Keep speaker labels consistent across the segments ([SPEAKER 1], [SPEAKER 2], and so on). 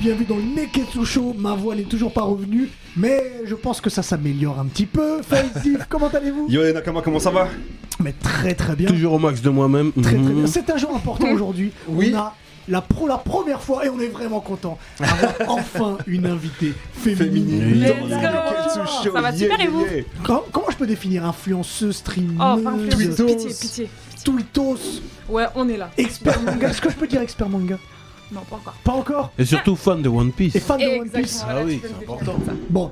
[SPEAKER 1] bienvenue dans le Neketsu Show. Ma voix n'est toujours pas revenue, mais je pense que ça s'améliore un petit peu. Faizif, comment allez-vous
[SPEAKER 2] Yo et Nakama, comment ça va
[SPEAKER 1] Mais très très bien.
[SPEAKER 3] Toujours au max de moi-même.
[SPEAKER 1] Hein Très très
[SPEAKER 3] Mhm.
[SPEAKER 1] bien. C'est un jour important aujourd'hui.
[SPEAKER 2] Oui.
[SPEAKER 1] On a la, pro, la première fois, et on est vraiment content, d'avoir enfin une invitée féminine.
[SPEAKER 2] Féminine.
[SPEAKER 4] Let's
[SPEAKER 2] dans
[SPEAKER 4] go
[SPEAKER 2] le Neketsu Show.
[SPEAKER 4] Ça va super, et vous
[SPEAKER 1] Comment, comment je peux définir influenceuse, streamer,
[SPEAKER 4] Oh, pas influenceuse,
[SPEAKER 2] Tweetos.
[SPEAKER 4] pitié, pitié.
[SPEAKER 1] tweetos,
[SPEAKER 4] Ouais, on est là.
[SPEAKER 1] expert manga Est-ce que je peux dire expert manga
[SPEAKER 4] Non, pas encore.
[SPEAKER 1] Pas encore
[SPEAKER 3] Et surtout fan de One Piece.
[SPEAKER 1] Et fan de One
[SPEAKER 4] Exactement,
[SPEAKER 1] Piece
[SPEAKER 3] Ah
[SPEAKER 4] voilà,
[SPEAKER 3] oui,
[SPEAKER 4] tu peux
[SPEAKER 3] c'est
[SPEAKER 4] me
[SPEAKER 3] important.
[SPEAKER 4] définir comme
[SPEAKER 1] Bon.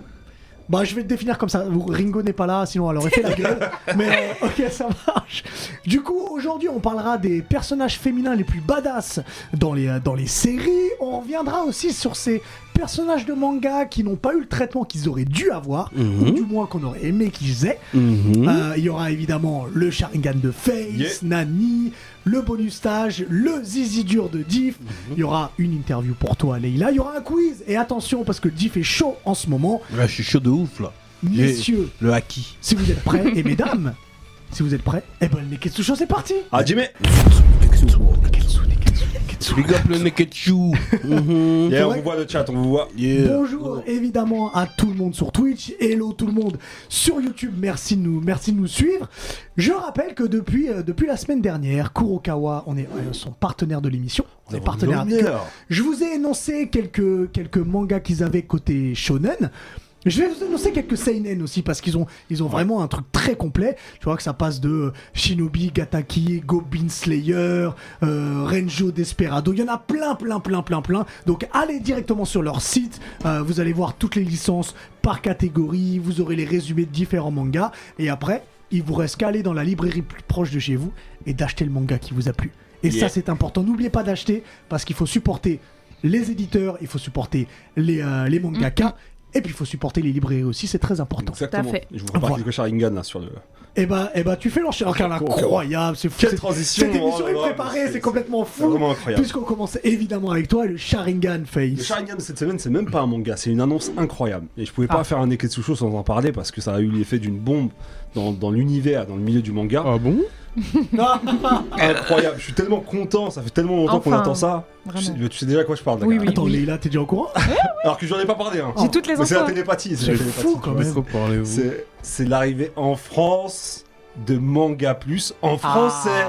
[SPEAKER 1] Bah, je vais te définir comme ça. Ringo n'est pas là, sinon elle aurait fait la gueule. Mais euh, ok, ça marche. Du coup, aujourd'hui, on parlera des personnages féminins les plus badass dans les, euh, dans les séries. On reviendra aussi sur ces personnages de manga qui n'ont pas eu le traitement qu'ils auraient dû avoir, ou
[SPEAKER 3] Mhm.
[SPEAKER 1] du moins qu'on aurait aimé qu'ils aient.
[SPEAKER 3] Mhm.
[SPEAKER 1] Euh, Il y aura évidemment le Sharingan de Face,
[SPEAKER 2] Yeah.
[SPEAKER 1] Nani, le bonus stage, le zizi dur de Diff.
[SPEAKER 2] Mhm.
[SPEAKER 1] Il y aura une interview pour toi, Leïla. Il y aura un quiz. Et attention, parce que Diff est chaud en ce moment.
[SPEAKER 3] Là, je suis chaud de ouf là. J'ai-
[SPEAKER 1] Messieurs,
[SPEAKER 3] Le haki.
[SPEAKER 1] si vous êtes prêts, et mesdames, si vous êtes prêts, eh ben le Neketsu Show, c'est parti
[SPEAKER 2] Ah, Jimmy
[SPEAKER 1] Neketsu, Neketsu, Neketsu.
[SPEAKER 3] Big up le Neketsu. Mhm.
[SPEAKER 1] vrai.
[SPEAKER 2] Yeah, on vous voit le chat, on vous voit.
[SPEAKER 3] Yeah.
[SPEAKER 2] Oh.
[SPEAKER 1] Bonjour évidemment à tout le monde sur Twitch, hello tout le monde sur YouTube, merci de nous, merci de nous suivre. Je rappelle que depuis, euh, depuis la semaine dernière, Kurokawa, on est euh, son partenaire de l'émission, on est partenaire avec eux. Je vous ai énoncé quelques, quelques mangas qu'ils avaient côté shonen. Je vais vous énoncer quelques seinen aussi parce qu'ils ont, ils ont vraiment un truc très complet. Tu vois que ça passe de euh, Shinobi, Gataki, Goblin Slayer, euh, Renjo Desperado. Il y en a plein, plein, plein, plein, plein. Donc allez directement sur leur site. Euh, vous allez voir toutes les licences par catégorie. Vous aurez les résumés de différents mangas. Et après, il vous reste qu'à aller dans la librairie plus proche de chez vous et d'acheter le manga qui vous a plu. Et ça,
[SPEAKER 2] Yeah.
[SPEAKER 1] c'est important. N'oubliez pas d'acheter parce qu'il faut supporter les éditeurs, il faut supporter les, euh, les mangaka.
[SPEAKER 2] Mm-hmm.
[SPEAKER 1] Et puis il faut supporter les librairies aussi, c'est très important.
[SPEAKER 2] Exactement.
[SPEAKER 4] Tout à fait.
[SPEAKER 2] Je vous reparle
[SPEAKER 1] Voilà.
[SPEAKER 2] quelques Sharingan là sur le.
[SPEAKER 1] Et bah, et bah tu fais l'enchaînement incroyable, c'est fou.
[SPEAKER 2] Oh, Quelle
[SPEAKER 1] C'est-
[SPEAKER 2] transition,
[SPEAKER 1] Cette émission
[SPEAKER 2] oh là
[SPEAKER 1] est
[SPEAKER 2] là,
[SPEAKER 1] préparée,
[SPEAKER 2] c'est-
[SPEAKER 1] c'est complètement
[SPEAKER 2] C'est
[SPEAKER 1] fou.
[SPEAKER 2] vraiment incroyable.
[SPEAKER 1] Puisqu'on commence évidemment avec toi, le Sharingan
[SPEAKER 2] Le
[SPEAKER 1] Face.
[SPEAKER 2] Sharingan de cette semaine, c'est même pas un manga, c'est une annonce incroyable. Et je pouvais pas
[SPEAKER 1] Ah.
[SPEAKER 2] faire un Neketsu Show sans en parler parce que ça a eu l'effet d'une bombe dans, dans l'univers, dans le milieu du manga.
[SPEAKER 1] Oh.
[SPEAKER 3] Ah bon
[SPEAKER 2] Incroyable, je suis tellement content, ça fait tellement longtemps qu'on
[SPEAKER 4] Enfin,
[SPEAKER 2] attend ça. Tu sais,
[SPEAKER 4] vraiment.
[SPEAKER 2] tu sais déjà à quoi je parle,
[SPEAKER 4] Oui,
[SPEAKER 2] d'accord
[SPEAKER 4] oui.
[SPEAKER 1] Attends, Leïla, t'es déjà au courant
[SPEAKER 2] Alors que j'en ai pas parlé, hein.
[SPEAKER 4] J'ai toutes les
[SPEAKER 2] Mais c'est la
[SPEAKER 4] infos.
[SPEAKER 2] télépathie, c'est
[SPEAKER 1] C'est
[SPEAKER 2] la
[SPEAKER 1] fou,
[SPEAKER 2] télépathie. tu
[SPEAKER 1] quand
[SPEAKER 2] vois,
[SPEAKER 1] même.
[SPEAKER 3] Pourquoi Ah, parlez-vous
[SPEAKER 2] C'est c'est l'arrivée en France de Manga Plus en français.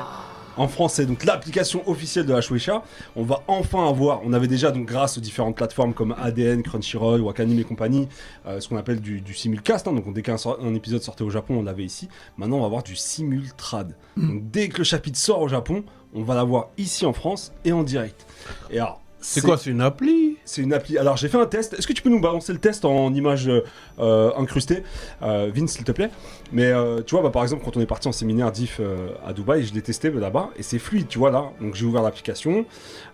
[SPEAKER 2] En français, donc l'application officielle de la Shueisha, on va enfin avoir, on avait déjà donc grâce aux différentes plateformes comme ADN, Crunchyroll, Wakanim et compagnie, euh, ce qu'on appelle du, du simulcast, hein. donc on- dès qu'un sor- un épisode sortait au Japon, on l'avait ici, maintenant on va avoir du simultrad. Donc dès que le chapitre sort au Japon, on va l'avoir ici en France et en direct. Et alors,
[SPEAKER 3] C'est quoi, c'est une appli
[SPEAKER 2] c'est une appli. Alors j'ai fait un test. Est-ce que tu peux nous balancer le test en images euh, euh, incrustées, Euh, Vince, s'il te plaît Mais euh, tu vois, bah, par exemple, quand on est parti en séminaire diff euh, à Dubaï, je l'ai testé bah, là-bas et c'est fluide, tu vois là. Donc j'ai ouvert l'application.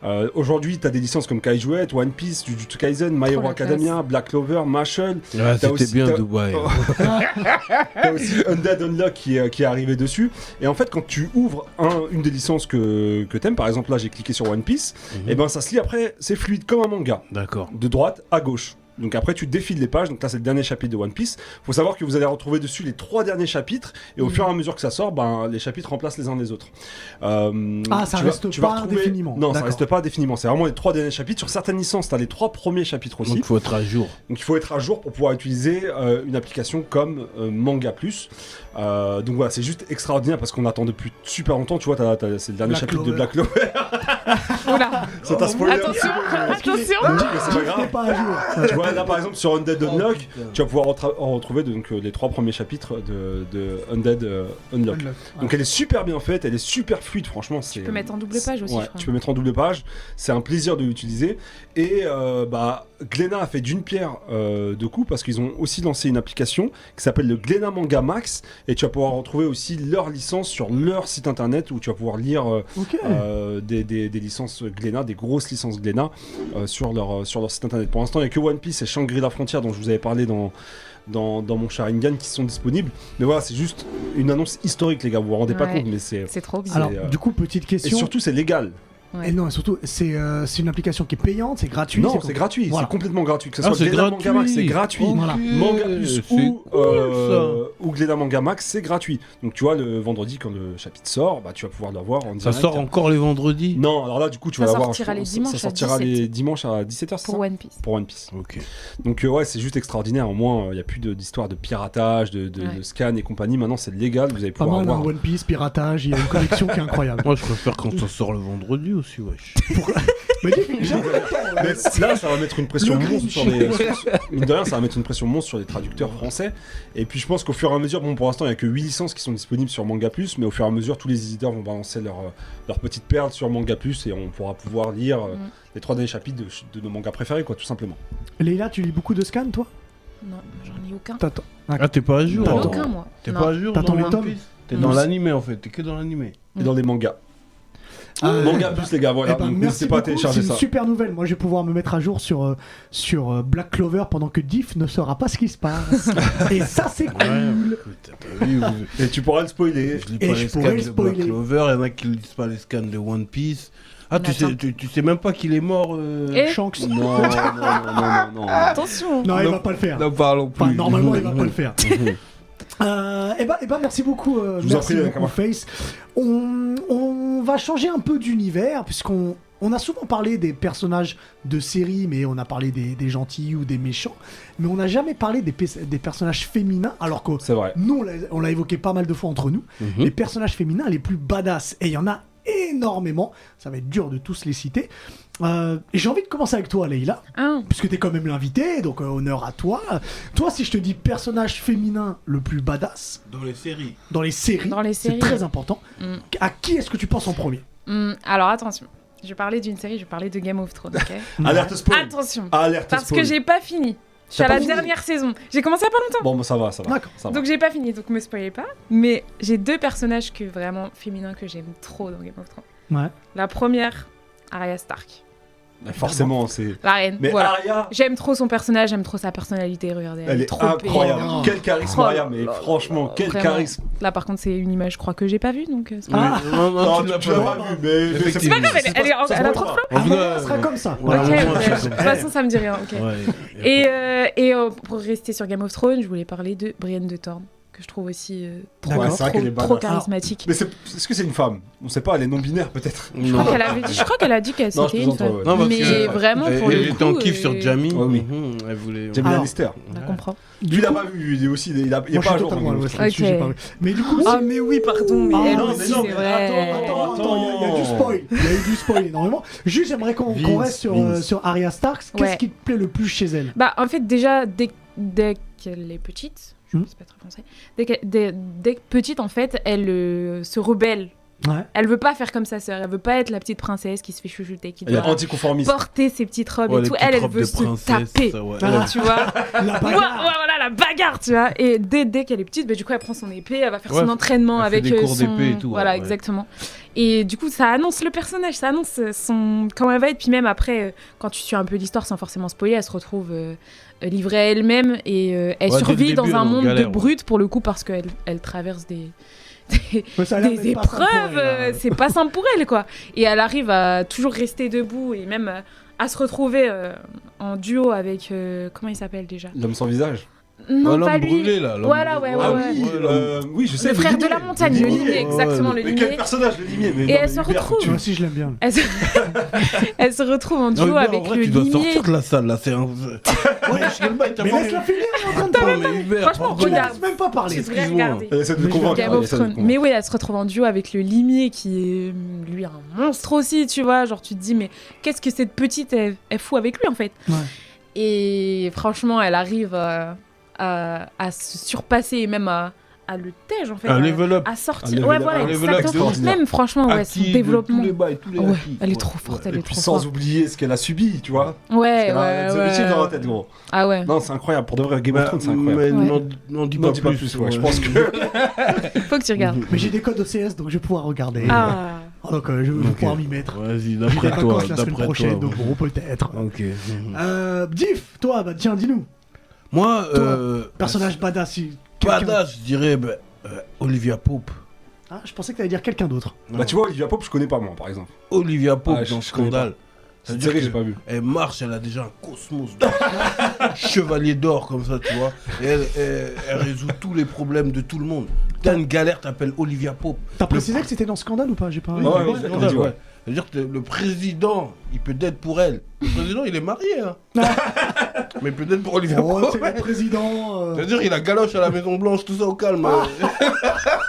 [SPEAKER 2] Euh, Aujourd'hui, t'as des licenses comme Kaijuet, One Piece, Jujutsu Kaisen, My Hero
[SPEAKER 4] la
[SPEAKER 2] Academia, Black Clover, Mashal.
[SPEAKER 3] ah, C'était
[SPEAKER 2] aussi-
[SPEAKER 3] bien
[SPEAKER 2] t'as-
[SPEAKER 3] Dubaï.
[SPEAKER 2] Oh. T'as aussi Undead Unlock qui est, qui est arrivé dessus. Et en fait, quand tu ouvres un- une des licences que, que t'aimes, par exemple là, j'ai cliqué sur One Piece,
[SPEAKER 3] Mhm.
[SPEAKER 2] et ben ça se lit après, c'est fluide comme un manga
[SPEAKER 3] D'accord.
[SPEAKER 2] de droite à gauche. Donc après tu défiles les pages, donc là c'est le dernier chapitre de One Piece. Faut savoir que vous allez retrouver dessus les trois derniers chapitres et au
[SPEAKER 4] Mhm.
[SPEAKER 2] fur et à mesure que ça sort, ben, les chapitres remplacent les uns les autres. Euh,
[SPEAKER 1] Ah, ça
[SPEAKER 2] tu vas-
[SPEAKER 1] reste
[SPEAKER 2] tu vas
[SPEAKER 1] pas
[SPEAKER 2] retrouver-
[SPEAKER 1] définiment.
[SPEAKER 2] Non, ça
[SPEAKER 1] D'accord.
[SPEAKER 2] reste pas définiment. C'est vraiment les trois derniers chapitres. Sur certaines licences, t'as les trois premiers chapitres aussi.
[SPEAKER 3] Donc il faut être à jour.
[SPEAKER 2] Donc il faut être à jour pour pouvoir utiliser euh, une application comme euh, Manga Plus. Euh, donc voilà, c'est juste extraordinaire parce qu'on attend depuis super longtemps. Tu vois, t'as- t'as- c'est le dernier
[SPEAKER 1] Black
[SPEAKER 2] chapitre
[SPEAKER 1] Clover. Oh,
[SPEAKER 2] de Black Clover.
[SPEAKER 4] Oula,
[SPEAKER 2] ça t'a spoilé. un petit
[SPEAKER 4] attention,
[SPEAKER 2] peu, mais-
[SPEAKER 4] attention.
[SPEAKER 2] Je dis, Ah, mais c'est pas grave.
[SPEAKER 1] T'es pas à jour.
[SPEAKER 2] Ah, Tu vois, là par exemple sur Undead
[SPEAKER 3] Oh,
[SPEAKER 2] Unlock,
[SPEAKER 3] putain.
[SPEAKER 2] tu vas pouvoir retra- en retrouver donc, euh, les trois premiers chapitres de, de Undead euh, Unlock. Donc elle est super bien faite, elle est super fluide, franchement.
[SPEAKER 4] Tu peux mettre en double page aussi, je crois.
[SPEAKER 2] tu peux mettre en double page, c'est un plaisir de l'utiliser. Et euh, bah, Glénat a fait d'une pierre euh, deux coups parce qu'ils ont aussi lancé une application qui s'appelle le Glénat Manga Max. Et tu vas pouvoir retrouver aussi leur licence sur leur site internet où tu vas pouvoir lire euh,
[SPEAKER 1] Ok.
[SPEAKER 2] euh, des, des- des licences Glénat, des grosses licences Glénat euh, sur, leur, euh, sur leur site internet. Pour l'instant, il n'y a que One Piece et Shangri-La Frontière dont je vous avais parlé dans, dans, dans mon Sharingan qui sont disponibles. Mais voilà, c'est juste une annonce historique, les gars. Vous vous rendez pas
[SPEAKER 4] Ouais.
[SPEAKER 2] compte, mais c'est.
[SPEAKER 4] C'est trop bien.
[SPEAKER 1] Alors,
[SPEAKER 2] euh,
[SPEAKER 1] du coup, petite
[SPEAKER 2] Et
[SPEAKER 1] question.
[SPEAKER 2] surtout, c'est légal.
[SPEAKER 4] Ouais.
[SPEAKER 1] Et non, et surtout, c'est euh, c'est une application qui est payante, c'est gratuit.
[SPEAKER 2] non,
[SPEAKER 1] c'est
[SPEAKER 2] c'est gratuit,
[SPEAKER 1] Voilà.
[SPEAKER 2] c'est complètement gratuit. Que ce
[SPEAKER 3] Ah,
[SPEAKER 2] soit
[SPEAKER 3] c'est
[SPEAKER 2] Gleda
[SPEAKER 3] gratuit.
[SPEAKER 2] Manga Max, c'est gratuit.
[SPEAKER 3] Ok,
[SPEAKER 1] Voilà.
[SPEAKER 2] Manga Plus
[SPEAKER 3] c'est
[SPEAKER 2] ou, euh,
[SPEAKER 3] cool,
[SPEAKER 2] ou Gleda Manga Max, c'est gratuit. Donc tu vois, le vendredi, quand le chapitre sort, bah, tu vas pouvoir le voir en
[SPEAKER 3] ça. Ça
[SPEAKER 2] direct.
[SPEAKER 3] sort encore les vendredis
[SPEAKER 2] Non, alors là, du coup, tu
[SPEAKER 4] Ça
[SPEAKER 2] vas l'avoir.
[SPEAKER 4] sortira
[SPEAKER 2] je pense,
[SPEAKER 4] les dimanches
[SPEAKER 2] Ça
[SPEAKER 4] à
[SPEAKER 2] sortira
[SPEAKER 4] 17.
[SPEAKER 2] les dimanches à 17h, c'est
[SPEAKER 4] Pour
[SPEAKER 2] ça
[SPEAKER 4] One Piece.
[SPEAKER 2] Pour One Piece.
[SPEAKER 3] Ok.
[SPEAKER 2] Donc euh, ouais, c'est juste extraordinaire. Au moins, il n'y a plus de- d'histoire de, piratage, de, de-
[SPEAKER 4] Ouais.
[SPEAKER 2] de scan et compagnie. Maintenant, c'est légal. Vous allez
[SPEAKER 1] Pas
[SPEAKER 2] pouvoir
[SPEAKER 1] mal, hein,
[SPEAKER 2] avoir.
[SPEAKER 1] One Piece, piratage, il y a une collection qui est incroyable.
[SPEAKER 3] Moi, je préfère quand ça sort le vendredi aussi, wesh.
[SPEAKER 1] Mais dis- j'ai- attends,
[SPEAKER 2] Mais
[SPEAKER 1] là,
[SPEAKER 2] là, ça va mettre une pression
[SPEAKER 1] Le
[SPEAKER 2] monstre
[SPEAKER 1] Grinch.
[SPEAKER 2] sur les. sur- sur- mine de rien, ça va mettre une pression monstre sur les traducteurs français. Et puis, je pense qu'au fur et à mesure, bon, pour l'instant, il n'y a que 8 licences qui sont disponibles sur Manga Plus, mais au fur et à mesure, tous les éditeurs vont balancer leur, euh, leur petite perle sur Manga Plus et on pourra pouvoir lire euh,
[SPEAKER 4] Mm.
[SPEAKER 2] les trois derniers chapitres de, de nos mangas préférés, quoi, tout simplement.
[SPEAKER 1] Leïla, tu lis beaucoup de scans, toi
[SPEAKER 4] Non, j'en ai aucun.
[SPEAKER 1] T'attends.
[SPEAKER 3] Ah, t'es pas à jour
[SPEAKER 4] J'en ai
[SPEAKER 1] T'attends.
[SPEAKER 4] aucun, moi.
[SPEAKER 3] T'es
[SPEAKER 4] Non.
[SPEAKER 3] pas à jour
[SPEAKER 1] T'attends
[SPEAKER 3] dans
[SPEAKER 1] les
[SPEAKER 3] One
[SPEAKER 1] tomes.
[SPEAKER 3] Piece T'es
[SPEAKER 4] Mm.
[SPEAKER 3] dans l'animé en fait, t'es que dans l'animé.
[SPEAKER 2] Et
[SPEAKER 4] Mm.
[SPEAKER 2] dans les mangas.
[SPEAKER 1] Ah,
[SPEAKER 2] manga
[SPEAKER 1] ouais.
[SPEAKER 2] Plus, les gars,
[SPEAKER 1] Eh
[SPEAKER 2] voilà.
[SPEAKER 1] ben,
[SPEAKER 2] donc
[SPEAKER 1] merci
[SPEAKER 2] N'hésitez pas à
[SPEAKER 1] beaucoup,
[SPEAKER 2] télécharger
[SPEAKER 1] c'est
[SPEAKER 2] ça.
[SPEAKER 1] une super nouvelle. Moi, je vais pouvoir me mettre à jour sur, euh, sur euh, Black Clover pendant que Diff ne saura pas ce qui se passe. Et ça, c'est cool.
[SPEAKER 3] écoute, t'as pas vu, vous-
[SPEAKER 2] Et tu pourras le spoiler.
[SPEAKER 3] Je lis
[SPEAKER 1] Et
[SPEAKER 3] pas
[SPEAKER 1] je
[SPEAKER 3] les scans
[SPEAKER 1] pourrais le
[SPEAKER 3] de Black
[SPEAKER 1] spoiler.
[SPEAKER 3] Clover, il y en a qui lisent pas les scans de One Piece. Ah, tu
[SPEAKER 4] Attends.
[SPEAKER 3] sais, tu, tu sais même pas qu'il est mort. euh,
[SPEAKER 4] Et
[SPEAKER 1] Shanks.
[SPEAKER 2] Non, non, non, non, non, Ah, non.
[SPEAKER 4] Attention
[SPEAKER 1] Non, il
[SPEAKER 3] Non.
[SPEAKER 1] va pas le faire.
[SPEAKER 3] N'en parlons plus.
[SPEAKER 1] Enfin, normalement, il va pas le faire. Euh, eh ben, eh ben, merci beaucoup, euh,
[SPEAKER 2] Je vous en
[SPEAKER 1] merci
[SPEAKER 2] prie,
[SPEAKER 1] beaucoup,
[SPEAKER 2] Kamar.
[SPEAKER 1] Face. On, on va changer un peu d'univers, puisqu'on on a souvent parlé des personnages de séries, mais on a parlé des, des gentils ou des méchants, mais on n'a jamais parlé des, pe- des personnages féminins, alors que
[SPEAKER 2] C'est vrai.
[SPEAKER 1] nous, on l'a- on l'a évoqué pas mal de fois entre nous,
[SPEAKER 2] Mhm.
[SPEAKER 1] les personnages féminins les plus badass, et il y en a énormément, ça va être dur de tous les citer. Euh, et J'ai envie de commencer avec toi, Leïla
[SPEAKER 4] Hein
[SPEAKER 1] puisque t'es quand même l'invité, donc euh, honneur à toi. Toi, si je te dis personnage féminin le plus badass
[SPEAKER 3] Dans les séries.
[SPEAKER 1] dans les séries,
[SPEAKER 4] Dans les
[SPEAKER 1] c'est
[SPEAKER 4] séries.
[SPEAKER 1] très important.
[SPEAKER 4] Mm.
[SPEAKER 1] À qui est-ce que tu penses en premier
[SPEAKER 4] Hmm, alors attention, je parlais d'une série, je parlais de Game of Thrones, ok
[SPEAKER 2] Alerte spoil.
[SPEAKER 4] Attention,
[SPEAKER 2] Alerte
[SPEAKER 4] parce
[SPEAKER 2] spoil.
[SPEAKER 4] que j'ai pas fini. Je suis
[SPEAKER 2] T'as
[SPEAKER 4] à
[SPEAKER 2] pas
[SPEAKER 4] la
[SPEAKER 2] fini
[SPEAKER 4] dernière saison. J'ai commencé à pas longtemps.
[SPEAKER 2] Bon, bah, ça va, ça va.
[SPEAKER 1] D'accord.
[SPEAKER 2] Ça va.
[SPEAKER 4] Donc j'ai pas fini, donc me spoilez pas. Mais j'ai deux personnages que vraiment féminins que j'aime trop dans Game of Thrones.
[SPEAKER 1] Ouais.
[SPEAKER 4] La première, Arya Stark,
[SPEAKER 2] Mais Forcément, c'est.
[SPEAKER 4] la reine.
[SPEAKER 2] Mais
[SPEAKER 4] voilà.
[SPEAKER 2] Arya,
[SPEAKER 4] J'aime trop son personnage, j'aime trop sa personnalité. Regardez, elle,
[SPEAKER 2] elle est
[SPEAKER 4] trop
[SPEAKER 2] incroyable.
[SPEAKER 1] belle.
[SPEAKER 2] Quel charisme,
[SPEAKER 4] Oh là
[SPEAKER 2] Arya, mais
[SPEAKER 4] là
[SPEAKER 2] franchement,
[SPEAKER 4] là,
[SPEAKER 2] quel
[SPEAKER 4] vraiment.
[SPEAKER 2] charisme.
[SPEAKER 4] belle. Là, par contre, c'est une image, je crois que j'ai pas vue, donc. euh, c'est pas-
[SPEAKER 1] Ah.
[SPEAKER 3] non, non,
[SPEAKER 2] Non,
[SPEAKER 3] tu l'as
[SPEAKER 2] tu l'as
[SPEAKER 3] pas.
[SPEAKER 2] pas vu, mais- mais
[SPEAKER 3] Effectivement.
[SPEAKER 4] C'est pas grave, elle- elle est-
[SPEAKER 2] ça se
[SPEAKER 4] elle a
[SPEAKER 2] voit
[SPEAKER 4] trop de
[SPEAKER 2] pas.
[SPEAKER 4] flow.
[SPEAKER 1] Ah,
[SPEAKER 3] En tout
[SPEAKER 1] voilà,
[SPEAKER 3] cas,
[SPEAKER 1] ça sera comme ça.
[SPEAKER 3] ouais,
[SPEAKER 1] Voilà.
[SPEAKER 4] Ok,
[SPEAKER 3] ouais,
[SPEAKER 4] ouais,
[SPEAKER 3] c'est
[SPEAKER 4] de
[SPEAKER 3] comme
[SPEAKER 4] toute
[SPEAKER 3] ça.
[SPEAKER 4] façon, ça me dit rien. ok.
[SPEAKER 3] Ouais.
[SPEAKER 4] Et, euh, et euh, pour rester sur Game of Thrones, je voulais parler de Brienne de Thorne, que je trouve aussi euh, trop,
[SPEAKER 1] D'accord.
[SPEAKER 2] Ouais, c'est vrai
[SPEAKER 4] trop-
[SPEAKER 2] qu'elle est
[SPEAKER 4] trop
[SPEAKER 2] badass. Ah.
[SPEAKER 4] charismatique.
[SPEAKER 2] Mais c'est- est-ce que c'est une femme On sait pas, elle est non-binaire peut-être.
[SPEAKER 4] Je crois
[SPEAKER 3] Non.
[SPEAKER 4] qu'elle avait dit- je crois qu'elle a dit qu'elle
[SPEAKER 2] Non, je
[SPEAKER 4] c'était une
[SPEAKER 2] plaisante,
[SPEAKER 4] femme.
[SPEAKER 2] ouais.
[SPEAKER 3] Non, parce
[SPEAKER 4] mais
[SPEAKER 3] que-
[SPEAKER 4] vraiment,
[SPEAKER 3] Elle
[SPEAKER 4] pour
[SPEAKER 3] elle
[SPEAKER 4] le
[SPEAKER 3] était en
[SPEAKER 4] coup,
[SPEAKER 3] kiff
[SPEAKER 4] euh,
[SPEAKER 3] sur Jamie.
[SPEAKER 2] Ouais, oui.
[SPEAKER 3] Mhm, Elle voulait.
[SPEAKER 2] Jamie
[SPEAKER 1] Alors,
[SPEAKER 2] Lannister.
[SPEAKER 4] On la comprend.
[SPEAKER 2] Lui, il a pas vu, il est aussi. Il a, il est
[SPEAKER 1] Moi, je
[SPEAKER 2] pas à
[SPEAKER 1] suis
[SPEAKER 2] jour.
[SPEAKER 1] totalement à
[SPEAKER 2] donc.
[SPEAKER 1] l'ouest là-dessus, j'ai pas vu. Mais du coup, si-
[SPEAKER 4] mais oui, pardon, mais
[SPEAKER 1] Ah,
[SPEAKER 4] elle
[SPEAKER 1] non, mais
[SPEAKER 4] aussi,
[SPEAKER 1] non,
[SPEAKER 4] c'est
[SPEAKER 2] mais
[SPEAKER 4] vrai.
[SPEAKER 1] Attends, attends, il y a- il y, a du spoil. Il y a eu du spoil énormément. Juste, j'aimerais qu'on qu'on
[SPEAKER 3] Vince,
[SPEAKER 1] reste sur, euh,
[SPEAKER 3] Vince.
[SPEAKER 1] sur Arya Stark. Qu'est-ce
[SPEAKER 4] Ouais.
[SPEAKER 1] qui te plaît le plus chez elle
[SPEAKER 4] Bah, en fait, déjà, dès, dès qu'elle est petite, je
[SPEAKER 1] Hmm.
[SPEAKER 4] sais pas très français, dès, qu'elle- dès, dès que petite, en fait, elle euh, se rebelle.
[SPEAKER 1] Ouais.
[SPEAKER 4] Elle veut pas faire comme sa sœur, elle veut pas être la petite princesse qui se fait chouchouter, qui
[SPEAKER 2] Elle est
[SPEAKER 4] doit
[SPEAKER 2] anticonformiste.
[SPEAKER 4] porter ses petites robes
[SPEAKER 3] Ouais,
[SPEAKER 4] et
[SPEAKER 3] Oh, les
[SPEAKER 4] tout.
[SPEAKER 3] petites
[SPEAKER 4] Elle, elle
[SPEAKER 3] robes
[SPEAKER 4] veut
[SPEAKER 3] de
[SPEAKER 4] se
[SPEAKER 3] princesse,
[SPEAKER 4] taper.
[SPEAKER 3] ça, ouais.
[SPEAKER 1] Ah.
[SPEAKER 4] Tu vois
[SPEAKER 1] La
[SPEAKER 4] Ouais,
[SPEAKER 1] bagarre.
[SPEAKER 4] ouais, voilà la bagarre, tu vois. Et dès, dès qu'elle est petite, bah, du coup, elle prend son épée, elle va faire
[SPEAKER 3] Ouais,
[SPEAKER 4] son entraînement
[SPEAKER 3] elle fait
[SPEAKER 4] avec
[SPEAKER 3] des
[SPEAKER 4] euh,
[SPEAKER 3] cours
[SPEAKER 4] son.
[SPEAKER 3] d'épée et tout, ouais,
[SPEAKER 4] voilà,
[SPEAKER 3] ouais.
[SPEAKER 4] exactement. Et du coup, ça annonce le personnage, ça annonce euh, son comment elle va être. Puis même après, euh, quand tu suis un peu l'histoire sans forcément spoiler, elle se retrouve euh, euh, livrée à elle-même et euh, elle
[SPEAKER 3] Ouais, dès le
[SPEAKER 4] survit
[SPEAKER 3] début,
[SPEAKER 4] dans
[SPEAKER 3] elle est
[SPEAKER 4] un
[SPEAKER 3] en
[SPEAKER 4] monde de
[SPEAKER 3] galère, ouais.
[SPEAKER 4] brutes pour le coup parce qu'elle elle traverse des
[SPEAKER 1] Ouais, ça a l'air
[SPEAKER 4] des
[SPEAKER 1] d'être Ah pas simple pour
[SPEAKER 4] épreuves,
[SPEAKER 1] elle, hein.
[SPEAKER 4] euh, c'est pas simple pour elle quoi. Et elle arrive à toujours rester debout et même euh, à se retrouver euh, en duo avec euh, comment il s'appelle déjà
[SPEAKER 2] L'homme sans visage.
[SPEAKER 4] Non
[SPEAKER 3] Ah, l'homme
[SPEAKER 4] pas lui.
[SPEAKER 3] brûlé, là. l'homme
[SPEAKER 4] Voilà,
[SPEAKER 3] brûlé.
[SPEAKER 4] ouais,
[SPEAKER 2] ah
[SPEAKER 4] ouais,
[SPEAKER 2] oui,
[SPEAKER 3] ouais.
[SPEAKER 2] euh, oui, je sais.
[SPEAKER 4] Le frère de la
[SPEAKER 2] limier,
[SPEAKER 4] montagne, le
[SPEAKER 2] limier.
[SPEAKER 4] limier, exactement,
[SPEAKER 3] ouais.
[SPEAKER 4] le
[SPEAKER 2] Mais quel
[SPEAKER 4] limier.
[SPEAKER 2] personnage, le limier mais
[SPEAKER 4] Et
[SPEAKER 2] non,
[SPEAKER 4] elle
[SPEAKER 2] mais
[SPEAKER 4] se
[SPEAKER 2] Hubert,
[SPEAKER 4] retrouve.
[SPEAKER 1] Tu vois, si je l'aime bien.
[SPEAKER 4] Elle se... elle se retrouve
[SPEAKER 3] Non,
[SPEAKER 4] en duo
[SPEAKER 3] mais en
[SPEAKER 4] avec
[SPEAKER 3] vrai,
[SPEAKER 4] le
[SPEAKER 3] tu dois
[SPEAKER 4] limier.
[SPEAKER 3] sortir de la salle là, c'est un. Ouais, Hubert, t'as
[SPEAKER 1] Mais
[SPEAKER 3] pas-
[SPEAKER 1] laisse-la finir, elle est en train de
[SPEAKER 3] Attends,
[SPEAKER 1] parler.
[SPEAKER 3] mais Hubert,
[SPEAKER 4] Franchement,
[SPEAKER 3] pardon.
[SPEAKER 1] Tu la
[SPEAKER 4] regarde.
[SPEAKER 1] laisses même pas
[SPEAKER 4] Tu
[SPEAKER 1] parler.
[SPEAKER 4] devrais
[SPEAKER 3] excuse-moi.
[SPEAKER 4] regarder.
[SPEAKER 2] Elle essaie de
[SPEAKER 1] Mais
[SPEAKER 2] le convaincre. Ah,
[SPEAKER 4] Game
[SPEAKER 2] elle
[SPEAKER 4] of
[SPEAKER 2] essaie de le
[SPEAKER 4] Thrones.
[SPEAKER 2] convaincre.
[SPEAKER 4] Mais oui, elle se retrouve en duo avec le limier qui est lui un monstre aussi, tu vois. Genre tu te dis mais qu'est-ce que cette petite elle, elle fout avec lui en fait
[SPEAKER 1] Ouais.
[SPEAKER 4] Et franchement, elle arrive euh, à, à se surpasser et même à, à le tège en fait.
[SPEAKER 3] Un
[SPEAKER 4] à-
[SPEAKER 3] level
[SPEAKER 1] Ah,
[SPEAKER 3] up.
[SPEAKER 4] à
[SPEAKER 2] Un
[SPEAKER 4] sortir.
[SPEAKER 2] level
[SPEAKER 4] Ouais,
[SPEAKER 2] up,
[SPEAKER 4] voilà,
[SPEAKER 3] un level up
[SPEAKER 4] exactement.
[SPEAKER 2] extraordinaire.
[SPEAKER 4] Même franchement, ouais,
[SPEAKER 3] Acquis
[SPEAKER 4] son
[SPEAKER 3] de
[SPEAKER 4] développement. Ah
[SPEAKER 3] Tous les bails, tous les
[SPEAKER 4] Ouais,
[SPEAKER 3] acquis.
[SPEAKER 4] elle est
[SPEAKER 3] Ouais.
[SPEAKER 4] trop forte, elle
[SPEAKER 2] Et
[SPEAKER 4] est
[SPEAKER 2] puis
[SPEAKER 4] trop
[SPEAKER 2] sans
[SPEAKER 4] forte. Eh
[SPEAKER 2] oublier ce qu'elle a subi, tu vois.
[SPEAKER 4] Ouais, ouais,
[SPEAKER 2] Elle a des objectifs dans la
[SPEAKER 4] ouais. Bah,
[SPEAKER 2] tête, gros.
[SPEAKER 4] Ah ouais.
[SPEAKER 2] Non, c'est incroyable. Pour de vrai, Game of Thrones, c'est incroyable.
[SPEAKER 3] Bah, Mais
[SPEAKER 4] Ouais.
[SPEAKER 3] n'en- n'en dis
[SPEAKER 2] N'en
[SPEAKER 3] pas
[SPEAKER 2] dis pas
[SPEAKER 3] plus.
[SPEAKER 2] plus,
[SPEAKER 3] ouais.
[SPEAKER 2] ouais. Je pense que.
[SPEAKER 4] Faut que tu regardes.
[SPEAKER 1] Mais j'ai des codes OCS donc je vais pouvoir regarder.
[SPEAKER 4] Ah.
[SPEAKER 1] Ah, Donc euh, je vais
[SPEAKER 3] Ok.
[SPEAKER 1] pouvoir m'y mettre.
[SPEAKER 3] Vas-y,
[SPEAKER 1] J'ai des
[SPEAKER 3] d'après toi,
[SPEAKER 1] vacances la semaine
[SPEAKER 3] d'après
[SPEAKER 1] prochaine,
[SPEAKER 3] toi.
[SPEAKER 1] donc bon, peut-être.
[SPEAKER 3] Ok. Mhm.
[SPEAKER 1] Euh, Diff, toi, bah tiens, dis-nous.
[SPEAKER 3] Moi,
[SPEAKER 1] Toi,
[SPEAKER 3] euh,
[SPEAKER 1] Personnage badass, si quelqu'un-
[SPEAKER 3] badass, je dirais bah, euh, Olivia Pope.
[SPEAKER 1] Ah, je pensais que t'allais dire quelqu'un d'autre.
[SPEAKER 2] Bah, tu vois, Olivia Pope, je connais pas moi, par exemple.
[SPEAKER 3] Olivia Pope
[SPEAKER 2] Ah, je-
[SPEAKER 3] dans
[SPEAKER 2] je connais
[SPEAKER 3] Scandale.
[SPEAKER 2] Cette
[SPEAKER 3] C'est-à-dire
[SPEAKER 2] série, j'ai
[SPEAKER 3] que
[SPEAKER 2] pas vu.
[SPEAKER 3] elle marche, elle a déjà un cosmos de chevalier d'or comme ça, tu vois. Et elle, elle- elle résout tous les problèmes de tout le monde. T'as une galère, t'appelles Olivia Pope.
[SPEAKER 1] T'as précisé que c'était dans Scandale ou pas J'ai pas.
[SPEAKER 2] Oui, ouais,
[SPEAKER 3] Ouais,
[SPEAKER 2] exactement,
[SPEAKER 3] ouais.
[SPEAKER 2] dit, ouais.
[SPEAKER 3] C'est-à-dire que le président, il peut être pour elle. Le président, il est marié. Hein. Mais peut-être pour Olivia
[SPEAKER 1] Oh,
[SPEAKER 3] Pope.
[SPEAKER 1] c'est le président. euh,
[SPEAKER 3] C'est-à-dire qu'il a galoche à la Maison Blanche, tout ça au calme. hein.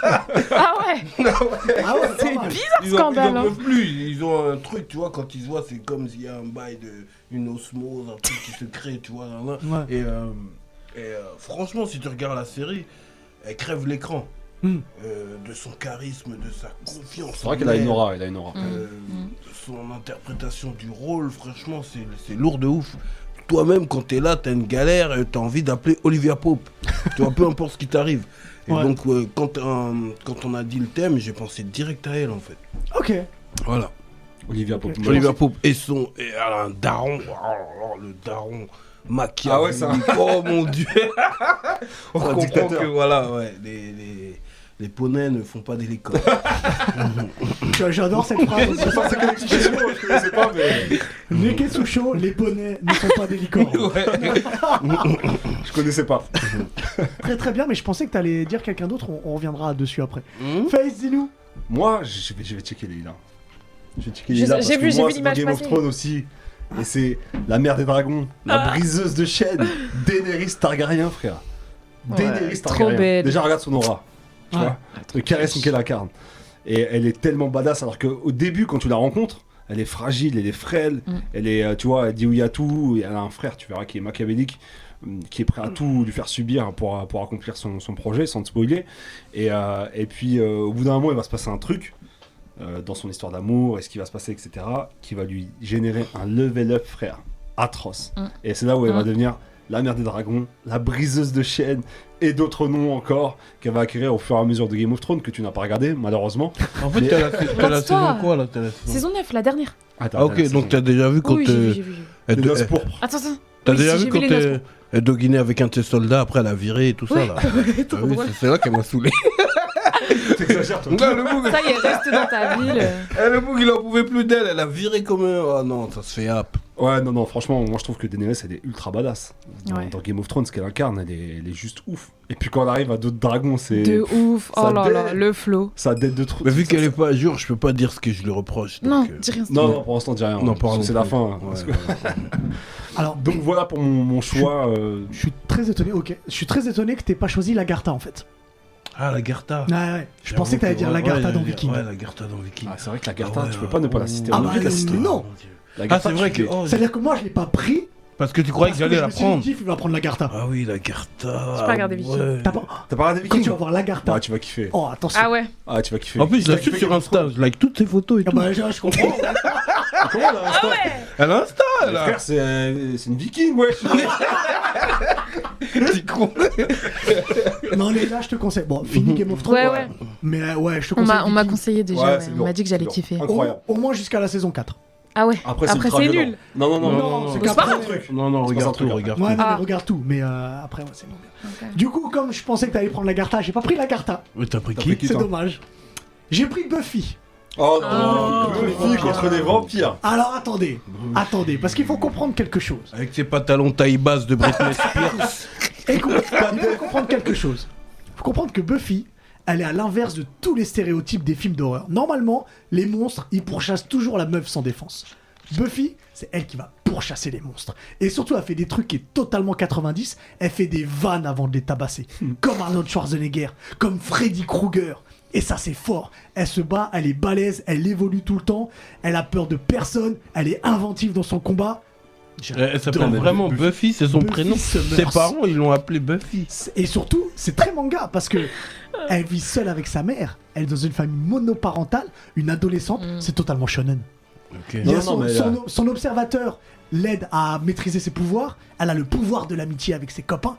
[SPEAKER 4] Ah ouais
[SPEAKER 1] Ah ouais, c'est pas mal.
[SPEAKER 4] Bizarre
[SPEAKER 3] Ils en, ils
[SPEAKER 4] scandale
[SPEAKER 3] en
[SPEAKER 4] hein.
[SPEAKER 3] peuvent plus, ils ont un truc, tu vois, quand ils se voient, c'est comme s'il y a un bail de une osmose, un truc qui se crée, tu vois. là, là.
[SPEAKER 1] Ouais.
[SPEAKER 3] Et, euh, et, euh, franchement, si tu regardes la série, elle crève l'écran
[SPEAKER 1] Hmm.
[SPEAKER 3] Euh, de son charisme, de sa confiance.
[SPEAKER 2] C'est vrai
[SPEAKER 3] en
[SPEAKER 2] qu'elle a une
[SPEAKER 3] elle,
[SPEAKER 2] aura, elle a une aura.
[SPEAKER 4] Mm.
[SPEAKER 3] euh, de son interprétation du rôle, franchement, c'est c'est lourd de ouf. Toi-même, quand t'es là, t'as une galère, euh, t'as envie d'appeler Olivia Pope. tu vois, peu importe ce qui t'arrive. Et
[SPEAKER 1] Ouais.
[SPEAKER 3] donc, euh, quand, euh, quand on a dit le thème, j'ai pensé direct à elle, en fait.
[SPEAKER 1] Ok.
[SPEAKER 3] Voilà.
[SPEAKER 2] Olivia Pope.
[SPEAKER 1] Je
[SPEAKER 3] Olivia Pope et son. Et elle a un daron. Oh là là, le daron. Machiavel.
[SPEAKER 2] Ah ouais, ça-
[SPEAKER 3] Oh mon dieu. On
[SPEAKER 2] Un
[SPEAKER 3] comprend
[SPEAKER 2] dictateur.
[SPEAKER 3] que voilà, ouais, les, les, les poneys ne font pas d'hélico.
[SPEAKER 1] Tu- J'adore cette phrase. aussi.
[SPEAKER 2] C'est quelle expression Je connaissais pas, mais.
[SPEAKER 1] les Ketsucho, les poneys ne sont pas des licornes.
[SPEAKER 2] Je connaissais pas.
[SPEAKER 1] Très très bien, mais je pensais que t'allais dire quelqu'un d'autre. On, on reviendra dessus après.
[SPEAKER 3] Hmm
[SPEAKER 1] Face, dis-nous.
[SPEAKER 2] Moi, je vais, je vais checker Leila. Je vais checker
[SPEAKER 4] Je
[SPEAKER 2] Leila.
[SPEAKER 4] sais-
[SPEAKER 2] parce
[SPEAKER 4] j'ai
[SPEAKER 2] que
[SPEAKER 4] vu- j'ai
[SPEAKER 2] moi,
[SPEAKER 4] vu
[SPEAKER 2] c'est
[SPEAKER 4] l'image
[SPEAKER 2] dans Game of
[SPEAKER 4] passer.
[SPEAKER 2] Thrones aussi. Et c'est la mère des dragons,
[SPEAKER 4] Ah.
[SPEAKER 2] la briseuse de chaînes, Daenerys Targaryen, frère.
[SPEAKER 4] Ouais,
[SPEAKER 2] Daenerys
[SPEAKER 4] trop
[SPEAKER 2] Targaryen.
[SPEAKER 4] belle.
[SPEAKER 2] Déjà, regarde son aura. Tu
[SPEAKER 1] Ouais.
[SPEAKER 2] vois Le charisme qu'elle incarne. Et elle est tellement badass, alors qu'au début, quand tu la rencontres, elle est fragile, elle est frêle,
[SPEAKER 4] Mm.
[SPEAKER 2] elle est, euh, tu vois, elle dit oui à tout, et elle a un frère, tu verras, qui est machiavélique, hum, qui est prêt à tout lui faire subir pour, pour accomplir son, son projet, sans te spoiler. Et, euh, et puis, euh, au bout d'un moment, il va se passer un truc euh, dans son histoire d'amour et ce qui va se passer, etc., qui va lui générer un level up, frère, atroce.
[SPEAKER 4] Mm.
[SPEAKER 2] Et c'est là où elle va
[SPEAKER 4] Mm.
[SPEAKER 2] devenir la mère des dragons, la briseuse de chaînes et d'autres noms encore qu'elle va acquérir au fur et à mesure de Game of Thrones que tu n'as pas regardé, malheureusement.
[SPEAKER 3] En fait, t'as la, t'as la
[SPEAKER 4] Lance-toi.
[SPEAKER 3] saison quoi là t'as la saison-
[SPEAKER 4] Saison 9, la dernière.
[SPEAKER 2] Attends,
[SPEAKER 3] Ah, ok, donc t'as déjà vu quand.
[SPEAKER 4] oui, j'ai
[SPEAKER 3] euh,
[SPEAKER 4] vu, j'ai vu. j'ai vu.
[SPEAKER 3] elle-
[SPEAKER 2] Les noces
[SPEAKER 3] elle-
[SPEAKER 2] pourpres.
[SPEAKER 4] Attends, attends.
[SPEAKER 3] T'as
[SPEAKER 4] Oui,
[SPEAKER 3] déjà
[SPEAKER 4] si,
[SPEAKER 3] vu
[SPEAKER 4] j'ai
[SPEAKER 3] quand
[SPEAKER 4] vu les
[SPEAKER 3] elle-
[SPEAKER 4] noces
[SPEAKER 3] elle doguinait avec un de ses soldats, après elle a viré et tout ça
[SPEAKER 4] Ouais.
[SPEAKER 3] là. Ah
[SPEAKER 4] Trop
[SPEAKER 3] oui,
[SPEAKER 4] drôle.
[SPEAKER 3] c'est- c'est là qu'elle m'a saoulé.
[SPEAKER 2] T'exagères, toi.
[SPEAKER 3] Là, le bouc,
[SPEAKER 4] Ça y est, reste dans ta ville.
[SPEAKER 3] eh, le bouc, il en pouvait plus d'elle, elle a viré comme un. Oh non, ça se fait hap.
[SPEAKER 2] Ouais, non, non, franchement, moi je trouve que Daenerys elle est ultra badass. Dans,
[SPEAKER 4] Ouais.
[SPEAKER 2] dans Game of Thrones, ce qu'elle incarne, elle est, elle est juste ouf. Et puis quand elle arrive à d'autres dragons, c'est.
[SPEAKER 4] De ouf.
[SPEAKER 2] Ça
[SPEAKER 4] Oh là là,
[SPEAKER 2] dé-
[SPEAKER 4] le flow.
[SPEAKER 2] Ça date de trop.
[SPEAKER 3] Mais vu qu'elle est pas à jour, je peux pas dire ce que je lui reproche. donc,
[SPEAKER 4] Non,
[SPEAKER 3] euh,
[SPEAKER 4] dis rien. c'est
[SPEAKER 2] Non,
[SPEAKER 4] tout.
[SPEAKER 2] non, pour l'instant, dis rien.
[SPEAKER 3] Non,
[SPEAKER 2] Parce que
[SPEAKER 3] pardon.
[SPEAKER 2] C'est la fin. hein,
[SPEAKER 3] Ouais,
[SPEAKER 2] parce que-
[SPEAKER 3] voilà.
[SPEAKER 1] Alors,
[SPEAKER 2] Donc voilà pour mon, mon choix. euh,
[SPEAKER 1] je suis très étonné. Ok, je suis très étonné que t'aies pas choisi Lagarta en fait.
[SPEAKER 3] Ah, la Garta.
[SPEAKER 1] Ouais, ouais. Je pensais que t'allais dire
[SPEAKER 3] la
[SPEAKER 1] Lagarta dans Viking.
[SPEAKER 3] Ouais, la Garta dans Viking.
[SPEAKER 2] Ah, c'est vrai que la Gartha,
[SPEAKER 3] Ah ouais,
[SPEAKER 2] tu peux pas ne pas la citer.
[SPEAKER 1] Ah
[SPEAKER 2] On
[SPEAKER 1] bah,
[SPEAKER 2] oublie de la
[SPEAKER 1] non,
[SPEAKER 2] citer.
[SPEAKER 1] non.
[SPEAKER 2] La
[SPEAKER 3] Ah,
[SPEAKER 2] Gartha,
[SPEAKER 3] c'est
[SPEAKER 2] tu
[SPEAKER 3] vrai que.
[SPEAKER 2] l'es.
[SPEAKER 3] oh,
[SPEAKER 1] C'est-à-dire que moi je l'ai pas pris.
[SPEAKER 3] Parce que tu croyais que
[SPEAKER 1] parce que
[SPEAKER 3] j'allais
[SPEAKER 1] je
[SPEAKER 3] la
[SPEAKER 1] me suis
[SPEAKER 3] prendre.
[SPEAKER 1] dit, Diff, il va prendre Lagarta.
[SPEAKER 3] Ah oui, la Garta.
[SPEAKER 4] J'ai pas regardé Viking.
[SPEAKER 3] ouais.
[SPEAKER 1] T'as pas- Oh,
[SPEAKER 2] T'as pas regardé
[SPEAKER 1] Quand tu vas
[SPEAKER 2] Viking
[SPEAKER 1] voir Lagarta.
[SPEAKER 2] Ah, tu vas kiffer.
[SPEAKER 1] Oh, attention.
[SPEAKER 4] Ah ouais.
[SPEAKER 2] Ah, tu vas kiffer.
[SPEAKER 3] En plus, je la suis sur Insta, je like toutes ses photos et
[SPEAKER 1] Ah
[SPEAKER 3] tout.
[SPEAKER 1] bah, je, je comprends.
[SPEAKER 2] Comment là
[SPEAKER 4] Ah,
[SPEAKER 2] Insta
[SPEAKER 3] Elle a Insta,
[SPEAKER 2] Mais
[SPEAKER 3] là.
[SPEAKER 2] Frère, c'est euh, c'est une Viking, wesh
[SPEAKER 3] Petit con.
[SPEAKER 1] non, les là, je te conseille. Bon, fini
[SPEAKER 2] Mhm.
[SPEAKER 1] Game of Thrones.
[SPEAKER 4] Ouais, ouais.
[SPEAKER 1] Mais euh, ouais, je te
[SPEAKER 4] On
[SPEAKER 1] conseille.
[SPEAKER 4] m'a on m'a
[SPEAKER 1] Viking.
[SPEAKER 4] conseillé déjà.
[SPEAKER 2] Ouais,
[SPEAKER 4] ouais.
[SPEAKER 2] c'est
[SPEAKER 4] On
[SPEAKER 2] lourd,
[SPEAKER 4] m'a dit que j'allais
[SPEAKER 2] c'est lourd.
[SPEAKER 4] kiffer.
[SPEAKER 1] Au-
[SPEAKER 2] Incroyable.
[SPEAKER 1] Au, moins jusqu'à la saison 4.
[SPEAKER 4] Ah ouais.
[SPEAKER 2] Après, c'est
[SPEAKER 4] Après,
[SPEAKER 2] ultra
[SPEAKER 4] c'est
[SPEAKER 2] violent.
[SPEAKER 4] nul.
[SPEAKER 2] Non, non, non,
[SPEAKER 1] Non,
[SPEAKER 2] non, non,
[SPEAKER 1] c'est
[SPEAKER 2] non.
[SPEAKER 1] qu'un
[SPEAKER 2] pas un
[SPEAKER 1] truc.
[SPEAKER 2] truc.
[SPEAKER 3] Non, non,
[SPEAKER 2] C'est pas un
[SPEAKER 3] regarde
[SPEAKER 2] truc,
[SPEAKER 3] tout,
[SPEAKER 2] hein.
[SPEAKER 3] regarde
[SPEAKER 1] Ouais, non,
[SPEAKER 3] tout.
[SPEAKER 1] mais
[SPEAKER 4] Ah.
[SPEAKER 1] regarde tout. Mais euh, après, ouais, c'est bon.
[SPEAKER 4] Ok.
[SPEAKER 1] Du coup, comme je pensais que t'allais prendre Lagarta, j'ai pas pris Lagarta.
[SPEAKER 3] Mais t'as pris
[SPEAKER 2] T'as
[SPEAKER 3] qui
[SPEAKER 2] pris qui,
[SPEAKER 1] C'est
[SPEAKER 2] toi
[SPEAKER 1] dommage. J'ai pris Buffy.
[SPEAKER 2] Oh
[SPEAKER 4] Ah.
[SPEAKER 2] non Buffy contre les vampires
[SPEAKER 1] Alors attendez, attendez, parce qu'il faut comprendre quelque chose.
[SPEAKER 3] Avec ses pantalons taille basse de Britney Spears.
[SPEAKER 1] Écoute, il faut comprendre quelque chose. Il faut comprendre que Buffy, elle est à l'inverse de tous les stéréotypes des films d'horreur. Normalement, les monstres, ils pourchassent toujours la meuf sans défense. Buffy, c'est elle qui va pourchasser les monstres. Et surtout, elle fait des trucs qui est totalement 90. Elle fait des vannes avant de les tabasser. Comme Arnold Schwarzenegger, comme Freddy Krueger. Et ça, c'est fort. Elle se bat, elle est balèze, elle évolue tout le temps. Elle a peur de personne. Elle est inventive dans son combat.
[SPEAKER 3] Elle elle s'appelle
[SPEAKER 1] J'adore.
[SPEAKER 3] vraiment Buffy, c'est son
[SPEAKER 1] Buffy
[SPEAKER 3] prénom.
[SPEAKER 1] Summers.
[SPEAKER 3] Ses parents, ils l'ont appelée Buffy.
[SPEAKER 1] Et surtout, c'est très manga parce que elle vit seule avec sa mère. Elle est dans une famille monoparentale. Une adolescente,
[SPEAKER 4] Mm.
[SPEAKER 1] c'est totalement shonen. Il y a
[SPEAKER 2] Non, non,
[SPEAKER 1] son,
[SPEAKER 2] mais
[SPEAKER 1] son-
[SPEAKER 2] là-
[SPEAKER 1] son observateur l'aide à maîtriser ses pouvoirs. Elle a le pouvoir de l'amitié avec ses copains.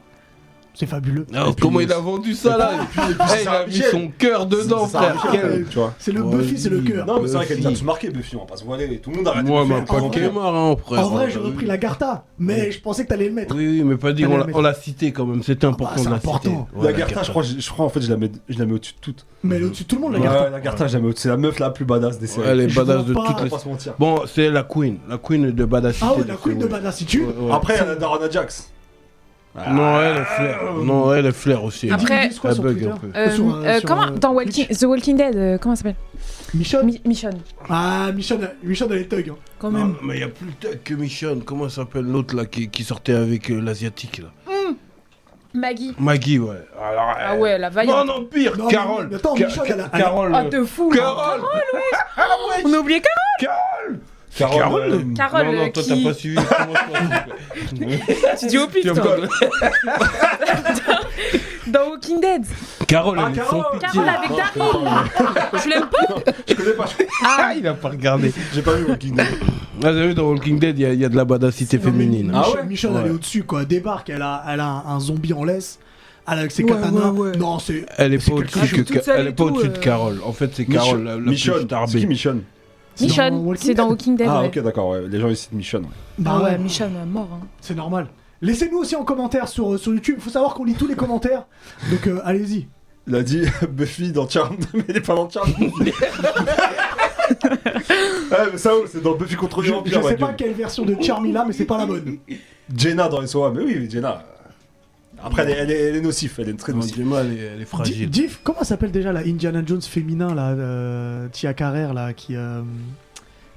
[SPEAKER 1] C'est fabuleux.
[SPEAKER 3] Non,
[SPEAKER 2] Et puis,
[SPEAKER 3] comment
[SPEAKER 2] euh,
[SPEAKER 3] il a vendu ça là Et puis-
[SPEAKER 2] puis, c'est
[SPEAKER 3] Eh, Il a mis
[SPEAKER 2] Saint-Michel.
[SPEAKER 3] son cœur dedans,
[SPEAKER 2] C'est Sarah
[SPEAKER 3] frère.
[SPEAKER 2] Michel,
[SPEAKER 3] Quel-
[SPEAKER 2] tu vois.
[SPEAKER 1] C'est le
[SPEAKER 3] Ouais,
[SPEAKER 1] Buffy, c'est le
[SPEAKER 3] oui.
[SPEAKER 1] cœur.
[SPEAKER 2] Non, mais c'est vrai qu'elle nous a
[SPEAKER 3] Buffy.
[SPEAKER 2] tous marqué, Buffy, on va pas se voiler. Tout le monde arrête
[SPEAKER 3] Moi,
[SPEAKER 2] de le
[SPEAKER 3] ma
[SPEAKER 2] faire.
[SPEAKER 1] En
[SPEAKER 3] pote
[SPEAKER 1] vrai-
[SPEAKER 3] est mort, hein, frère.
[SPEAKER 1] En vrai, j'aurais pris la Garta, mais je pensais que t'allais le mettre.
[SPEAKER 3] Oui, oui, mais pas dire,
[SPEAKER 1] Allez,
[SPEAKER 3] on l'a-
[SPEAKER 1] mais-
[SPEAKER 3] on l'a cité quand même, c'était Ah bah, important
[SPEAKER 1] c'est
[SPEAKER 3] de la
[SPEAKER 1] important.
[SPEAKER 3] citer. Ouais,
[SPEAKER 2] La Garta, je crois, je je crois en fait, je la mets, je la mets au-dessus de toutes.
[SPEAKER 1] Mais elle est au-dessus de tout le monde, la
[SPEAKER 2] Ouais,
[SPEAKER 1] Garta.
[SPEAKER 2] la Garta, je la mets au-dessus. C'est la meuf la plus badass des
[SPEAKER 3] Ouais,
[SPEAKER 2] séries.
[SPEAKER 3] Elle est
[SPEAKER 1] Je
[SPEAKER 3] badass
[SPEAKER 1] vois
[SPEAKER 3] de
[SPEAKER 1] pas.
[SPEAKER 3] toutes
[SPEAKER 2] On va
[SPEAKER 3] les...
[SPEAKER 2] pas se mentir.
[SPEAKER 3] Bon, c'est la queen, la queen de badassité.
[SPEAKER 1] Ah ouais,
[SPEAKER 3] de
[SPEAKER 1] la
[SPEAKER 3] ce
[SPEAKER 1] queen de
[SPEAKER 3] monde.
[SPEAKER 1] Badassitude.
[SPEAKER 3] Ouais, ouais.
[SPEAKER 2] Après, il y a la Darana Jax.
[SPEAKER 3] Non, elle est flair. Non, elle est flair aussi. elle.
[SPEAKER 4] Après-
[SPEAKER 1] Ils disent quoi
[SPEAKER 3] Elle
[SPEAKER 1] sur
[SPEAKER 3] bug
[SPEAKER 1] Twitter
[SPEAKER 3] un peu.
[SPEAKER 4] Euh,
[SPEAKER 1] Sur,
[SPEAKER 4] euh,
[SPEAKER 1] sur,
[SPEAKER 4] comment
[SPEAKER 1] euh,
[SPEAKER 4] Dans Walking, The Walking Dead, euh, comment ça s'appelle
[SPEAKER 1] Michonne
[SPEAKER 4] Mi- Michonne.
[SPEAKER 1] Ah, Michonne, Michonne, elle est thug. hein.
[SPEAKER 4] Quand
[SPEAKER 3] Non,
[SPEAKER 4] même.
[SPEAKER 3] mais il y a plus le thug que Michonne. Comment s'appelle l'autre là qui, qui sortait avec euh, l'asiatique là
[SPEAKER 4] Maggie.
[SPEAKER 3] Maggie, ouais. Alors,
[SPEAKER 4] Ah
[SPEAKER 3] elle-
[SPEAKER 4] ouais, la
[SPEAKER 3] Non,
[SPEAKER 4] vaillante.
[SPEAKER 3] non, pire,
[SPEAKER 1] Non, mais-
[SPEAKER 3] Carole.
[SPEAKER 1] mais attends,
[SPEAKER 3] Ca-
[SPEAKER 1] Michonne, elle a-
[SPEAKER 3] Ca- Carole.
[SPEAKER 4] Ah, de fou. là.
[SPEAKER 3] Carole. Ah,
[SPEAKER 4] Ah, On a oublié Carole.
[SPEAKER 3] Carole.
[SPEAKER 2] euh,
[SPEAKER 4] Carole,
[SPEAKER 3] Non, non,
[SPEAKER 4] euh,
[SPEAKER 3] toi
[SPEAKER 4] qui-
[SPEAKER 3] t'as pas suivi. Comment toi,
[SPEAKER 4] Tu dis au pif,
[SPEAKER 3] tu
[SPEAKER 4] toi.
[SPEAKER 3] rigoles
[SPEAKER 4] Dans Walking Dead.
[SPEAKER 3] Carole,
[SPEAKER 2] Ah,
[SPEAKER 3] elle est sans
[SPEAKER 2] Carole
[SPEAKER 3] pitié.
[SPEAKER 4] Carole avec Daryl. Je l'aime pas.
[SPEAKER 2] Je connais pas, je-
[SPEAKER 3] Ah, il a pas regardé.
[SPEAKER 2] j'ai pas vu Walking Dead.
[SPEAKER 3] Ah, Vous avez vu, dans Walking Dead, il y a- il y, a de la badassité féminine.
[SPEAKER 1] Michonne,
[SPEAKER 2] Ah ouais
[SPEAKER 1] Michonne, elle
[SPEAKER 3] Ouais.
[SPEAKER 1] est au-dessus, quoi. Elle Débarque, elle a, elle a un, un zombie en laisse. Elle a avec ses
[SPEAKER 4] Ouais,
[SPEAKER 1] katanas.
[SPEAKER 4] ouais, ouais.
[SPEAKER 1] Non, c'est.
[SPEAKER 3] Elle est
[SPEAKER 1] C'est
[SPEAKER 3] pas
[SPEAKER 1] quelqu'un
[SPEAKER 3] au-dessus
[SPEAKER 4] qui
[SPEAKER 3] que
[SPEAKER 4] joue toute
[SPEAKER 3] Ca-
[SPEAKER 4] seule
[SPEAKER 3] elle est
[SPEAKER 4] et
[SPEAKER 3] pas
[SPEAKER 4] tout,
[SPEAKER 3] au-dessus de
[SPEAKER 4] euh.
[SPEAKER 3] Carole. En fait, c'est Carole, la, la plus
[SPEAKER 2] Michonne, c'est
[SPEAKER 3] starbée.
[SPEAKER 2] qui Michonne
[SPEAKER 1] C'est dans
[SPEAKER 4] Michonne,
[SPEAKER 1] Walking
[SPEAKER 4] c'est dans Ah
[SPEAKER 1] Dead.
[SPEAKER 4] Walking Dead.
[SPEAKER 2] Ah,
[SPEAKER 4] ouais.
[SPEAKER 2] ok, d'accord, ouais. les gens ils citent Michonne. ouais.
[SPEAKER 1] Bah ouais,
[SPEAKER 4] Michonne à mort. hein.
[SPEAKER 1] c'est normal. Laissez-nous aussi en commentaire sur, euh, sur YouTube. Faut savoir qu'on lit tous les commentaires. Donc euh, allez-y.
[SPEAKER 2] Il a dit Buffy dans Charmed, mais elle est pas dans Charmed. Buffy. ouais, mais ça, c'est dans Buffy contre les
[SPEAKER 1] Je, je
[SPEAKER 2] vampires. ma
[SPEAKER 1] sais pas
[SPEAKER 2] gueule.
[SPEAKER 1] quelle version de Charmila, mais c'est pas la bonne.
[SPEAKER 2] Jenna dans SOA, mais oui, Jenna. Après, elle est, elle est, elle est nocive, elle est très
[SPEAKER 3] Non,
[SPEAKER 2] nocive.
[SPEAKER 3] Gemma, elle est, elle
[SPEAKER 1] Di-
[SPEAKER 3] est fragile.
[SPEAKER 1] Diff, comment s'appelle déjà la Indiana Jones féminin là, euh, Tia Carrère là, qui euh,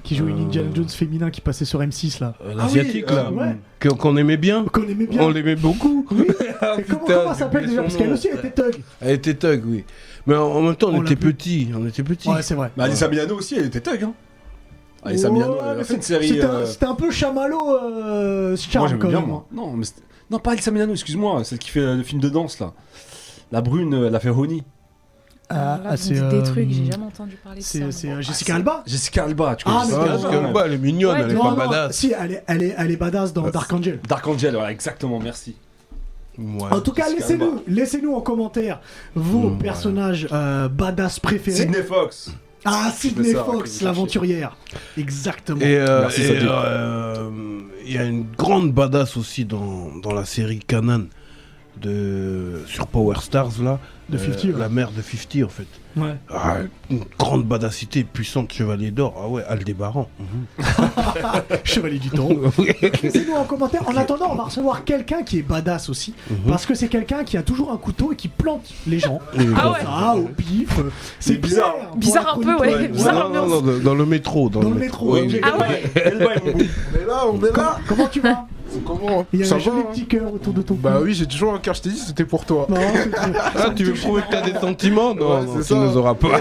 [SPEAKER 1] qui joue une
[SPEAKER 3] Euh.
[SPEAKER 1] Indiana Jones féminin qui passait sur M6 là.
[SPEAKER 3] Euh, L'asiatique,
[SPEAKER 2] Ah oui,
[SPEAKER 3] là,
[SPEAKER 1] euh, ouais.
[SPEAKER 3] que- qu'on aimait bien.
[SPEAKER 1] Qu'on aimait bien. Ah,
[SPEAKER 3] On l'aimait beaucoup.
[SPEAKER 1] Oui. Et comment
[SPEAKER 3] putain,
[SPEAKER 1] comment elle s'appelle
[SPEAKER 3] j'ai oublié
[SPEAKER 1] déjà
[SPEAKER 3] son
[SPEAKER 1] Parce qu'elle
[SPEAKER 3] nom. euh,
[SPEAKER 1] aussi elle était thug.
[SPEAKER 3] Elle était thug, oui. Mais en, en même temps, on,
[SPEAKER 1] On l'a
[SPEAKER 3] était
[SPEAKER 1] plus.
[SPEAKER 3] petits. On était petits.
[SPEAKER 1] Ouais, c'est vrai.
[SPEAKER 2] Mais Alissa Milano aussi, elle était thug. Hein. Alissa
[SPEAKER 1] Ouais,
[SPEAKER 2] Milano, elle
[SPEAKER 1] mais
[SPEAKER 2] a fait une
[SPEAKER 1] c'est-
[SPEAKER 2] série.
[SPEAKER 1] C'était un-
[SPEAKER 2] euh,
[SPEAKER 1] c'était un, peu chamallow, euh,
[SPEAKER 2] Moi,
[SPEAKER 1] Charm
[SPEAKER 2] j'aime
[SPEAKER 1] quand
[SPEAKER 2] bien,
[SPEAKER 1] même.
[SPEAKER 2] moi. Non, mais c'était- non, pas Elsa Milano, excuse-moi, celle qui fait euh, le film de danse là. La brune, euh, elle a fait Honey.
[SPEAKER 1] Ah,
[SPEAKER 4] Là,
[SPEAKER 1] ah,
[SPEAKER 4] vous
[SPEAKER 1] c'est,
[SPEAKER 4] me dites
[SPEAKER 1] euh,
[SPEAKER 4] des trucs, j'ai jamais entendu parler de ça. Ah,
[SPEAKER 1] C'est c'est, euh, Jessica
[SPEAKER 2] c'est-
[SPEAKER 1] Alba.
[SPEAKER 2] Jessica Alba, tu connais
[SPEAKER 1] Ah, mais
[SPEAKER 2] Jessica
[SPEAKER 1] c'est
[SPEAKER 3] parce
[SPEAKER 2] Alba,
[SPEAKER 1] vrai.
[SPEAKER 3] que,
[SPEAKER 2] ouais.
[SPEAKER 3] bah, elle est mignonne,
[SPEAKER 4] Ouais,
[SPEAKER 3] elle est
[SPEAKER 1] Non,
[SPEAKER 3] pas
[SPEAKER 1] non,
[SPEAKER 3] badass.
[SPEAKER 1] Si, elle est, elle est, elle est badass dans
[SPEAKER 2] Ouais,
[SPEAKER 1] Dark
[SPEAKER 2] c'est-
[SPEAKER 1] Angel.
[SPEAKER 2] Dark Angel, voilà, exactement, merci.
[SPEAKER 3] Ouais.
[SPEAKER 1] En tout cas,
[SPEAKER 2] Jessica
[SPEAKER 1] laissez-nous
[SPEAKER 2] Alba.
[SPEAKER 1] laissez en commentaire vos
[SPEAKER 2] Mmh,
[SPEAKER 3] Mm, ouais.
[SPEAKER 1] personnages euh, badass préférés.
[SPEAKER 2] Sidney Fox.
[SPEAKER 1] Ah,
[SPEAKER 2] Je
[SPEAKER 1] Sidney
[SPEAKER 2] fais ça, que vous
[SPEAKER 1] Fox,
[SPEAKER 2] cherchez.
[SPEAKER 1] l'aventurière. Exactement.
[SPEAKER 3] Et euh,
[SPEAKER 2] Merci,
[SPEAKER 3] et,
[SPEAKER 2] Sadie.
[SPEAKER 3] euh, il y a une grande badass aussi dans, dans la série Canon de sur Power Stars là. Euh,
[SPEAKER 1] De 50, ouais.
[SPEAKER 3] La mère de 50 en fait.
[SPEAKER 1] Ouais.
[SPEAKER 3] Ah, une grande badassité, puissante chevalier d'or. Ah ouais, Aldébaran.
[SPEAKER 1] Chevalier du temps. Laissez-nous en commentaire. En attendant, on va recevoir quelqu'un qui est badass aussi.
[SPEAKER 5] Mhm.
[SPEAKER 1] Parce que c'est quelqu'un qui a toujours un couteau et qui plante les gens.
[SPEAKER 4] Ah ouais.
[SPEAKER 1] Ah, au pif. euh, C'est
[SPEAKER 2] Mais bizarre.
[SPEAKER 1] Pierre,
[SPEAKER 4] Bizarre
[SPEAKER 1] pour
[SPEAKER 4] un
[SPEAKER 1] la
[SPEAKER 4] peu,
[SPEAKER 1] chronique,
[SPEAKER 4] ouais.
[SPEAKER 1] toi.
[SPEAKER 4] Bizarre
[SPEAKER 1] Voilà.
[SPEAKER 3] Non, non, non, dans- dans le métro. Dans,
[SPEAKER 1] Dans le métro.
[SPEAKER 3] Oui, oui.
[SPEAKER 4] Ah ouais
[SPEAKER 2] Elba et Mou.
[SPEAKER 5] On est là, on est là
[SPEAKER 1] Comment tu vas
[SPEAKER 5] Comment
[SPEAKER 1] Il y a
[SPEAKER 5] Ça
[SPEAKER 1] un
[SPEAKER 5] va
[SPEAKER 1] joli
[SPEAKER 5] hein
[SPEAKER 1] petit cœur autour de ton cou.
[SPEAKER 5] Bah oui, j'ai toujours un cœur, je t'ai dit, c'était pour toi.
[SPEAKER 1] Non, c'est-
[SPEAKER 3] Ah, tu veux prouver que t'as des sentiments Non,
[SPEAKER 5] Ouais,
[SPEAKER 3] non,
[SPEAKER 5] c'est
[SPEAKER 3] tu
[SPEAKER 5] ça.
[SPEAKER 3] nous auras pas.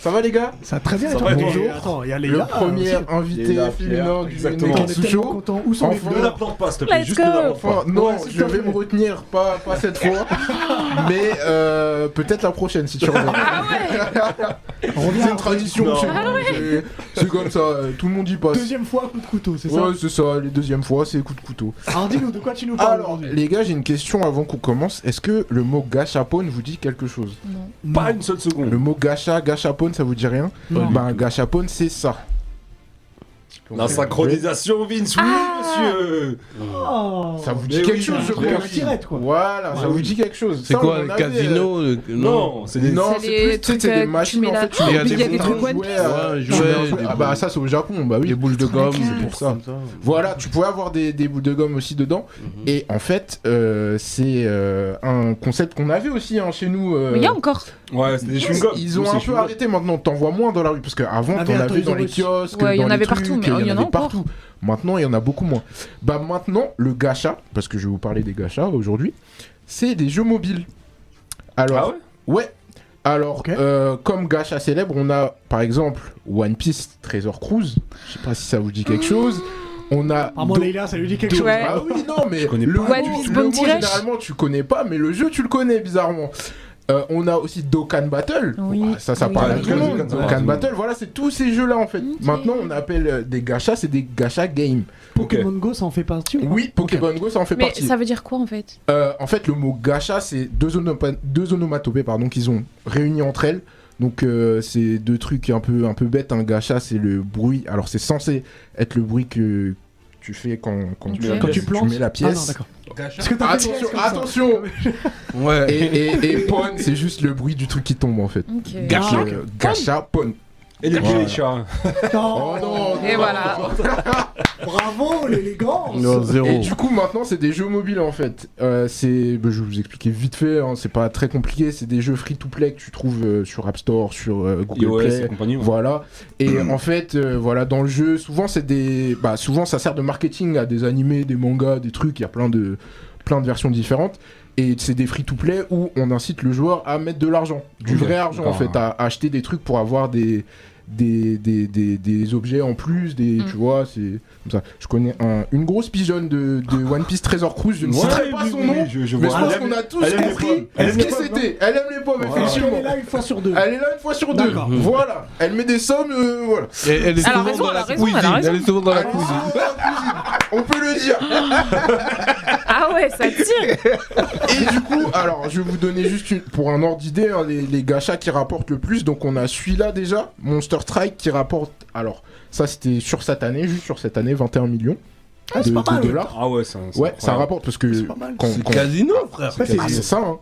[SPEAKER 5] Ça va les gars
[SPEAKER 1] ça a très bien.
[SPEAKER 2] Ça
[SPEAKER 1] été
[SPEAKER 2] va,
[SPEAKER 1] un
[SPEAKER 2] toi
[SPEAKER 1] bonjour. Attends, il y a les
[SPEAKER 5] Le
[SPEAKER 1] gars.
[SPEAKER 5] premier
[SPEAKER 2] Il est là,
[SPEAKER 5] invité féminin
[SPEAKER 2] Pierre,
[SPEAKER 5] du
[SPEAKER 2] exactement.
[SPEAKER 1] euh,
[SPEAKER 5] Neketsu
[SPEAKER 1] On est tellement
[SPEAKER 5] Show.
[SPEAKER 1] contents. Où sont les
[SPEAKER 5] Enfin,
[SPEAKER 2] Ne
[SPEAKER 1] deux
[SPEAKER 2] la plante pas, s'il te plaît,
[SPEAKER 4] Let's
[SPEAKER 2] juste ne la
[SPEAKER 4] go.
[SPEAKER 2] plante pas.
[SPEAKER 5] Enfin, non,
[SPEAKER 1] Ouais, c'est
[SPEAKER 5] je
[SPEAKER 1] pas
[SPEAKER 5] vais
[SPEAKER 1] vrai.
[SPEAKER 5] me retenir, pas, pas cette fois, mais euh, peut-être la prochaine si tu reviens.
[SPEAKER 1] Ah, On revient
[SPEAKER 5] C'est une
[SPEAKER 1] après.
[SPEAKER 5] tradition
[SPEAKER 2] Non.
[SPEAKER 5] chez
[SPEAKER 1] Ah,
[SPEAKER 5] nous, c'est- c'est comme ça, euh, tout le monde y passe.
[SPEAKER 1] Deuxième fois, coup de couteau, c'est ça
[SPEAKER 5] Ouais, c'est ça, les deuxièmes fois, c'est coup de couteau.
[SPEAKER 1] Alors dis-nous, de quoi tu nous parles
[SPEAKER 5] Alors,
[SPEAKER 1] aujourd'hui
[SPEAKER 5] les gars, j'ai une question avant qu'on commence. Est-ce que le mot gachapone vous dit quelque chose
[SPEAKER 4] Non.
[SPEAKER 2] Pas une seule seconde.
[SPEAKER 5] Le mot gacha, gachapone, ça vous dit rien
[SPEAKER 1] Non.
[SPEAKER 5] Bah, un gachapone, c'est ça.
[SPEAKER 2] La synchronisation, Vince, oui,
[SPEAKER 4] Ah.
[SPEAKER 2] monsieur.
[SPEAKER 1] Oh.
[SPEAKER 5] Ça vous
[SPEAKER 2] Mais
[SPEAKER 5] dit quelque
[SPEAKER 2] oui,
[SPEAKER 5] chose,
[SPEAKER 2] c'est
[SPEAKER 5] je
[SPEAKER 2] un
[SPEAKER 1] truc
[SPEAKER 5] crois.
[SPEAKER 1] en tirette, quoi.
[SPEAKER 5] Voilà,
[SPEAKER 2] Ouais,
[SPEAKER 5] ça vous
[SPEAKER 2] oui.
[SPEAKER 5] dit quelque chose.
[SPEAKER 3] C'est
[SPEAKER 5] Ça, on
[SPEAKER 3] quoi,
[SPEAKER 5] en
[SPEAKER 3] le
[SPEAKER 5] avait,
[SPEAKER 3] casino le-
[SPEAKER 2] Non, c'est
[SPEAKER 5] euh,
[SPEAKER 2] des.
[SPEAKER 5] Non,
[SPEAKER 4] C'est
[SPEAKER 5] c'est
[SPEAKER 4] les
[SPEAKER 5] plus, tu sais,
[SPEAKER 4] trucs,
[SPEAKER 5] c'est
[SPEAKER 4] euh,
[SPEAKER 5] des
[SPEAKER 4] que tu
[SPEAKER 5] machines
[SPEAKER 4] mets
[SPEAKER 5] en
[SPEAKER 4] là-
[SPEAKER 5] fait. Tu
[SPEAKER 4] Oh,
[SPEAKER 3] mais il y a
[SPEAKER 5] mets-
[SPEAKER 3] des
[SPEAKER 5] tu
[SPEAKER 3] trucs
[SPEAKER 5] jouais
[SPEAKER 4] One Piece.
[SPEAKER 5] à-
[SPEAKER 3] Ouais,
[SPEAKER 5] tu
[SPEAKER 3] jouais,
[SPEAKER 5] jouais à-
[SPEAKER 3] des
[SPEAKER 5] Ah bah
[SPEAKER 3] boules.
[SPEAKER 5] ça c'est au Japon, bah oui.
[SPEAKER 3] Les boules de gomme, c'est
[SPEAKER 5] pour ça.
[SPEAKER 3] comme ça.
[SPEAKER 5] Voilà, tu pouvais avoir des, des boules de gomme aussi dedans.
[SPEAKER 3] Mhm.
[SPEAKER 5] Et en fait, euh, c'est euh, un concept qu'on avait aussi hein, chez nous. euh,
[SPEAKER 4] Mais il y a encore.
[SPEAKER 2] Ouais, c'est des chewing-gums.
[SPEAKER 5] Ils ont
[SPEAKER 2] Oui, c'est des
[SPEAKER 5] un peu
[SPEAKER 2] chewing-gums.
[SPEAKER 5] arrêté maintenant, t'en vois moins dans la rue parce qu'avant
[SPEAKER 1] Ah, mais
[SPEAKER 5] t'en
[SPEAKER 1] attends,
[SPEAKER 5] avais
[SPEAKER 1] ils
[SPEAKER 5] dans
[SPEAKER 1] ont
[SPEAKER 5] les
[SPEAKER 1] reçu.
[SPEAKER 5] kiosques,
[SPEAKER 4] Ouais, il y
[SPEAKER 5] dans
[SPEAKER 4] en
[SPEAKER 5] les
[SPEAKER 4] avait
[SPEAKER 5] trucs,
[SPEAKER 4] partout, mais il y en a
[SPEAKER 5] avait
[SPEAKER 4] encore.
[SPEAKER 5] partout. Maintenant, il y en a beaucoup moins. Bah maintenant, le gacha, parce que je vais vous parler des gachas aujourd'hui, c'est des jeux mobiles.
[SPEAKER 2] Ah
[SPEAKER 5] Alors,
[SPEAKER 2] ouais
[SPEAKER 5] ouais, Alors,
[SPEAKER 1] Ok.
[SPEAKER 5] euh, comme gacha célèbre, on a par exemple One Piece Treasure Cruise. Je sais pas si ça vous dit
[SPEAKER 4] Ah.
[SPEAKER 5] quelque chose. On a
[SPEAKER 1] Ah, moi,
[SPEAKER 5] Do-
[SPEAKER 1] Leïla, ça lui dit quelque
[SPEAKER 5] Do-
[SPEAKER 1] chose.
[SPEAKER 4] Ouais.
[SPEAKER 5] Ah oui, non, mais
[SPEAKER 2] connais
[SPEAKER 5] le,
[SPEAKER 2] pas.
[SPEAKER 5] mot-
[SPEAKER 4] One Piece
[SPEAKER 5] le
[SPEAKER 4] Bone
[SPEAKER 5] mot,
[SPEAKER 4] Tiresh.
[SPEAKER 5] généralement, tu connais pas, mais le jeu, tu le connais bizarrement. Euh, on a aussi Dokkan Battle.
[SPEAKER 4] Oui.
[SPEAKER 5] Ah, ça, ça
[SPEAKER 4] Oui.
[SPEAKER 5] parle à
[SPEAKER 2] Ouais,
[SPEAKER 5] tout le
[SPEAKER 2] Dokkan,
[SPEAKER 5] monde.
[SPEAKER 2] Dokkan,
[SPEAKER 5] Dokkan
[SPEAKER 2] Dokkan.
[SPEAKER 5] Battle, voilà, c'est tous ces jeux-là en fait. Maintenant, on appelle euh, des gachas, c'est des gachas game.
[SPEAKER 1] Pokémon Go, ça en fait partie ou pas
[SPEAKER 5] Oui, Pokémon Go, ça en fait
[SPEAKER 4] Mais
[SPEAKER 5] partie.
[SPEAKER 4] ça veut dire quoi en fait
[SPEAKER 5] Euh, en fait, le mot gacha, c'est deux, onoma- deux onomatopées pardon, qu'ils ont réunies entre elles. Donc, euh, c'est deux trucs un peu, un peu bêtes. Un gacha, c'est le bruit. Alors, c'est censé être le bruit que tu fais quand, quand,
[SPEAKER 4] Ok.
[SPEAKER 5] tu,
[SPEAKER 1] Quand tu
[SPEAKER 5] tu
[SPEAKER 1] plantes
[SPEAKER 5] mets la
[SPEAKER 1] Ah non,
[SPEAKER 5] pièce.
[SPEAKER 1] d'accord.
[SPEAKER 3] Gacha.
[SPEAKER 1] Parce que t'as fait une pièce
[SPEAKER 5] attention,
[SPEAKER 1] comme ça.
[SPEAKER 5] attention
[SPEAKER 3] Ouais.
[SPEAKER 5] Et, et, et pawn, c'est juste le bruit du truc qui tombe en fait.
[SPEAKER 4] Ok.
[SPEAKER 3] Gacha.
[SPEAKER 5] Donc, euh, gacha, Oh, pawn.
[SPEAKER 2] Et les
[SPEAKER 5] Voilà.
[SPEAKER 2] billets, tu vois.
[SPEAKER 1] Non,
[SPEAKER 4] Et voilà.
[SPEAKER 5] Oh.
[SPEAKER 1] Bravo, l'élégance
[SPEAKER 5] Et du coup, maintenant, c'est des jeux mobiles en fait. Euh, c'est, bah, je vais vous expliquer vite fait. hein, c'est pas très compliqué. C'est des jeux free to play que tu trouves euh, sur App Store, sur euh, Google
[SPEAKER 2] iOS
[SPEAKER 5] Play.
[SPEAKER 2] et compagnie. ouais.
[SPEAKER 5] Voilà. Et
[SPEAKER 2] Hmm.
[SPEAKER 5] en fait, euh, voilà, dans le jeu, souvent c'est des, bah, souvent ça sert de marketing à des animés, des mangas, des trucs. Il y a plein de, plein de versions différentes. Et c'est des free-to-play où on incite le joueur à mettre de l'argent, du
[SPEAKER 2] Ok,
[SPEAKER 5] vrai argent en
[SPEAKER 2] d'accord.
[SPEAKER 5] fait, à acheter des trucs pour avoir des, des, des, des, des objets en plus, des,
[SPEAKER 4] Mm.
[SPEAKER 5] tu vois, c'est comme ça. Je connais un- une grosse pigeonne de, de One Piece Trésor Cruise, je ne
[SPEAKER 2] Ouais,
[SPEAKER 5] citerai pas
[SPEAKER 2] oui,
[SPEAKER 5] son
[SPEAKER 2] oui,
[SPEAKER 5] nom,
[SPEAKER 2] oui, je- je
[SPEAKER 5] mais je
[SPEAKER 2] vois.
[SPEAKER 5] pense
[SPEAKER 2] Elle aime-
[SPEAKER 5] qu'on a tous
[SPEAKER 2] elle aime les pommes.
[SPEAKER 5] compris
[SPEAKER 2] Elle aime
[SPEAKER 5] ce
[SPEAKER 2] les
[SPEAKER 5] qui
[SPEAKER 2] pommes,
[SPEAKER 5] c'était. Elle aime les pommes,
[SPEAKER 2] Voilà.
[SPEAKER 1] Parce qu'elle
[SPEAKER 5] effectivement.
[SPEAKER 1] est là une fois sur deux.
[SPEAKER 5] Elle est là une fois sur deux.
[SPEAKER 1] D'accord.
[SPEAKER 5] Voilà. Elle met des sommes. euh, voilà.
[SPEAKER 3] Et elle est
[SPEAKER 4] Elle a
[SPEAKER 3] souvent
[SPEAKER 4] raison,
[SPEAKER 3] dans
[SPEAKER 4] elle
[SPEAKER 3] la
[SPEAKER 4] a raison, elle a
[SPEAKER 3] cuisine,
[SPEAKER 4] raison.
[SPEAKER 3] Elle est souvent dans la cuisine.
[SPEAKER 5] On peut le dire.
[SPEAKER 4] Ah ouais, ça tire
[SPEAKER 5] Et du coup, alors, je vais vous donner juste une- pour un ordre d'idée hein, les, les gachas qui rapportent le plus. Donc, on a celui-là déjà, Monster Strike, qui rapporte. Alors, ça, c'était sur cette année, juste sur cette année, 21 millions
[SPEAKER 1] Ah, c'est
[SPEAKER 5] de,
[SPEAKER 1] pas
[SPEAKER 5] de
[SPEAKER 1] mal.
[SPEAKER 5] dollars.
[SPEAKER 2] Ah ouais, c'est un- c'est
[SPEAKER 5] Ouais, ça
[SPEAKER 2] incroyable.
[SPEAKER 5] rapporte parce que.
[SPEAKER 1] C'est pas mal.
[SPEAKER 5] quand-
[SPEAKER 3] C'est
[SPEAKER 5] quand-
[SPEAKER 3] casino, frère.
[SPEAKER 1] Ouais, c'est-
[SPEAKER 5] Ah, c'est ça. hein.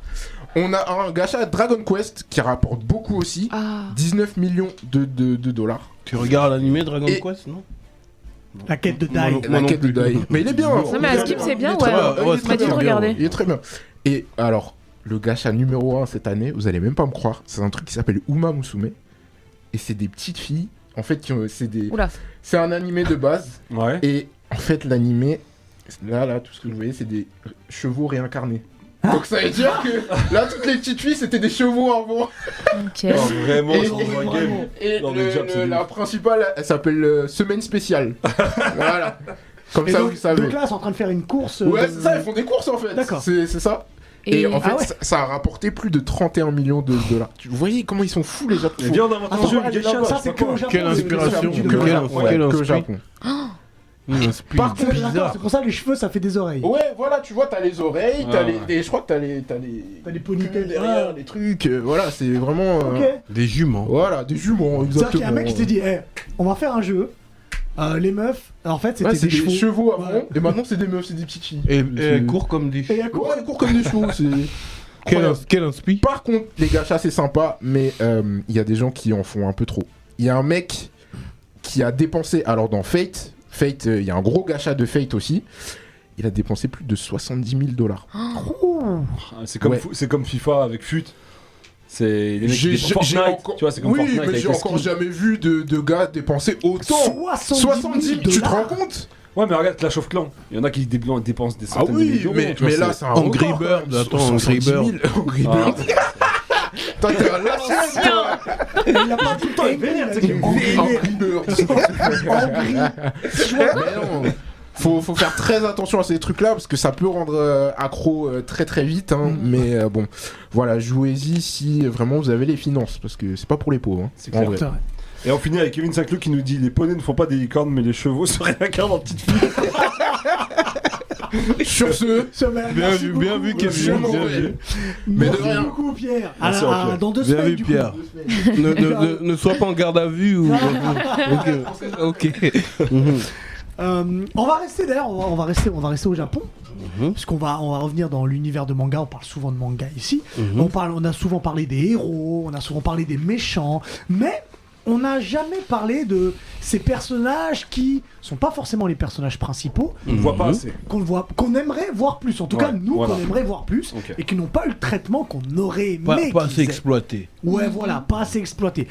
[SPEAKER 5] On a un gacha Dragon Quest qui rapporte beaucoup aussi.
[SPEAKER 4] Ah
[SPEAKER 5] 19 millions de, de- de dollars.
[SPEAKER 3] Tu regardes l'animé Dragon
[SPEAKER 5] Et-
[SPEAKER 3] Quest, non
[SPEAKER 1] La Eh quête de
[SPEAKER 3] Moi non-
[SPEAKER 1] Die.
[SPEAKER 5] La quête de Dai. Mais il est bien.
[SPEAKER 3] Non,
[SPEAKER 4] mais
[SPEAKER 5] hein. Il est
[SPEAKER 4] Askip,
[SPEAKER 5] bien,
[SPEAKER 4] c'est
[SPEAKER 5] il
[SPEAKER 4] bien,
[SPEAKER 5] est très
[SPEAKER 4] ouais.
[SPEAKER 5] il est
[SPEAKER 4] Tu m'as
[SPEAKER 5] très
[SPEAKER 4] dit de
[SPEAKER 5] bien.
[SPEAKER 4] regarder.
[SPEAKER 5] Il est très bien. Et alors, le gacha numéro 1 cette année, vous allez même pas me croire, c'est un truc qui s'appelle Uma Musume. Et c'est des petites filles. En fait, qui ont- c'est des.
[SPEAKER 4] Oula
[SPEAKER 5] C'est un animé de base.
[SPEAKER 2] Ouais.
[SPEAKER 5] Et en fait, l'animé. Là, là, tout ce que vous voyez, c'est des chevaux réincarnés.
[SPEAKER 2] Ah.
[SPEAKER 5] Donc ça veut dire que là, toutes les petites filles, c'était des chevaux en avant.
[SPEAKER 4] Ok.
[SPEAKER 2] Non, Ah, vraiment,
[SPEAKER 5] Et-
[SPEAKER 2] c'est un
[SPEAKER 1] Vraiment.
[SPEAKER 2] game.
[SPEAKER 5] Et
[SPEAKER 2] Non, mais
[SPEAKER 5] le-
[SPEAKER 2] déjà,
[SPEAKER 5] le-
[SPEAKER 2] c'est
[SPEAKER 5] la
[SPEAKER 2] ouf.
[SPEAKER 5] principale, elle s'appelle euh, Semaine Spéciale. voilà. Comme
[SPEAKER 1] Et
[SPEAKER 5] ça,
[SPEAKER 1] donc,
[SPEAKER 5] vous savez.
[SPEAKER 1] donc là, c'est en train de faire une course. euh,
[SPEAKER 5] Ouais, c'est ça, ils font des courses en fait.
[SPEAKER 1] D'accord.
[SPEAKER 5] C'est c'est ça. Et, en fait,
[SPEAKER 1] ah ouais.
[SPEAKER 5] ça, ça a rapporté plus de 31 millions de dollars. Tu- Vous voyez comment ils sont fous les Japonais
[SPEAKER 2] Mais viens d'inventer
[SPEAKER 1] Attends,
[SPEAKER 2] un jeu,
[SPEAKER 1] ouais, ça,
[SPEAKER 2] Gacha, je sais
[SPEAKER 1] c'est
[SPEAKER 2] pas
[SPEAKER 1] que
[SPEAKER 2] quoi.
[SPEAKER 1] au Japon.
[SPEAKER 3] Quelle
[SPEAKER 1] c'est- c'est
[SPEAKER 3] inspiration,
[SPEAKER 1] sorti de-
[SPEAKER 5] Que
[SPEAKER 3] quel-
[SPEAKER 5] au Japon,
[SPEAKER 3] quel
[SPEAKER 5] ouais, que au
[SPEAKER 3] esprit.
[SPEAKER 5] Japon.
[SPEAKER 1] Par contre, d'accord,
[SPEAKER 3] bizarre.
[SPEAKER 1] c'est pour ça les cheveux, ça fait des oreilles.
[SPEAKER 5] Ouais, voilà, tu vois, t'as les oreilles, t'as
[SPEAKER 2] Ah.
[SPEAKER 5] les, les- Je crois que t'as les. T'as les.
[SPEAKER 1] T'as les ponytails
[SPEAKER 5] derrière,
[SPEAKER 1] ouais.
[SPEAKER 5] les trucs. euh, voilà, c'est vraiment. euh,
[SPEAKER 1] Ok.
[SPEAKER 3] Des juments.
[SPEAKER 5] Voilà, des juments, hein,
[SPEAKER 1] C'est-à-dire
[SPEAKER 5] exactement.
[SPEAKER 1] qu'il y a un mec qui s'est dit, Eh, on va faire un jeu. Euh, les meufs, en fait, c'était
[SPEAKER 5] Ouais, c'est
[SPEAKER 1] des, chevaux.
[SPEAKER 5] avant,
[SPEAKER 1] Ouais.
[SPEAKER 5] et maintenant c'est des meufs, c'est des petites filles.
[SPEAKER 3] Et,
[SPEAKER 5] C'est-
[SPEAKER 3] elle court comme des
[SPEAKER 1] Et
[SPEAKER 3] ch-
[SPEAKER 1] à quoi
[SPEAKER 5] Ouais, elles courent comme des chevaux, c'est.
[SPEAKER 3] Quel,
[SPEAKER 5] incroyable.
[SPEAKER 3] ins- quel inspi
[SPEAKER 5] Par contre, les gachas, c'est sympa, mais euh, il y a des gens qui en font un peu trop. Il y a un mec qui a dépensé, alors dans Fate, Fate, euh, il y a un gros gacha de Fate aussi, il a dépensé plus de 70 000 dollars.
[SPEAKER 2] Ah, C'est comme,
[SPEAKER 5] Ouais.
[SPEAKER 2] fou- c'est comme FIFA avec FUT. C'est les mecs qui
[SPEAKER 5] J'ai-
[SPEAKER 2] dépensent
[SPEAKER 5] j'ai- j'ai
[SPEAKER 2] Fortnite,
[SPEAKER 5] encore-
[SPEAKER 2] tu vois, c'est comme
[SPEAKER 5] Oui,
[SPEAKER 2] Fortnite
[SPEAKER 5] mais
[SPEAKER 2] avec
[SPEAKER 5] j'ai
[SPEAKER 2] les
[SPEAKER 5] encore
[SPEAKER 2] skins.
[SPEAKER 5] jamais vu de, de gars dépenser autant. 70 000, tu te rends compte
[SPEAKER 2] Ouais, mais regarde Clash of Clans. Il y en a qui dé- dépensent des
[SPEAKER 5] Ah
[SPEAKER 2] centaines de
[SPEAKER 5] oui,
[SPEAKER 2] millions.
[SPEAKER 5] mais,
[SPEAKER 2] tu vois,
[SPEAKER 5] mais là,
[SPEAKER 2] c'est-
[SPEAKER 5] c'est un
[SPEAKER 3] Angry
[SPEAKER 5] record, quand même.
[SPEAKER 3] Birds, attends,
[SPEAKER 5] 70 000.
[SPEAKER 3] Angry
[SPEAKER 5] Angry
[SPEAKER 2] Ah,
[SPEAKER 5] Birds. Toi, t'es un lâche.
[SPEAKER 4] Tiens
[SPEAKER 1] Il a pas tout le temps aimé, là, c'est engueulé.
[SPEAKER 5] Angry Birds.
[SPEAKER 1] Angry.
[SPEAKER 5] Mais non. Faut, faut faire très attention à ces trucs-là parce que ça peut rendre euh, accro euh, très très vite. hein. Mais euh, bon, voilà, jouez-y si vraiment vous avez les finances parce que c'est pas pour les pauvres. hein,
[SPEAKER 2] C'est
[SPEAKER 5] en
[SPEAKER 2] clair.
[SPEAKER 5] vrai.
[SPEAKER 1] Putain,
[SPEAKER 2] Et on finit avec Kevin Saint-Cloud qui nous dit Les poneys ne font pas des licornes, mais les chevaux se réincarnent en petites filles.
[SPEAKER 5] Sur ce,
[SPEAKER 1] ce mec,
[SPEAKER 3] Bien
[SPEAKER 1] merci
[SPEAKER 3] vu, bien
[SPEAKER 1] beaucoup.
[SPEAKER 3] vu, Kevin.
[SPEAKER 5] Sûrement,
[SPEAKER 3] Bien
[SPEAKER 5] ouais.
[SPEAKER 3] vu.
[SPEAKER 5] Mais de
[SPEAKER 1] Merci
[SPEAKER 5] rien.
[SPEAKER 1] beaucoup, Pierre. À
[SPEAKER 2] Merci,
[SPEAKER 1] la- à-
[SPEAKER 2] Pierre.
[SPEAKER 1] dans deux
[SPEAKER 3] Bien
[SPEAKER 1] semaines,
[SPEAKER 3] vu,
[SPEAKER 1] du
[SPEAKER 3] Pierre.
[SPEAKER 1] coup.
[SPEAKER 3] Ne, ne- ne- ne sois pas en garde à vue ou. ok. ok. Mhm.
[SPEAKER 1] Euh, on va rester d'ailleurs, on va, on va rester, on va rester au Japon,
[SPEAKER 3] Mhm.
[SPEAKER 1] parce qu'on va, on va revenir dans l'univers de manga. On parle souvent de manga ici.
[SPEAKER 3] Mhm.
[SPEAKER 1] On parle, on a souvent parlé des héros, on a souvent parlé des méchants, mais on n'a jamais parlé de ces personnages qui sont pas forcément les personnages principaux,
[SPEAKER 2] On ne voit pas
[SPEAKER 3] Mhm.
[SPEAKER 2] assez.
[SPEAKER 1] qu'on voit, qu'on aimerait voir plus. En tout
[SPEAKER 2] Ouais,
[SPEAKER 1] cas, nous,
[SPEAKER 2] voilà.
[SPEAKER 1] qu'on aimerait voir plus,
[SPEAKER 2] Ok.
[SPEAKER 1] et qui n'ont pas eu le traitement qu'on aurait aimé.
[SPEAKER 3] Pas, pas
[SPEAKER 1] qu'ils
[SPEAKER 3] assez
[SPEAKER 1] aient.
[SPEAKER 3] exploité.
[SPEAKER 1] Ouais, voilà, pas assez exploité,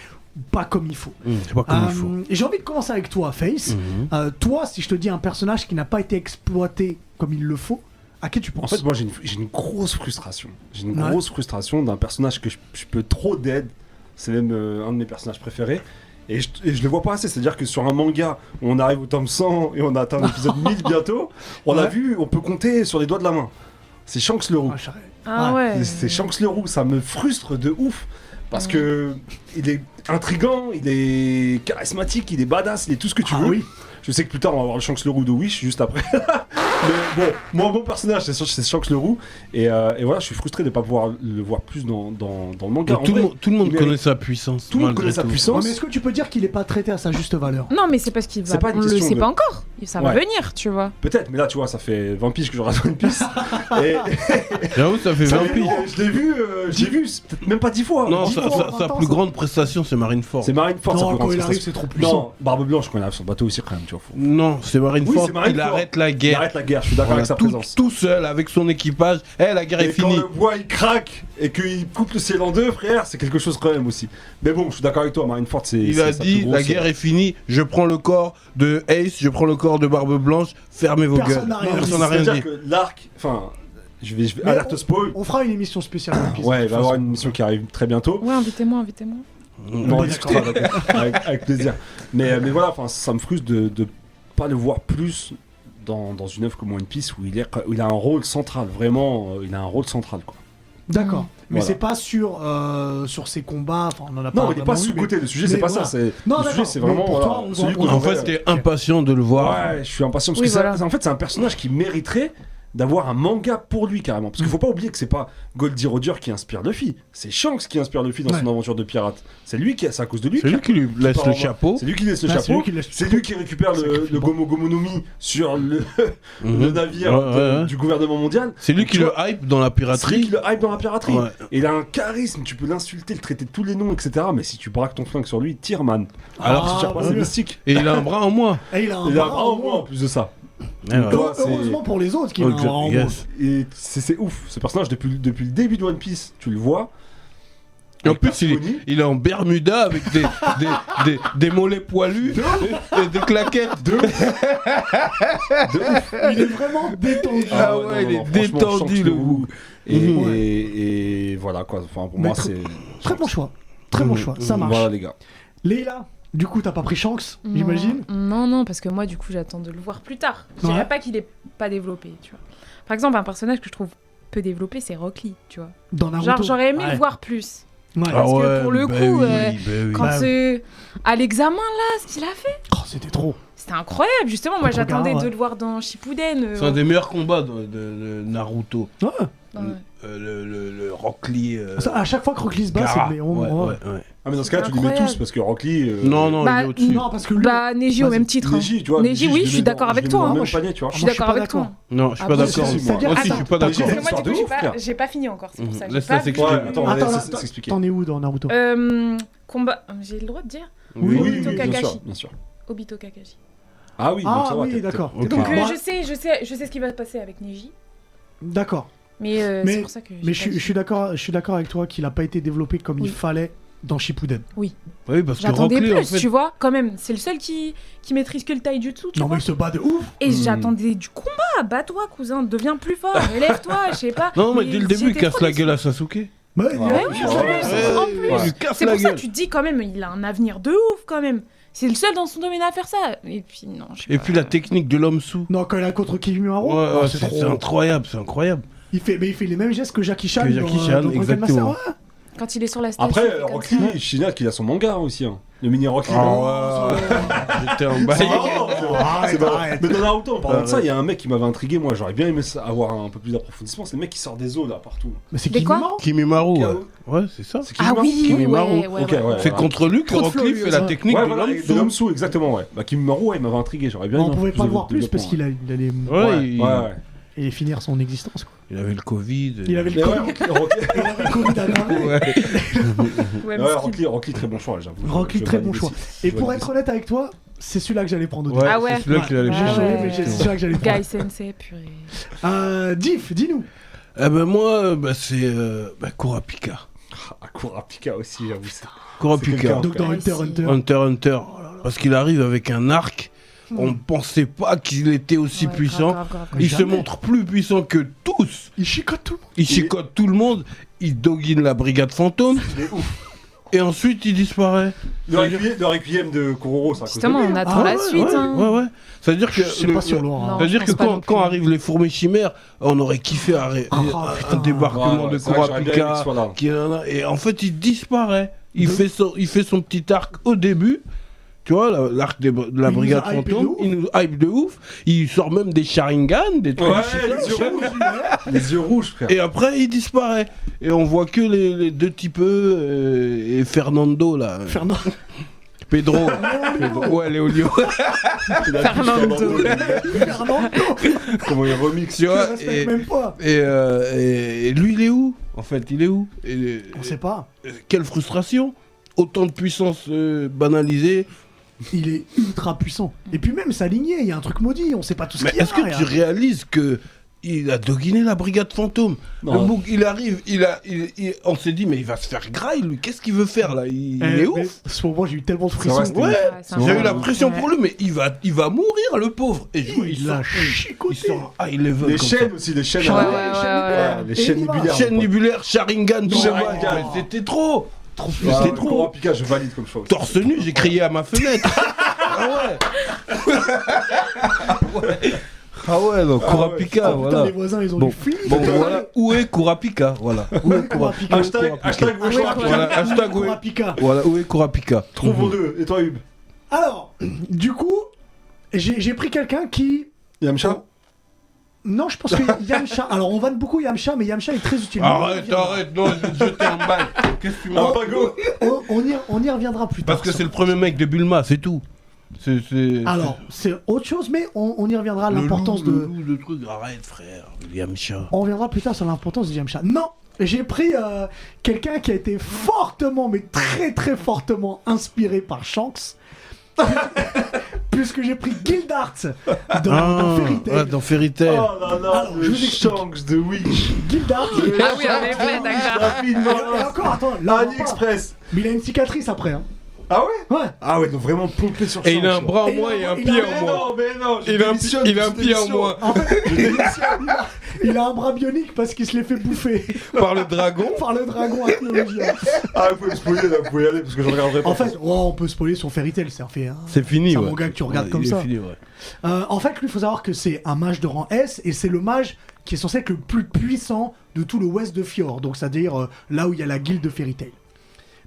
[SPEAKER 1] pas comme il faut.
[SPEAKER 2] Mmh.
[SPEAKER 3] Mhm, C'est pas
[SPEAKER 4] Ah,
[SPEAKER 3] comme il faut.
[SPEAKER 1] Euh, J'ai envie de commencer avec toi, Face. Euh, toi, si je te dis un personnage qui n'a pas été exploité comme il le faut, à qui tu
[SPEAKER 2] En
[SPEAKER 1] penses
[SPEAKER 2] fait, moi, j'ai une, j'ai une grosse frustration. J'ai une
[SPEAKER 1] Ouais.
[SPEAKER 2] grosse frustration d'un personnage que je, je peux trop d'aide. C'est même euh, un de mes personnages préférés. Et je, et je le vois pas assez. C'est-à-dire que sur un manga, on arrive au tome 100 et on a atteint l'épisode 1000 bientôt. On a
[SPEAKER 1] Ouais.
[SPEAKER 2] vu, on peut compter sur les doigts de la main. C'est Shanks le roux.
[SPEAKER 1] Ah, j'arrête.
[SPEAKER 4] Ah ouais.
[SPEAKER 2] C'est Shanks le roux, ça me frustre de ouf. Parce que il est intrigant, il est charismatique, il est badass, il est tout ce que tu
[SPEAKER 1] Ah
[SPEAKER 2] veux.
[SPEAKER 1] oui.
[SPEAKER 2] Je sais que plus tard on va avoir le Shanks le roux de Wish juste après. Mais bon, mon bon personnage c'est c'est Shanks le roux. Et, euh, et voilà, je suis frustré de ne pas pouvoir le voir plus dans, dans, dans le manga. En
[SPEAKER 3] tout,
[SPEAKER 2] vrai,
[SPEAKER 3] le monde- tout le monde
[SPEAKER 2] il
[SPEAKER 3] connaît
[SPEAKER 2] mérite-
[SPEAKER 3] sa puissance.
[SPEAKER 2] tout le monde
[SPEAKER 3] malgré
[SPEAKER 2] connaît sa
[SPEAKER 3] tout.
[SPEAKER 1] Ouais,
[SPEAKER 2] puissance.
[SPEAKER 1] mais est-ce que tu peux dire qu'il est pas traité à sa juste valeur
[SPEAKER 4] Non, mais c'est parce qu'il va.
[SPEAKER 2] C'est pas une
[SPEAKER 4] on le
[SPEAKER 2] question
[SPEAKER 4] sait
[SPEAKER 2] de-
[SPEAKER 4] pas encore. Ça va
[SPEAKER 2] Ouais.
[SPEAKER 4] venir, tu vois.
[SPEAKER 2] Peut-être, mais là tu vois, ça fait 20 piges que je rate une piste. et,
[SPEAKER 3] J'avoue, ça fait 20 piges.
[SPEAKER 2] Je l'ai vu, euh, j'ai vu, c'est peut-être même pas 10 fois.
[SPEAKER 3] Non,
[SPEAKER 1] Dix
[SPEAKER 3] sa,
[SPEAKER 1] fois,
[SPEAKER 3] sa-
[SPEAKER 1] vingt
[SPEAKER 3] sa
[SPEAKER 1] ans,
[SPEAKER 3] plus
[SPEAKER 1] ça.
[SPEAKER 3] grande prestation, c'est Marineford.
[SPEAKER 2] C'est Marineford, ça
[SPEAKER 1] Non,
[SPEAKER 2] peut
[SPEAKER 1] quand
[SPEAKER 2] rendre
[SPEAKER 1] il
[SPEAKER 2] ça-
[SPEAKER 1] arrive, c'est trop puissant.
[SPEAKER 2] Non, Barbe Blanche, quand il arrive sur le bateau aussi, quand même, tu vois. faut-
[SPEAKER 3] Non, c'est
[SPEAKER 2] Oui,
[SPEAKER 3] Marineford.
[SPEAKER 2] c'est Marineford.
[SPEAKER 3] Il arrête la
[SPEAKER 2] Il
[SPEAKER 3] guerre.
[SPEAKER 2] arrête la guerre, je suis d'accord
[SPEAKER 3] Voilà,
[SPEAKER 2] avec sa
[SPEAKER 3] tout,
[SPEAKER 2] présence.
[SPEAKER 3] tout seul, avec son équipage. Eh, la guerre est
[SPEAKER 2] Et quand
[SPEAKER 3] finie.
[SPEAKER 2] le bois il craque et qu'il coupe le ciel en deux, frère, c'est quelque chose quand même aussi. Mais bon, je suis d'accord avec toi, Marineford, c'est.
[SPEAKER 3] Il
[SPEAKER 2] c'est
[SPEAKER 3] a
[SPEAKER 2] sa
[SPEAKER 3] dit
[SPEAKER 2] plus grosse-
[SPEAKER 3] la guerre est finie, je prends le corps de Ace, je prends le corps de Barbe Blanche, fermez vos
[SPEAKER 1] Personne
[SPEAKER 3] gueules.
[SPEAKER 1] n'a rien
[SPEAKER 3] Non,
[SPEAKER 1] dit.
[SPEAKER 3] personne n'a rien
[SPEAKER 2] C'est-à-dire
[SPEAKER 3] dit.
[SPEAKER 2] que l'arc. Enfin, je vais. je vais-
[SPEAKER 1] Mais
[SPEAKER 2] Alerte
[SPEAKER 1] on-
[SPEAKER 2] spoil.
[SPEAKER 1] On fera une émission spéciale. One Piece,
[SPEAKER 2] Ouais,
[SPEAKER 1] de
[SPEAKER 2] il
[SPEAKER 1] toute
[SPEAKER 2] va y avoir
[SPEAKER 1] façon.
[SPEAKER 2] une mission qui arrive très bientôt.
[SPEAKER 4] Ouais, invitez-moi, invitez-moi.
[SPEAKER 2] On va en
[SPEAKER 1] Ouais,
[SPEAKER 2] discuter avec, avec- avec plaisir. Mais, mais voilà, enfin, ça me frustre de, de pas le voir plus dans, dans une œuvre comme One Piece où il, est, où il a un rôle central. Vraiment, euh, il a un rôle central. Quoi.
[SPEAKER 1] D'accord. Mais
[SPEAKER 2] Voilà.
[SPEAKER 1] c'est pas sur, euh, sur ses combats. Enfin, on en a pas
[SPEAKER 2] Non, il n'est
[SPEAKER 1] vraiment
[SPEAKER 2] pas
[SPEAKER 1] eu, mais-
[SPEAKER 2] sous-côté. Le sujet,
[SPEAKER 1] mais
[SPEAKER 2] c'est pas
[SPEAKER 1] voilà.
[SPEAKER 2] ça. C'est,
[SPEAKER 1] Non,
[SPEAKER 2] le sujet,
[SPEAKER 1] d'accord.
[SPEAKER 2] c'est
[SPEAKER 1] Mais
[SPEAKER 2] vraiment
[SPEAKER 1] pour
[SPEAKER 2] voilà,
[SPEAKER 1] toi, on voit-
[SPEAKER 2] celui qu'on
[SPEAKER 1] on
[SPEAKER 3] En
[SPEAKER 1] Ouais,
[SPEAKER 3] fait,
[SPEAKER 2] devrait-
[SPEAKER 3] c'était impatient de le voir.
[SPEAKER 2] Ouais, je suis impatient parce
[SPEAKER 4] Oui,
[SPEAKER 2] que ça-
[SPEAKER 4] voilà.
[SPEAKER 2] en fait, c'est un personnage qui mériterait d'avoir un manga pour lui carrément. Parce qu'il
[SPEAKER 1] Mm.
[SPEAKER 2] faut pas oublier que c'est pas Goldie Roger qui inspire Luffy, c'est Shanks qui inspire Luffy dans
[SPEAKER 1] Ouais.
[SPEAKER 2] son aventure de pirate. C'est lui qui, c'est à cause de lui.
[SPEAKER 3] C'est
[SPEAKER 2] qu'il-
[SPEAKER 3] lui qui lui laisse
[SPEAKER 2] part
[SPEAKER 3] le
[SPEAKER 2] en-
[SPEAKER 3] chapeau.
[SPEAKER 2] C'est lui qui laisse le
[SPEAKER 1] Ah, c'est
[SPEAKER 2] chapeau.
[SPEAKER 1] lui qui laisse le
[SPEAKER 2] C'est
[SPEAKER 1] chapeau.
[SPEAKER 2] lui qui récupère le,
[SPEAKER 1] Sacrifie
[SPEAKER 2] le
[SPEAKER 1] pas.
[SPEAKER 2] Gomo Gomo no Mi sur le,
[SPEAKER 3] Mhm.
[SPEAKER 2] le navire
[SPEAKER 3] Ouais,
[SPEAKER 2] de-
[SPEAKER 3] ouais, ouais.
[SPEAKER 2] du gouvernement mondial.
[SPEAKER 3] C'est lui qui
[SPEAKER 2] Tu
[SPEAKER 3] le
[SPEAKER 2] vois,
[SPEAKER 3] hype dans la
[SPEAKER 2] c'est lui
[SPEAKER 3] piraterie.
[SPEAKER 2] qui le hype dans la piraterie.
[SPEAKER 3] Ouais.
[SPEAKER 2] Et il a un charisme, tu peux l'insulter, le traiter de tous les noms, etc. Mais si tu braques ton flingue sur lui, tire man. Alors
[SPEAKER 1] Ah,
[SPEAKER 2] si tu tires pas,
[SPEAKER 1] bah
[SPEAKER 2] c'est
[SPEAKER 1] oui.
[SPEAKER 2] mystique.
[SPEAKER 3] Et il a un bras en moins.
[SPEAKER 1] Et il a un
[SPEAKER 2] Il a un
[SPEAKER 1] bras
[SPEAKER 2] bras
[SPEAKER 1] en
[SPEAKER 2] au moins en plus de ça.
[SPEAKER 3] Eh ouais.
[SPEAKER 2] Toi, c'est-
[SPEAKER 1] Heureusement pour les autres qu'il a un
[SPEAKER 3] Oh,
[SPEAKER 1] bras en moins.
[SPEAKER 3] yes.
[SPEAKER 2] Et c'est c'est ouf, ce personnage depuis, depuis le début de One Piece, tu le vois.
[SPEAKER 3] Et En
[SPEAKER 2] Avec
[SPEAKER 3] plus, il est,
[SPEAKER 2] parcimonie.
[SPEAKER 3] il est en Bermuda avec des, des, des, des mollets poilus et des claquettes.
[SPEAKER 1] Il est vraiment détendu.
[SPEAKER 3] Ah ouais, il est
[SPEAKER 2] franchement,
[SPEAKER 3] détendu,
[SPEAKER 2] Shanks
[SPEAKER 3] le
[SPEAKER 2] roux.
[SPEAKER 3] goût.
[SPEAKER 2] Et,
[SPEAKER 1] Mhm.
[SPEAKER 2] et- et voilà quoi, enfin pour
[SPEAKER 1] Mais
[SPEAKER 2] moi
[SPEAKER 1] très-
[SPEAKER 2] c'est.
[SPEAKER 1] Très bon choix. Très bon choix. Ça marche.
[SPEAKER 2] Mm, Voilà les gars.
[SPEAKER 1] Leila, du coup, t'as pas pris Shanks, j'imagine
[SPEAKER 4] Mm. Non, non, parce que moi, du coup, j'attends de le voir plus tard. Je
[SPEAKER 1] Ouais.
[SPEAKER 4] dirais pas qu'il est pas développé, tu vois. Par exemple, un personnage que je trouve peu développé, c'est Rock Lee, tu vois.
[SPEAKER 1] Dans Naruto.
[SPEAKER 4] Genre, j'aurais aimé
[SPEAKER 1] Ouais.
[SPEAKER 4] le voir plus.
[SPEAKER 1] Ouais.
[SPEAKER 3] Ah
[SPEAKER 4] que pour le coup,
[SPEAKER 3] oui,
[SPEAKER 4] euh,
[SPEAKER 3] bah oui.
[SPEAKER 4] Quand
[SPEAKER 1] Bah
[SPEAKER 4] ce... à l'examen, là, ce qu'il a fait,
[SPEAKER 1] Oh, c'était trop.
[SPEAKER 4] c'était incroyable, justement. Moi,
[SPEAKER 1] Contre
[SPEAKER 4] j'attendais
[SPEAKER 1] Gaara,
[SPEAKER 4] de
[SPEAKER 1] ouais.
[SPEAKER 4] le voir dans Shippuden. euh,
[SPEAKER 3] C'est un des meilleurs combats de, de- de Naruto.
[SPEAKER 1] Ouais.
[SPEAKER 4] dans-
[SPEAKER 3] Euh, le, le, le Rock Lee. euh,
[SPEAKER 1] Ça, à chaque fois que Rock Lee se bat, c'est
[SPEAKER 3] Gaara.
[SPEAKER 1] le meilleur moment.
[SPEAKER 3] Ouais, ouais, ouais.
[SPEAKER 2] Ah mais dans ce cas là tu les mets
[SPEAKER 4] Incroyable.
[SPEAKER 2] tous parce que Rock Lee. euh,
[SPEAKER 3] Non, non,
[SPEAKER 4] Bah,
[SPEAKER 3] il est au-dessus.
[SPEAKER 1] Non, parce que lui.
[SPEAKER 4] Bah, Neji au
[SPEAKER 1] Vas-y,
[SPEAKER 4] même titre. hein.
[SPEAKER 2] Neji, tu vois.
[SPEAKER 4] Neji,
[SPEAKER 2] le
[SPEAKER 4] oui, je suis
[SPEAKER 2] mets dans-
[SPEAKER 4] d'accord avec
[SPEAKER 2] le mets dans
[SPEAKER 4] toi,
[SPEAKER 2] le
[SPEAKER 4] hein,
[SPEAKER 2] même
[SPEAKER 1] moi, je-
[SPEAKER 2] panier, tu vois.
[SPEAKER 4] Je
[SPEAKER 1] Moi,
[SPEAKER 4] suis d'accord avec
[SPEAKER 1] d'accord.
[SPEAKER 4] toi.
[SPEAKER 3] Non, je suis
[SPEAKER 4] Ah
[SPEAKER 3] pas
[SPEAKER 4] bon,
[SPEAKER 3] d'accord.
[SPEAKER 2] si, si,
[SPEAKER 1] c'est-à-dire-
[SPEAKER 3] Moi aussi, je
[SPEAKER 4] Attends,
[SPEAKER 3] suis pas
[SPEAKER 4] Parce
[SPEAKER 3] d'accord.
[SPEAKER 4] que
[SPEAKER 2] Neji,
[SPEAKER 4] moi,
[SPEAKER 2] c'est
[SPEAKER 4] du coup,
[SPEAKER 2] de
[SPEAKER 4] j'ai
[SPEAKER 2] ouf,
[SPEAKER 4] pas,
[SPEAKER 2] frère.
[SPEAKER 4] j'ai pas fini encore. C'est pour
[SPEAKER 3] Mhm.
[SPEAKER 4] ça. j'ai
[SPEAKER 3] Laisse-la
[SPEAKER 4] pas
[SPEAKER 3] s'exprimer.
[SPEAKER 4] vu-
[SPEAKER 2] Attends,
[SPEAKER 1] Attends,
[SPEAKER 2] laisse-
[SPEAKER 1] attends,
[SPEAKER 2] s'expliquer.
[SPEAKER 1] t'en es où dans Naruto
[SPEAKER 4] Euh, combat. J'ai le droit de dire
[SPEAKER 2] Oui, oui,
[SPEAKER 4] Obito
[SPEAKER 2] oui, bien
[SPEAKER 4] Kakashi.
[SPEAKER 2] sûr, bien sûr.
[SPEAKER 4] Obito Kakashi.
[SPEAKER 2] Ah oui, donc
[SPEAKER 1] Ah
[SPEAKER 2] ça va, t'es-
[SPEAKER 1] oui,
[SPEAKER 2] t'es-
[SPEAKER 1] d'accord.
[SPEAKER 3] Ok.
[SPEAKER 4] Donc,
[SPEAKER 2] Ah.
[SPEAKER 4] euh,
[SPEAKER 1] Moi-
[SPEAKER 4] je sais, je sais, je sais ce qui va se passer avec Neji.
[SPEAKER 1] D'accord.
[SPEAKER 4] Mais euh,
[SPEAKER 1] Mais-
[SPEAKER 4] c'est pour ça que. j'ai
[SPEAKER 1] Mais
[SPEAKER 4] pas
[SPEAKER 1] je, suis-
[SPEAKER 4] dit.
[SPEAKER 1] je suis d'accord, je suis d'accord avec toi qu'il a pas été développé comme
[SPEAKER 4] Oui.
[SPEAKER 1] il fallait dans Shippuden.
[SPEAKER 3] Oui, parce que Rock
[SPEAKER 4] J'attendais
[SPEAKER 3] Lee,
[SPEAKER 4] plus,
[SPEAKER 3] en fait,
[SPEAKER 4] tu vois, quand même. C'est le seul qui, qui maîtrise que le taijutsu, tu
[SPEAKER 1] Non mais
[SPEAKER 4] vois.
[SPEAKER 1] il se bat de ouf.
[SPEAKER 4] Et
[SPEAKER 3] Hmm.
[SPEAKER 4] j'attendais du combat. Bats-toi, cousin, deviens plus fort, élève-toi, je sais pas.
[SPEAKER 3] Non, mais dès le début, il
[SPEAKER 4] j'étais
[SPEAKER 3] casse
[SPEAKER 4] trop
[SPEAKER 3] la
[SPEAKER 4] déçue.
[SPEAKER 3] gueule à Sasuke.
[SPEAKER 1] Bah,
[SPEAKER 2] Ah
[SPEAKER 1] il-
[SPEAKER 4] Mais oui, en
[SPEAKER 2] Ouais.
[SPEAKER 4] plus, en plus.
[SPEAKER 3] Il lui casse
[SPEAKER 4] C'est
[SPEAKER 3] la
[SPEAKER 4] pour ça
[SPEAKER 3] gueule.
[SPEAKER 4] que tu te dis quand même, il a un avenir de ouf quand même. C'est le seul dans son domaine à faire ça. Et puis, non, je sais
[SPEAKER 3] Et
[SPEAKER 4] pas.
[SPEAKER 3] puis la technique de l'homme sous.
[SPEAKER 1] Non, quand il a contre Kimimaro,
[SPEAKER 3] Ouais,
[SPEAKER 1] oh,
[SPEAKER 3] ouais,
[SPEAKER 1] c'est
[SPEAKER 3] Ah, c'est c'est
[SPEAKER 1] trop.
[SPEAKER 3] incroyable, c'est incroyable.
[SPEAKER 1] Il fait, mais il fait les mêmes gestes que Jackie Chan.
[SPEAKER 3] Que Jackie
[SPEAKER 1] dans,
[SPEAKER 3] Chan,
[SPEAKER 1] dans Drunken
[SPEAKER 3] exactement.
[SPEAKER 1] Master, ouais.
[SPEAKER 4] Quand il est sur la station.
[SPEAKER 2] Après, euh, Rock Lee, Shinat, qu'il a son manga hein, aussi. hein. Le mini Rock Lee. hein.
[SPEAKER 3] J'étais en bas. Oh
[SPEAKER 2] C'est marrant, tu vois.
[SPEAKER 1] Arrête,
[SPEAKER 2] C'est marrant.
[SPEAKER 1] arrête.
[SPEAKER 2] Mais dans Naruto, en parlant de
[SPEAKER 3] Ah
[SPEAKER 2] ça,
[SPEAKER 3] ouais.
[SPEAKER 2] il y a un mec qui m'avait intrigué. Moi, j'aurais bien aimé ça- avoir un peu plus d'approfondissement. C'est le mec qui sort des eaux là partout.
[SPEAKER 1] Mais c'est
[SPEAKER 4] Des quoi
[SPEAKER 1] Kimimaro.
[SPEAKER 3] Kimimaru, ouais.
[SPEAKER 2] K.O.
[SPEAKER 3] Ouais, c'est ça.
[SPEAKER 2] C'est qui,
[SPEAKER 4] Ah
[SPEAKER 2] Kimura
[SPEAKER 4] oui, ouais,
[SPEAKER 3] Kimimaro.
[SPEAKER 4] ouais,
[SPEAKER 2] Ok,
[SPEAKER 4] ouais.
[SPEAKER 2] ouais,
[SPEAKER 3] C'est
[SPEAKER 2] ouais.
[SPEAKER 3] contre lui que
[SPEAKER 1] Trop de
[SPEAKER 3] Rock Lee
[SPEAKER 1] flow,
[SPEAKER 3] fait la
[SPEAKER 1] ouais.
[SPEAKER 3] technique
[SPEAKER 2] ouais,
[SPEAKER 3] de
[SPEAKER 2] voilà,
[SPEAKER 3] l'homme
[SPEAKER 2] de l'homme
[SPEAKER 3] sous.
[SPEAKER 2] sous, exactement, ouais. Bah, Kim Maru, ouais, il m'avait intrigué, j'aurais bien
[SPEAKER 1] Non, on
[SPEAKER 2] aimé un
[SPEAKER 1] pouvait
[SPEAKER 2] peu
[SPEAKER 1] pas
[SPEAKER 2] de-
[SPEAKER 1] le voir
[SPEAKER 2] de
[SPEAKER 1] plus parce
[SPEAKER 2] développement,
[SPEAKER 1] qu'il a- il allait,
[SPEAKER 3] Ouais, il-
[SPEAKER 2] ouais. Ouais, ouais.
[SPEAKER 1] il allait finir son existence. quoi.
[SPEAKER 3] Il avait le Covid.
[SPEAKER 1] Il avait
[SPEAKER 2] Mais
[SPEAKER 1] le
[SPEAKER 2] ouais,
[SPEAKER 1] Covid.
[SPEAKER 2] Rock Lee- Rock Lee-
[SPEAKER 1] Il avait le Covid à la main.
[SPEAKER 3] Ouais.
[SPEAKER 4] Ouais,
[SPEAKER 2] ouais,
[SPEAKER 4] mais
[SPEAKER 2] Rock Lee- Rock Lee, très bon choix, j'avoue.
[SPEAKER 1] Rock Lee,
[SPEAKER 2] Je
[SPEAKER 1] très
[SPEAKER 2] valide
[SPEAKER 1] bon
[SPEAKER 2] aussi.
[SPEAKER 1] choix. Et
[SPEAKER 2] Je
[SPEAKER 1] pour
[SPEAKER 2] valide
[SPEAKER 1] être honnête avec toi, c'est celui-là que j'allais prendre. au
[SPEAKER 3] Ouais,
[SPEAKER 1] début.
[SPEAKER 4] Ah ouais.
[SPEAKER 3] C'est celui-là qu'il allait
[SPEAKER 1] J'ai
[SPEAKER 4] Ah
[SPEAKER 3] prendre.
[SPEAKER 1] joué,
[SPEAKER 4] ouais.
[SPEAKER 1] mais c'est celui-là que j'allais
[SPEAKER 4] Guy
[SPEAKER 1] prendre.
[SPEAKER 4] Sensei, purée.
[SPEAKER 1] Euh, Diff, dis-nous.
[SPEAKER 3] Eh ben moi, euh, bah, c'est euh, bah, Kurapika.
[SPEAKER 2] aussi. Ah, Kurapika aussi, j'avoue. c'est- C'est
[SPEAKER 3] Kurapika.
[SPEAKER 2] quelqu'un.
[SPEAKER 1] Donc dans
[SPEAKER 4] Ah,
[SPEAKER 1] Hunter
[SPEAKER 4] ici.
[SPEAKER 1] Hunter.
[SPEAKER 3] Hunter Hunter. Parce qu'il arrive avec un arc. On pensait pas qu'il était aussi
[SPEAKER 4] Hmm. Ouais,
[SPEAKER 3] puissant.
[SPEAKER 4] grave, grave, grave, grave.
[SPEAKER 3] Il se
[SPEAKER 1] Jamais.
[SPEAKER 3] montre plus puissant que tous.
[SPEAKER 1] Il chicote tout le monde.
[SPEAKER 3] Il chicote tout le monde. Il doguine la brigade fantôme.
[SPEAKER 2] Il est ouf.
[SPEAKER 3] et ensuite il disparaît.
[SPEAKER 2] Le requiem- le requiem de Kororo, ça. à cause de
[SPEAKER 4] Justement,
[SPEAKER 2] lui.
[SPEAKER 4] on attend
[SPEAKER 1] Ah
[SPEAKER 4] la
[SPEAKER 3] Ouais,
[SPEAKER 4] suite.
[SPEAKER 3] ouais,
[SPEAKER 4] hein.
[SPEAKER 3] Ouais, ouais. C'est-à-dire que.
[SPEAKER 1] Je sais
[SPEAKER 3] le-
[SPEAKER 1] pas si on
[SPEAKER 3] le-
[SPEAKER 1] l'aura. hein.
[SPEAKER 4] Non, je
[SPEAKER 3] C'est-à-dire que
[SPEAKER 4] pense pas non
[SPEAKER 3] quand,
[SPEAKER 4] plus.
[SPEAKER 3] quand arrivent les fourmis chimères, on aurait kiffé un, ré-
[SPEAKER 1] Oh,
[SPEAKER 3] un- un
[SPEAKER 1] putain.
[SPEAKER 3] débarquement
[SPEAKER 2] Ouais,
[SPEAKER 3] de
[SPEAKER 2] ouais, c'est vrai que j'aurais bien aimé qu'il
[SPEAKER 3] Kurapika.
[SPEAKER 2] soit là.
[SPEAKER 3] qui est là- Et en fait, il disparaît. Il,
[SPEAKER 1] De-
[SPEAKER 3] fait son, il fait son petit arc au début. Tu vois, la- l'arc des- de la
[SPEAKER 1] Il nous a
[SPEAKER 3] brigade
[SPEAKER 1] hypé de
[SPEAKER 3] fantôme,
[SPEAKER 1] ouf.
[SPEAKER 3] il nous hype de ouf. Il sort même des Sharingan, des trucs.
[SPEAKER 2] Ouais,
[SPEAKER 3] comme ça.
[SPEAKER 2] les yeux rouges, les yeux rouges, frère.
[SPEAKER 3] Et après, il disparaît. Et on voit que les, les deux types euh, et Fernando, là.
[SPEAKER 1] Fernand.
[SPEAKER 3] Pedro. Pedro. Ouais, Léolio.
[SPEAKER 2] Il a touché
[SPEAKER 4] Fernando.
[SPEAKER 2] dans le-
[SPEAKER 1] Fernand,
[SPEAKER 2] Comment il remix
[SPEAKER 3] tu
[SPEAKER 1] je
[SPEAKER 3] vois.
[SPEAKER 1] le respecte
[SPEAKER 3] Et,
[SPEAKER 1] même pas.
[SPEAKER 3] et, euh, et- et lui, il est où En fait, il est où Et-
[SPEAKER 1] On sait pas.
[SPEAKER 3] Euh, Quelle frustration Autant de puissance euh, banalisée.
[SPEAKER 1] Il est ultra puissant. Et puis même sa lignée, il y a un truc maudit. On sait pas tout ce
[SPEAKER 3] Mais
[SPEAKER 1] qu'il y a.
[SPEAKER 3] est-ce que tu
[SPEAKER 1] regarde.
[SPEAKER 3] réalises que il a doguiné la brigade fantôme
[SPEAKER 2] Non.
[SPEAKER 3] Le bouc, il arrive, il a, il- il- on s'est dit mais il va se faire graille lui. Qu'est-ce qu'il veut faire là Il, il
[SPEAKER 1] Eh,
[SPEAKER 3] est
[SPEAKER 1] mais
[SPEAKER 3] ouf.
[SPEAKER 1] à Ce moment, j'ai eu tellement de
[SPEAKER 2] Ça
[SPEAKER 1] frissons.
[SPEAKER 2] reste-
[SPEAKER 3] Ouais.
[SPEAKER 4] Ouais, c'est un
[SPEAKER 2] J'ai
[SPEAKER 3] J'ai
[SPEAKER 4] peu-
[SPEAKER 3] eu la pression
[SPEAKER 4] Ouais.
[SPEAKER 3] pour lui, mais il va, il va mourir le pauvre. Et je vois,
[SPEAKER 1] Il
[SPEAKER 3] sort-
[SPEAKER 1] l'a
[SPEAKER 3] il
[SPEAKER 1] chicoté.
[SPEAKER 3] sort high level
[SPEAKER 2] Les
[SPEAKER 3] comme
[SPEAKER 2] chaînes aussi, les chaînes.
[SPEAKER 1] Ouais,
[SPEAKER 2] à-
[SPEAKER 4] ouais, ouais, ouais.
[SPEAKER 2] Ouais, Les
[SPEAKER 1] Et
[SPEAKER 2] chaînes
[SPEAKER 1] il va.
[SPEAKER 3] ça.
[SPEAKER 2] nébulaires.
[SPEAKER 3] Chaîne nébulaire, Sharingan, tout ça.
[SPEAKER 2] Sharingan.
[SPEAKER 3] Mais C'était trop. trop
[SPEAKER 2] Ouais,
[SPEAKER 3] C'était
[SPEAKER 2] ouais,
[SPEAKER 3] trop.
[SPEAKER 2] Kurapika, je valide comme chose.
[SPEAKER 3] Torse nu, j'ai crié à ma fenêtre. ah ouais. ah ouais, Ah, donc Kurapika,
[SPEAKER 1] Putain,
[SPEAKER 3] voilà.
[SPEAKER 1] les voisins, ils ont
[SPEAKER 3] Bon.
[SPEAKER 1] du flic.
[SPEAKER 3] Bon voilà, où est Kurapika Voilà. Où est Kurapika
[SPEAKER 2] Hashtag,
[SPEAKER 3] Kurapika.
[SPEAKER 2] hashtag,
[SPEAKER 4] Ah ouais,
[SPEAKER 2] Kurapika.
[SPEAKER 4] ouais.
[SPEAKER 3] Voilà, hashtag où est...
[SPEAKER 1] Kurapika.
[SPEAKER 3] Voilà, où est Kurapika
[SPEAKER 2] Trouvons deux. Et toi, Hub
[SPEAKER 1] Alors, du coup, j'ai j'ai pris quelqu'un qui.
[SPEAKER 2] Yamcha
[SPEAKER 1] Non, je pense que Yamcha. Alors, on vanne beaucoup Yamcha, mais Yamcha est très
[SPEAKER 3] Mhm.
[SPEAKER 1] utile.
[SPEAKER 3] Arrête, arrête, non, je, je t'emballe. Qu'est-ce que tu
[SPEAKER 2] Un
[SPEAKER 3] m'as
[SPEAKER 2] pago
[SPEAKER 1] On, on y, on y reviendra plus tard.
[SPEAKER 3] Ah, Parce que c'est le premier mec de Bulma, c'est tout. C'est. c'est-
[SPEAKER 1] Alors, c'est autre chose, mais on, on y reviendra.
[SPEAKER 3] le
[SPEAKER 1] L'importance
[SPEAKER 3] loup,
[SPEAKER 1] de.
[SPEAKER 3] Le loup, le truc, arrête frère, Yamcha.
[SPEAKER 1] On reviendra plus tard sur l'importance de Yamcha. Non j'ai pris euh, quelqu'un qui a été fortement, mais très très fortement inspiré par Shanks. Puisque j'ai pris Gildart dans, dans Fairy Tail.
[SPEAKER 3] Ah, ouais, dans Fairy
[SPEAKER 2] Oh
[SPEAKER 3] Tail.
[SPEAKER 1] Ah,
[SPEAKER 2] là là,
[SPEAKER 1] Alors, je
[SPEAKER 2] le
[SPEAKER 1] vous explique.
[SPEAKER 2] Shanks de Witch
[SPEAKER 1] Gildart, il est-
[SPEAKER 4] Ah oui, ah on est prêt, d'accord.
[SPEAKER 1] Et et encore, attends, là, on en
[SPEAKER 2] Ali
[SPEAKER 1] parle.
[SPEAKER 2] Express
[SPEAKER 1] Mais il a une cicatrice après. Hein.
[SPEAKER 2] Ah ouais
[SPEAKER 1] Ouais.
[SPEAKER 2] Ah ouais, donc vraiment pompé sur
[SPEAKER 3] Et il a un
[SPEAKER 2] Shanks,
[SPEAKER 3] bras en
[SPEAKER 1] Et il a-
[SPEAKER 3] moins et un
[SPEAKER 1] il a-
[SPEAKER 3] pied en
[SPEAKER 2] Mais
[SPEAKER 3] moins.
[SPEAKER 2] non, mais non, je
[SPEAKER 3] Il a un
[SPEAKER 2] démissionne,
[SPEAKER 3] pi- il a
[SPEAKER 2] je
[SPEAKER 3] un pied en
[SPEAKER 2] démissionne.
[SPEAKER 3] moins.
[SPEAKER 1] En fait,
[SPEAKER 2] Je démissionne.
[SPEAKER 1] il a un bras bionique parce qu'il se l'est fait bouffer
[SPEAKER 3] Par le dragon.
[SPEAKER 1] par le dragon archéologien.
[SPEAKER 2] Ah, vous pouvez me spoiler, là, vous pouvez y aller parce que je regarderai pas.
[SPEAKER 1] En fait, oh, on peut spoiler sur Fairy Tail, c'est refait. Hein.
[SPEAKER 3] C'est fini,
[SPEAKER 1] C'est un
[SPEAKER 3] ouais.
[SPEAKER 1] manga que tu regardes
[SPEAKER 3] Ouais,
[SPEAKER 1] comme
[SPEAKER 3] il est
[SPEAKER 1] ça.
[SPEAKER 3] fini, ouais.
[SPEAKER 1] Euh, en fait, lui, il faut savoir que c'est un mage de rang S et c'est le mage qui est censé être le plus puissant de tout le ouest de Fjord, donc c'est-à-dire euh, là où il y a la guilde de Fairy Tail.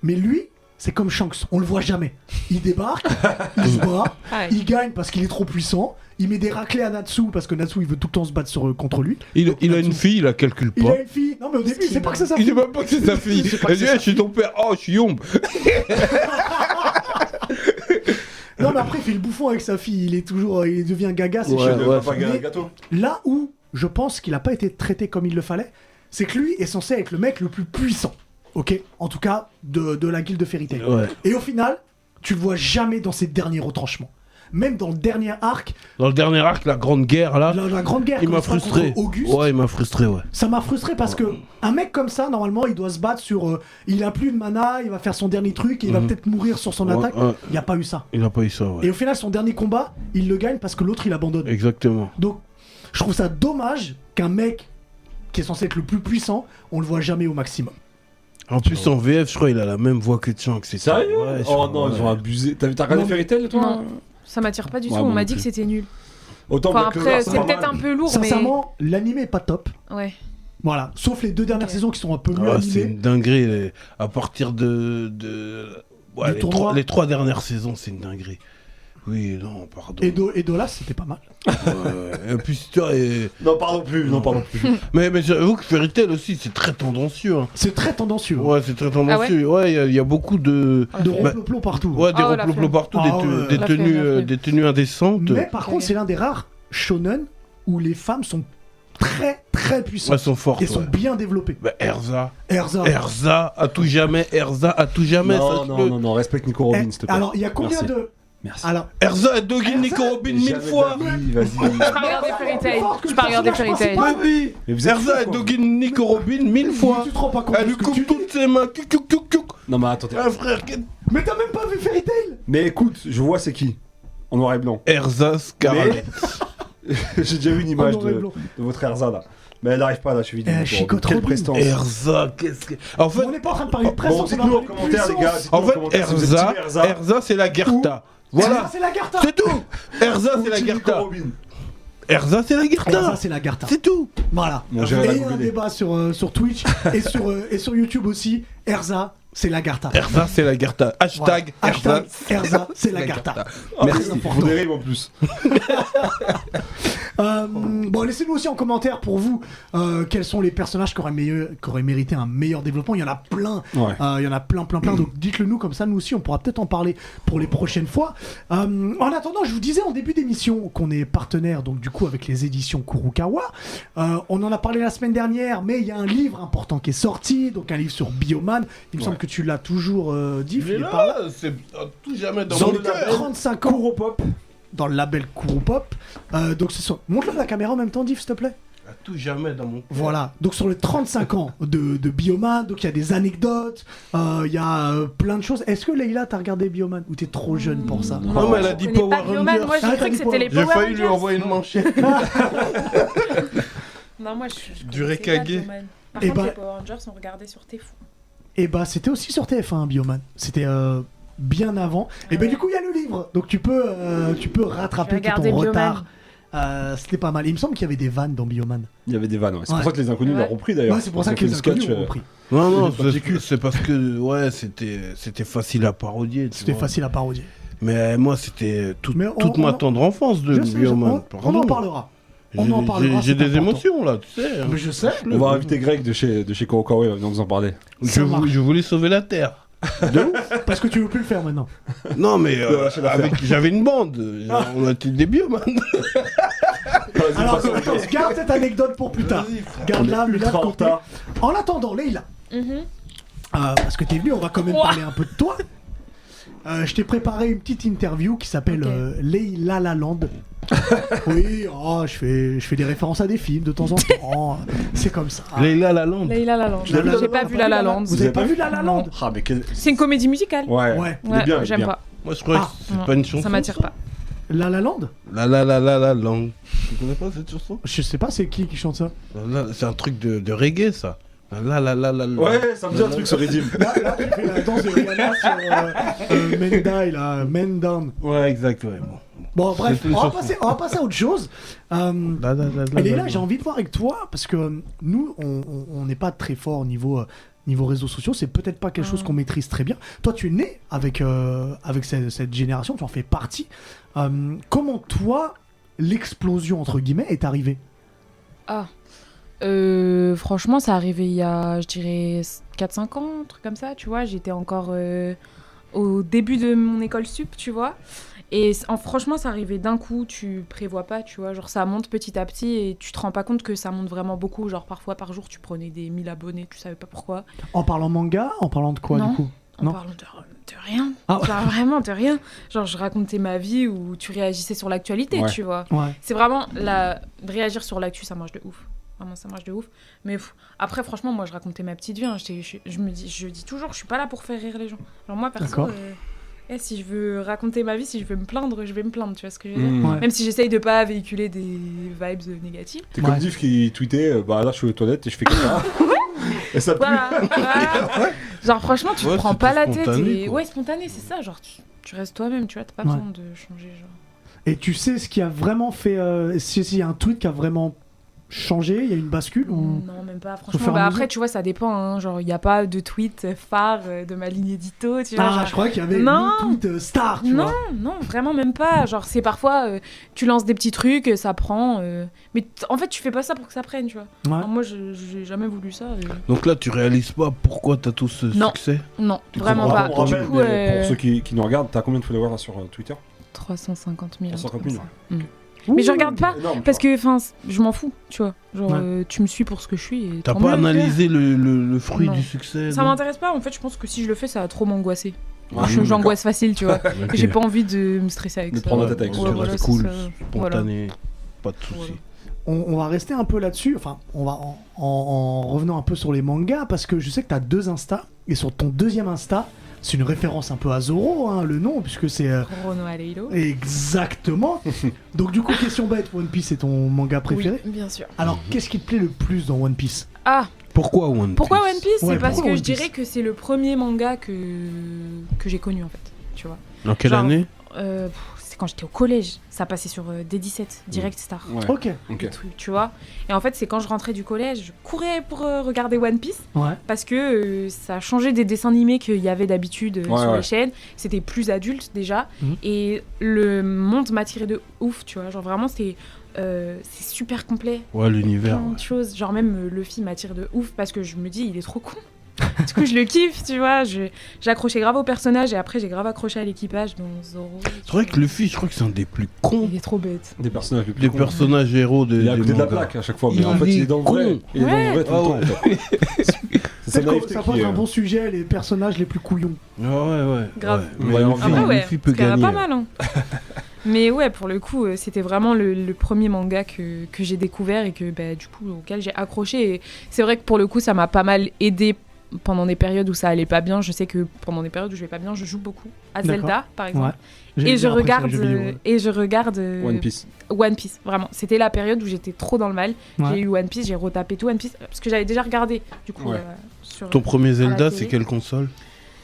[SPEAKER 1] Mais lui, c'est comme Shanks, on le voit jamais. Il débarque, il se bat,
[SPEAKER 4] Ouais.
[SPEAKER 1] il gagne parce qu'il est trop puissant, il met des raclés à Natsu parce que Natsu il veut tout le temps se battre sur, euh, contre lui.
[SPEAKER 3] Il, il a une fille, il la calcule
[SPEAKER 1] Il
[SPEAKER 3] pas.
[SPEAKER 1] a une fille, non mais au début, il sait pas que c'est ça.
[SPEAKER 3] Il sait même pas que c'est sa fille.
[SPEAKER 1] Il sait pas que
[SPEAKER 3] Elle dit,
[SPEAKER 1] c'est
[SPEAKER 3] Eh, je suis ton père. Oh, je suis Yombe.
[SPEAKER 1] Non mais après, il fait le bouffon avec sa fille, il est toujours, euh, il devient gaga, c'est
[SPEAKER 3] Ouais,
[SPEAKER 1] chelou.
[SPEAKER 2] Le
[SPEAKER 3] ouais.
[SPEAKER 2] papa
[SPEAKER 1] Mais-
[SPEAKER 2] gâteau.
[SPEAKER 1] Là où je pense qu'il n'a pas été traité comme il le fallait, c'est que lui est censé être le mec le plus puissant, ok En tout cas, de, de la guilde de Fairy Tail.
[SPEAKER 3] Ouais.
[SPEAKER 1] Et au final, tu le vois jamais dans ses derniers retranchements. Même dans le dernier arc,
[SPEAKER 3] Dans le dernier arc, la grande guerre, là,
[SPEAKER 1] la, la grande guerre
[SPEAKER 3] Ah. il
[SPEAKER 1] quand
[SPEAKER 3] m'a
[SPEAKER 1] se bat
[SPEAKER 3] frustré.
[SPEAKER 1] contre Auguste,
[SPEAKER 3] Ouais, il m'a frustré, ouais.
[SPEAKER 1] ça m'a frustré parce que un mec comme ça, normalement, il doit se battre sur. euh, il a plus de mana, il va faire son dernier truc, et il va peut-être mourir sur son
[SPEAKER 3] Mhm. Ouais,
[SPEAKER 1] attaque.
[SPEAKER 3] ouais.
[SPEAKER 1] Il n'y a pas eu ça.
[SPEAKER 3] Il a pas eu ça, ouais.
[SPEAKER 1] Et au final, son dernier combat, il le gagne parce que l'autre il abandonne.
[SPEAKER 3] Exactement.
[SPEAKER 1] Donc, je trouve ça dommage qu'un mec qui est censé être le plus puissant, on le voit jamais au maximum.
[SPEAKER 3] En plus, en VF, je crois il a la même voix que Chang. C'est ça. Ouais, je
[SPEAKER 2] Oh
[SPEAKER 3] crois,
[SPEAKER 2] non,
[SPEAKER 3] ouais.
[SPEAKER 2] ils ont abusé. T'as t'as regardé
[SPEAKER 1] Non.
[SPEAKER 2] Fairy Tail,
[SPEAKER 3] hein.
[SPEAKER 2] toi
[SPEAKER 4] Non, ça m'attire pas du
[SPEAKER 2] Ouais,
[SPEAKER 4] tout. On
[SPEAKER 2] moi
[SPEAKER 4] m'a
[SPEAKER 2] non
[SPEAKER 4] dit que
[SPEAKER 2] plus.
[SPEAKER 4] c'était nul.
[SPEAKER 2] Autant
[SPEAKER 4] Enfin,
[SPEAKER 2] Black Clover,
[SPEAKER 4] après, c'est
[SPEAKER 2] pas
[SPEAKER 4] peut-être
[SPEAKER 2] mal.
[SPEAKER 4] un peu lourd, mais.
[SPEAKER 1] Sincèrement, l'anime est pas top.
[SPEAKER 4] Ouais.
[SPEAKER 1] Voilà, sauf les deux dernières saisons qui sont un peu mieux
[SPEAKER 3] Ah, c'est
[SPEAKER 1] animées.
[SPEAKER 3] une dinguerie. les- À partir de. de... ouais,
[SPEAKER 1] Du
[SPEAKER 3] les,
[SPEAKER 1] tournoi.
[SPEAKER 3] trois, les trois dernières saisons, c'est une dinguerie. Oui, non, pardon.
[SPEAKER 1] Et, Do- et Dolas, c'était pas mal.
[SPEAKER 3] Ouais. Et puis, tu vois, et-
[SPEAKER 2] Non, pardon plus, non, pardon plus.
[SPEAKER 3] Mais, mais j'avoue que Fairy Tail aussi, c'est très tendancieux. hein.
[SPEAKER 1] C'est très tendancieux.
[SPEAKER 3] Ouais, c'est très tendancieux. Ouais, il y a- il y, a beaucoup de.
[SPEAKER 1] De
[SPEAKER 3] Bah,
[SPEAKER 1] ronfloplon partout.
[SPEAKER 3] Ouais, des
[SPEAKER 4] Ah ouais, la
[SPEAKER 3] reploplops partout,
[SPEAKER 4] flemme.
[SPEAKER 1] Ah
[SPEAKER 3] des, te-
[SPEAKER 1] ouais.
[SPEAKER 3] des
[SPEAKER 4] La flemme,
[SPEAKER 3] tenues,
[SPEAKER 4] la
[SPEAKER 3] euh,
[SPEAKER 4] flemme.
[SPEAKER 3] des tenues indécentes.
[SPEAKER 1] Mais par contre,
[SPEAKER 4] Ouais.
[SPEAKER 1] c'est l'un des rares shonen où les femmes sont très très
[SPEAKER 3] Elles
[SPEAKER 1] puissantes
[SPEAKER 3] sont fortes.
[SPEAKER 1] et sont Ah.
[SPEAKER 3] ouais.
[SPEAKER 1] bien développées.
[SPEAKER 3] Bah, Erza.
[SPEAKER 1] Erza.
[SPEAKER 3] Erza, à tout jamais. Erza, à tout jamais. ça
[SPEAKER 2] Non,
[SPEAKER 3] se
[SPEAKER 2] non,
[SPEAKER 3] peut.
[SPEAKER 2] non, non, respecte Nico
[SPEAKER 1] Eh,
[SPEAKER 2] Robin, s'il te plaît.
[SPEAKER 1] Alors, il y a combien
[SPEAKER 2] Merci.
[SPEAKER 1] de.
[SPEAKER 2] Merci.
[SPEAKER 1] Alors,
[SPEAKER 3] Erza, elle doguine Nico Robin
[SPEAKER 2] Mais
[SPEAKER 3] mille
[SPEAKER 2] jamais
[SPEAKER 3] fois.
[SPEAKER 2] d'avis, Vas-y.
[SPEAKER 4] Tu peux regarder Fairy Tail.
[SPEAKER 1] fort que
[SPEAKER 4] Tu
[SPEAKER 1] le
[SPEAKER 4] peux regarder Fairy
[SPEAKER 1] personnage
[SPEAKER 4] Tail.
[SPEAKER 1] principal.
[SPEAKER 3] Mais oui.
[SPEAKER 2] Mais vous êtes fous,
[SPEAKER 3] Erza, elle
[SPEAKER 2] quoi.
[SPEAKER 3] doguine Nico Robin mille fois.
[SPEAKER 1] tu te rends pas compte
[SPEAKER 3] Elle
[SPEAKER 1] de
[SPEAKER 3] lui
[SPEAKER 1] ce que tu
[SPEAKER 3] coupe
[SPEAKER 1] dis.
[SPEAKER 3] toutes ses mains. Cuc, cuc, cuc, cuc.
[SPEAKER 2] Non, mais attendez.
[SPEAKER 3] Ah, frère, qu'est-
[SPEAKER 1] Mais t'as même pas vu Fairy Tail
[SPEAKER 2] Mais écoute, je vois c'est qui. En noir et blanc.
[SPEAKER 3] Erza Scarlet.
[SPEAKER 2] J'ai déjà vu une image
[SPEAKER 1] En noir et
[SPEAKER 2] de,
[SPEAKER 1] blanc.
[SPEAKER 2] de votre Erza là. Mais elle n'arrive pas à la cheville du
[SPEAKER 1] Elle
[SPEAKER 2] mouton.
[SPEAKER 1] chicote
[SPEAKER 2] Quelle
[SPEAKER 1] Robin.
[SPEAKER 2] prestance.
[SPEAKER 3] Erza, qu'est-ce que. En fait,
[SPEAKER 1] On n'est pas en train de parler de
[SPEAKER 2] Bon,
[SPEAKER 1] présence, on va
[SPEAKER 2] dites-nous en
[SPEAKER 1] parler de
[SPEAKER 2] commentaire, les gars.
[SPEAKER 1] puissance.
[SPEAKER 2] dites-nous
[SPEAKER 3] en fait,
[SPEAKER 2] commentaire si vous êtes
[SPEAKER 3] Erza,
[SPEAKER 2] team
[SPEAKER 3] Erza, c'est la Gerta.
[SPEAKER 1] Ah,
[SPEAKER 3] Voilà,
[SPEAKER 1] c'est la Garta.
[SPEAKER 3] c'est tout. Erza,
[SPEAKER 2] ou
[SPEAKER 3] c'est la
[SPEAKER 2] team Nico
[SPEAKER 3] Gerta.
[SPEAKER 2] Robin.
[SPEAKER 3] Erza, c'est la
[SPEAKER 1] Ah, ça
[SPEAKER 3] Gerta.
[SPEAKER 1] c'est la Garta.
[SPEAKER 3] C'est tout.
[SPEAKER 1] Voilà.
[SPEAKER 2] Bon,
[SPEAKER 1] et
[SPEAKER 2] j'ai rien à
[SPEAKER 1] il y a un
[SPEAKER 2] googler.
[SPEAKER 1] débat sur, euh, sur Twitch et sur, euh, et sur YouTube aussi. Erza, c'est la Garta.
[SPEAKER 3] Erza, c'est la Gerta.
[SPEAKER 1] Voilà.
[SPEAKER 3] Hashtag Erza.
[SPEAKER 1] Hashtag Erza, c'est la Garta.
[SPEAKER 2] Ah,
[SPEAKER 1] Merci.
[SPEAKER 2] oui, On dérive en plus.
[SPEAKER 1] Euh, bon, laissez-nous aussi en commentaire pour vous euh, quels sont les personnages qui auraient, meilleur- qui auraient mérité un meilleur développement. Il y en a plein.
[SPEAKER 2] Ouais.
[SPEAKER 1] Euh, il y en a plein, plein, plein. Donc dites-le nous comme ça, nous aussi, on pourra peut-être en parler pour les prochaines fois. Euh, en attendant, je vous disais en début d'émission qu'on est partenaire, donc du coup, avec les éditions Kurukawa. Euh, on en a parlé la semaine dernière, mais il y a un livre important qui est sorti, donc un livre sur Bioman. Il me semble que tu l'as toujours euh, dit.
[SPEAKER 3] Il est
[SPEAKER 1] Philippe, par là.
[SPEAKER 3] là, c'est à tout jamais dans
[SPEAKER 1] Sur le
[SPEAKER 3] mon cœur.
[SPEAKER 1] 35 ans. Kuropop. Dans le label Kuropop. Euh, donc c'est sur... Montre-le à la caméra en même temps, Div, s'il te plaît.
[SPEAKER 3] À tout jamais dans mon cœur.
[SPEAKER 1] Voilà, donc sur les 35 ans de, de Bioman, donc il y a des anecdotes, euh, il y a euh, plein de choses. Est-ce que Leïla, t'as regardé Bioman ou t'es trop jeune pour ça
[SPEAKER 3] Non, mais elle a dit
[SPEAKER 4] Je connais
[SPEAKER 3] Power
[SPEAKER 4] pas Bioman,
[SPEAKER 3] Rangers.
[SPEAKER 4] moi
[SPEAKER 1] Ah,
[SPEAKER 4] j'ai
[SPEAKER 1] t'as dit
[SPEAKER 4] cru que c'était les
[SPEAKER 3] J'ai
[SPEAKER 4] Power
[SPEAKER 3] failli lui
[SPEAKER 4] Rangers.
[SPEAKER 3] envoyer une manchette.
[SPEAKER 4] Non, moi je suis.
[SPEAKER 3] Du Rekage.
[SPEAKER 4] Par
[SPEAKER 1] Eh
[SPEAKER 4] contre,
[SPEAKER 1] ben-
[SPEAKER 4] les Power Rangers, on regardait sur tes fous.
[SPEAKER 1] Et bah c'était aussi sur TF1 Bioman, c'était euh, bien avant. Et bah
[SPEAKER 4] Ouais.
[SPEAKER 1] du coup il y a le livre, donc tu peux, euh, tu peux rattraper tout ton
[SPEAKER 4] Regardez Bioman.
[SPEAKER 1] retard. Euh, c'était pas mal. Il me semble qu'il y avait des vannes dans Bioman.
[SPEAKER 2] Il y avait des vannes. ouais. C'est
[SPEAKER 1] Ouais.
[SPEAKER 2] pour ça que les inconnus
[SPEAKER 4] Ouais.
[SPEAKER 2] l'ont repris d'ailleurs.
[SPEAKER 1] Ouais, c'est pour ça
[SPEAKER 2] Ils ont
[SPEAKER 1] que
[SPEAKER 2] fait
[SPEAKER 1] les
[SPEAKER 2] le sketch,
[SPEAKER 1] inconnus ont
[SPEAKER 2] euh,
[SPEAKER 1] repris.
[SPEAKER 3] Non, non,
[SPEAKER 2] Il est
[SPEAKER 3] c'est- c'est parce que ouais, c'était c'était facile à parodier. tu
[SPEAKER 1] C'était
[SPEAKER 3] vois.
[SPEAKER 1] facile à parodier.
[SPEAKER 3] Mais moi, c'était tout-
[SPEAKER 1] Mais on-
[SPEAKER 3] toute ma
[SPEAKER 1] on-
[SPEAKER 3] tendre enfance de
[SPEAKER 1] Je sais, je-
[SPEAKER 3] Bioman.
[SPEAKER 1] on, on
[SPEAKER 3] Pardon.
[SPEAKER 1] en parlera. On
[SPEAKER 3] J'ai-
[SPEAKER 1] en parlera.
[SPEAKER 3] J'ai j'ai
[SPEAKER 1] c'est important.
[SPEAKER 3] des émotions là, tu sais. hein.
[SPEAKER 1] Mais je sais.
[SPEAKER 2] On va inviter Greg de chez, de chez Kurokawa, il va venir nous en parler.
[SPEAKER 1] Ça
[SPEAKER 3] Je, vou-
[SPEAKER 1] marche.
[SPEAKER 3] je voulais sauver la Terre.
[SPEAKER 1] Parce que tu veux plus le faire maintenant.
[SPEAKER 3] Non, mais euh,
[SPEAKER 2] Ouais, lâcher l'affaire.
[SPEAKER 3] avec- j'avais une bande. On a des Bioman.
[SPEAKER 1] Alors attends, garde cette anecdote pour plus tard. Garde-la, mais là,
[SPEAKER 2] ultra en
[SPEAKER 1] le contenu.
[SPEAKER 2] retard.
[SPEAKER 1] En attendant, Leïla,
[SPEAKER 4] Mhm.
[SPEAKER 1] Euh, parce que t'es venu, on va quand même
[SPEAKER 4] Ouah.
[SPEAKER 1] parler un peu de toi. Euh, je t'ai préparé une petite interview qui s'appelle
[SPEAKER 4] Ok.
[SPEAKER 1] euh, Leila La Land. oui, oh, je, fais, je fais des références à des films de temps en temps. C'est comme ça.
[SPEAKER 4] Ah.
[SPEAKER 3] Leila Lalande.
[SPEAKER 4] Leila La Land.
[SPEAKER 1] La La
[SPEAKER 4] J'ai
[SPEAKER 1] Land,
[SPEAKER 4] pas
[SPEAKER 1] on a
[SPEAKER 4] vu La La Land.
[SPEAKER 1] Vous avez pas vu La La Land
[SPEAKER 2] Ah, mais quel.
[SPEAKER 4] C'est une comédie musicale.
[SPEAKER 2] Ouais.
[SPEAKER 1] Ouais.
[SPEAKER 2] Il est bien, il est
[SPEAKER 4] j'aime
[SPEAKER 2] bien.
[SPEAKER 4] pas.
[SPEAKER 3] Moi, je croyais
[SPEAKER 1] Ah.
[SPEAKER 3] que c'est pas une chanson.
[SPEAKER 4] Ça m'attire pas.
[SPEAKER 1] La La Land
[SPEAKER 3] La la la la la langue. Tu connais pas cette chanson
[SPEAKER 1] Je sais pas c'est qui qui chante ça.
[SPEAKER 3] La- la- C'est un truc de, de reggae, ça. La la la la la. la.
[SPEAKER 2] Ouais, ça me dit un truc, ce Redim.
[SPEAKER 1] Là, là, tu fais la danse de Rihanna sur euh, euh, Men Die, là, euh, Men Down.
[SPEAKER 3] Ouais, exact, ouais. Bon.
[SPEAKER 1] Bon, bref,
[SPEAKER 3] C'est
[SPEAKER 1] on
[SPEAKER 3] une
[SPEAKER 1] va,
[SPEAKER 3] chanson.
[SPEAKER 1] passer, on va passer à autre chose. Euh,
[SPEAKER 3] La, la, la, la,
[SPEAKER 1] Elle est
[SPEAKER 3] la,
[SPEAKER 1] là,
[SPEAKER 3] la.
[SPEAKER 1] j'ai envie de voir avec toi, parce que euh, nous, on- on on n'est pas très fort au niveau, euh, niveau réseaux sociaux, c'est peut-être pas quelque chose qu'on maîtrise très bien. Toi, tu es né avec, euh, avec cette, cette génération, tu en fais partie. Euh, comment toi, l'explosion, entre guillemets, est arrivée
[SPEAKER 4] Ah. Euh, franchement, ça arrivé il y a, je dirais, 4-5 ans, un truc comme ça, tu vois. J'étais encore euh, au début de mon école sup, tu vois. Et c- en, franchement, ça arrivait d'un coup, tu prévois pas, tu vois. Genre, ça monte petit à petit et tu te rends pas compte que ça monte vraiment beaucoup. Genre, parfois par jour, tu prenais des 1000 abonnés, tu savais pas pourquoi.
[SPEAKER 1] En parlant manga, en parlant de quoi,
[SPEAKER 4] Non.
[SPEAKER 1] du coup
[SPEAKER 4] en
[SPEAKER 1] Non.
[SPEAKER 4] parlant de, de rien.
[SPEAKER 1] Ah ouais.
[SPEAKER 4] Genre, vraiment de rien. Genre, je racontais ma vie ou tu réagissais sur l'actualité,
[SPEAKER 2] Ouais.
[SPEAKER 4] tu vois.
[SPEAKER 1] Ouais.
[SPEAKER 4] C'est vraiment la... réagir sur l'actu, ça mange de ouf. Vraiment, ça mange de ouf. Mais pff, après, franchement, moi, je racontais ma petite vie. hein. J'étais- Je, je me dis, je dis toujours, je suis pas là pour faire rire les gens. Genre, moi, perso,
[SPEAKER 1] D'accord.
[SPEAKER 4] euh, eh, si je veux raconter ma vie, si je veux me plaindre, je vais me plaindre, tu vois ce que je veux dire
[SPEAKER 2] Mm.
[SPEAKER 1] Ouais.
[SPEAKER 4] Même si j'essaye de pas véhiculer des vibes négatives.
[SPEAKER 2] T'es comme
[SPEAKER 1] Ouais.
[SPEAKER 2] Diff qui tweetait euh, Bah là, je suis aux toilettes et je fais comme ça. Et ça pue.
[SPEAKER 4] Voilà. voilà. Genre, franchement, tu
[SPEAKER 3] Ouais,
[SPEAKER 4] te prends
[SPEAKER 3] c'est
[SPEAKER 4] pas
[SPEAKER 3] tout
[SPEAKER 4] la tête.
[SPEAKER 3] spontané,
[SPEAKER 4] et-
[SPEAKER 3] quoi.
[SPEAKER 4] Ouais, spontané, c'est ça. Genre, tu, tu restes toi-même, tu vois. T'as pas
[SPEAKER 1] Ouais.
[SPEAKER 4] besoin de changer, genre.
[SPEAKER 1] Et tu sais ce qui a vraiment fait. euh, si- S'il y a un tweet qui a vraiment changé, il y a une bascule ou-
[SPEAKER 4] Non, même pas.
[SPEAKER 1] fur et
[SPEAKER 4] Franchement,
[SPEAKER 1] à
[SPEAKER 4] bah,
[SPEAKER 1] mesure
[SPEAKER 4] après, tu vois, ça dépend. hein. Genre, il n'y a pas de tweet phare euh, de ma ligne édito. Tu vois,
[SPEAKER 1] Ah,
[SPEAKER 4] genre.
[SPEAKER 1] je crois qu'il y avait
[SPEAKER 4] Non.
[SPEAKER 1] le tweet euh, star, tu
[SPEAKER 4] Non,
[SPEAKER 1] vois.
[SPEAKER 4] non, vraiment même pas. Genre, c'est parfois, euh, tu lances des petits trucs, ça prend. euh, Mais t- en fait, tu fais pas ça pour que ça prenne, tu vois.
[SPEAKER 1] Ouais.
[SPEAKER 4] Alors, moi, je j'ai jamais voulu ça. euh.
[SPEAKER 3] Donc là, tu réalises pas pourquoi t'as tout ce
[SPEAKER 4] Non.
[SPEAKER 3] succès
[SPEAKER 4] Non,
[SPEAKER 2] Tu
[SPEAKER 4] vraiment
[SPEAKER 2] comprends
[SPEAKER 4] pas.
[SPEAKER 2] pas.
[SPEAKER 4] Du
[SPEAKER 2] On rappelle,
[SPEAKER 4] coup,
[SPEAKER 2] mais
[SPEAKER 4] euh,
[SPEAKER 2] Pour ceux qui, qui nous regardent, t'as combien de followers là, sur euh, Twitter
[SPEAKER 4] 350 000. un truc
[SPEAKER 2] 350
[SPEAKER 4] comme
[SPEAKER 2] 000.
[SPEAKER 4] ça. Mais je regarde pas,
[SPEAKER 2] Énorme,
[SPEAKER 4] Parce
[SPEAKER 2] tu
[SPEAKER 4] que, enfin, c- je m'en fous, tu vois. Genre,
[SPEAKER 1] Ouais.
[SPEAKER 4] euh, tu me suis pour ce que je suis. et
[SPEAKER 3] T'as
[SPEAKER 4] tant
[SPEAKER 3] pas
[SPEAKER 4] mieux.
[SPEAKER 3] analysé le, le- le fruit
[SPEAKER 4] Non.
[SPEAKER 3] du succès
[SPEAKER 4] Ça
[SPEAKER 3] non Ah,
[SPEAKER 4] m'intéresse pas. En fait, je pense que si je le fais, ça va trop m'angoisser.
[SPEAKER 2] vois.
[SPEAKER 4] Je- J'angoisse facile, tu vois.
[SPEAKER 3] Ok.
[SPEAKER 4] J'ai pas envie de me stresser avec
[SPEAKER 2] De
[SPEAKER 4] ça.
[SPEAKER 2] prendre la tête avec
[SPEAKER 4] Ouais,
[SPEAKER 2] ça,
[SPEAKER 4] voilà,
[SPEAKER 3] c'est
[SPEAKER 4] c'est
[SPEAKER 3] cool,
[SPEAKER 4] ça.
[SPEAKER 3] spontané, pas de soucis.
[SPEAKER 4] Voilà.
[SPEAKER 1] on, on va rester un peu là-dessus, enfin, on va en, en- en revenant un peu sur les mangas, parce que je sais que tu as deux Insta, et sur ton deuxième Insta, C'est une référence un peu à Zoro, hein, le nom, puisque c'est. euh,
[SPEAKER 4] Rono Aleilo.
[SPEAKER 1] Exactement. Donc du coup, question bête, One Piece est ton manga préféré
[SPEAKER 4] Oui, bien sûr.
[SPEAKER 2] Mhm.
[SPEAKER 1] Alors, qu'est-ce qui te plaît le plus dans One Piece
[SPEAKER 4] Ah,
[SPEAKER 3] Pourquoi One
[SPEAKER 4] pourquoi One Piece
[SPEAKER 1] Ouais,
[SPEAKER 4] C'est parce
[SPEAKER 1] pourquoi One
[SPEAKER 4] que je
[SPEAKER 1] Piece
[SPEAKER 4] dirais que c'est le premier manga que, que j'ai connu en fait. Tu vois
[SPEAKER 3] Dans quelle
[SPEAKER 4] Genre-
[SPEAKER 3] année
[SPEAKER 4] Euh, pff, C'est quand j'étais au collège. Ça passait sur euh, D17,
[SPEAKER 3] Mm.
[SPEAKER 4] Direct Star.
[SPEAKER 2] Ouais.
[SPEAKER 1] Ok.
[SPEAKER 2] Ok.
[SPEAKER 4] le truc, tu vois. Et en fait, c'est quand je rentrais du collège, je courais pour euh, regarder One Piece
[SPEAKER 1] Ouais.
[SPEAKER 4] parce que euh, ça changeait des dessins animés qu'il y avait d'habitude euh,
[SPEAKER 2] Ouais,
[SPEAKER 4] sur
[SPEAKER 2] ouais.
[SPEAKER 4] les chaînes. C'était plus adulte déjà
[SPEAKER 1] Mhm.
[SPEAKER 4] et le monde m'attirait de ouf, tu vois. Genre vraiment, c'est euh, c'est super complet,
[SPEAKER 3] Ouais, l'univers.
[SPEAKER 4] plein de choses. Genre même le film m'attire de ouf parce que je me dis, il est trop con. du coup, je le kiffe, tu vois. Je- J'accrochais grave au personnage et après, j'ai grave accroché à l'équipage dans Zoro.
[SPEAKER 3] C'est vrai que Luffy, je crois que c'est un des plus cons
[SPEAKER 4] Il est trop bête.
[SPEAKER 2] Des personnages les plus
[SPEAKER 3] des
[SPEAKER 2] cons.
[SPEAKER 3] personnages héros de.
[SPEAKER 2] Il est à
[SPEAKER 3] des
[SPEAKER 2] côté de la
[SPEAKER 3] mangas.
[SPEAKER 2] plaque à chaque fois, mais
[SPEAKER 3] Il
[SPEAKER 2] en fait il est
[SPEAKER 3] est
[SPEAKER 2] dans le vrai.
[SPEAKER 3] con.
[SPEAKER 2] Il est dans le vrai tout le
[SPEAKER 3] Ouais.
[SPEAKER 2] temps. en
[SPEAKER 1] Ah
[SPEAKER 2] fait. C'est sa
[SPEAKER 1] Ça,
[SPEAKER 2] naïveté
[SPEAKER 1] ça
[SPEAKER 2] qui euh,
[SPEAKER 1] pourrait
[SPEAKER 2] est-
[SPEAKER 1] être un bon sujet, les personnages les plus couillons.
[SPEAKER 3] Ouais, ouais, ouais.
[SPEAKER 4] Grave.
[SPEAKER 3] Ouais, mais
[SPEAKER 2] Ouais,
[SPEAKER 3] Luffy,
[SPEAKER 4] Ah bah ouais,
[SPEAKER 3] Luffy peut
[SPEAKER 4] parce qu'il y en a
[SPEAKER 3] gagner.
[SPEAKER 4] pas mal. hein. Mais ouais, pour le coup, euh, c'était vraiment le, le premier manga que, que j'ai découvert et que bah, du coup auquel j'ai accroché. Et c'est vrai que pour le coup, ça m'a pas mal aidé pendant des périodes où ça allait pas bien. Je sais que pendant des périodes où je vais pas bien, je joue beaucoup à
[SPEAKER 1] D'accord.
[SPEAKER 4] Zelda, par exemple.
[SPEAKER 1] J'ai
[SPEAKER 4] Et, je
[SPEAKER 1] bien apprécié les
[SPEAKER 4] regarde,
[SPEAKER 1] jeux vidéo,
[SPEAKER 4] euh,
[SPEAKER 1] ouais.
[SPEAKER 4] et je regarde euh,
[SPEAKER 2] One Piece.
[SPEAKER 4] One Piece, vraiment. C'était la période où j'étais trop dans le mal.
[SPEAKER 1] Ouais.
[SPEAKER 4] J'ai eu One Piece, j'ai retapé tout One Piece parce que j'avais déjà regardé. Du coup,
[SPEAKER 2] Ouais.
[SPEAKER 4] euh, sur-
[SPEAKER 3] Ton premier Zelda,
[SPEAKER 4] télé.
[SPEAKER 3] c'est quelle console